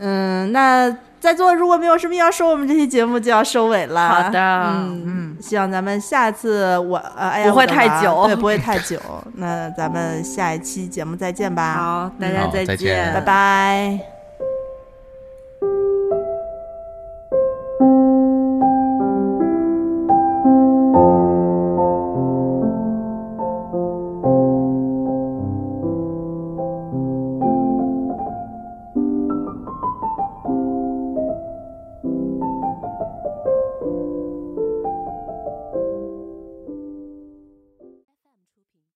Speaker 1: 嗯，那在座如果没有什么要说，我们这期节目就要收尾了。
Speaker 3: 好的
Speaker 1: 嗯，希望咱们下次我呃，哎呀，
Speaker 3: 不会
Speaker 1: 我的
Speaker 3: 太
Speaker 1: 娃
Speaker 3: 久
Speaker 1: 对，不会太久。那咱们下一期节目再见吧，
Speaker 3: 好，大家
Speaker 4: 好再见
Speaker 3: 见，
Speaker 1: 拜拜。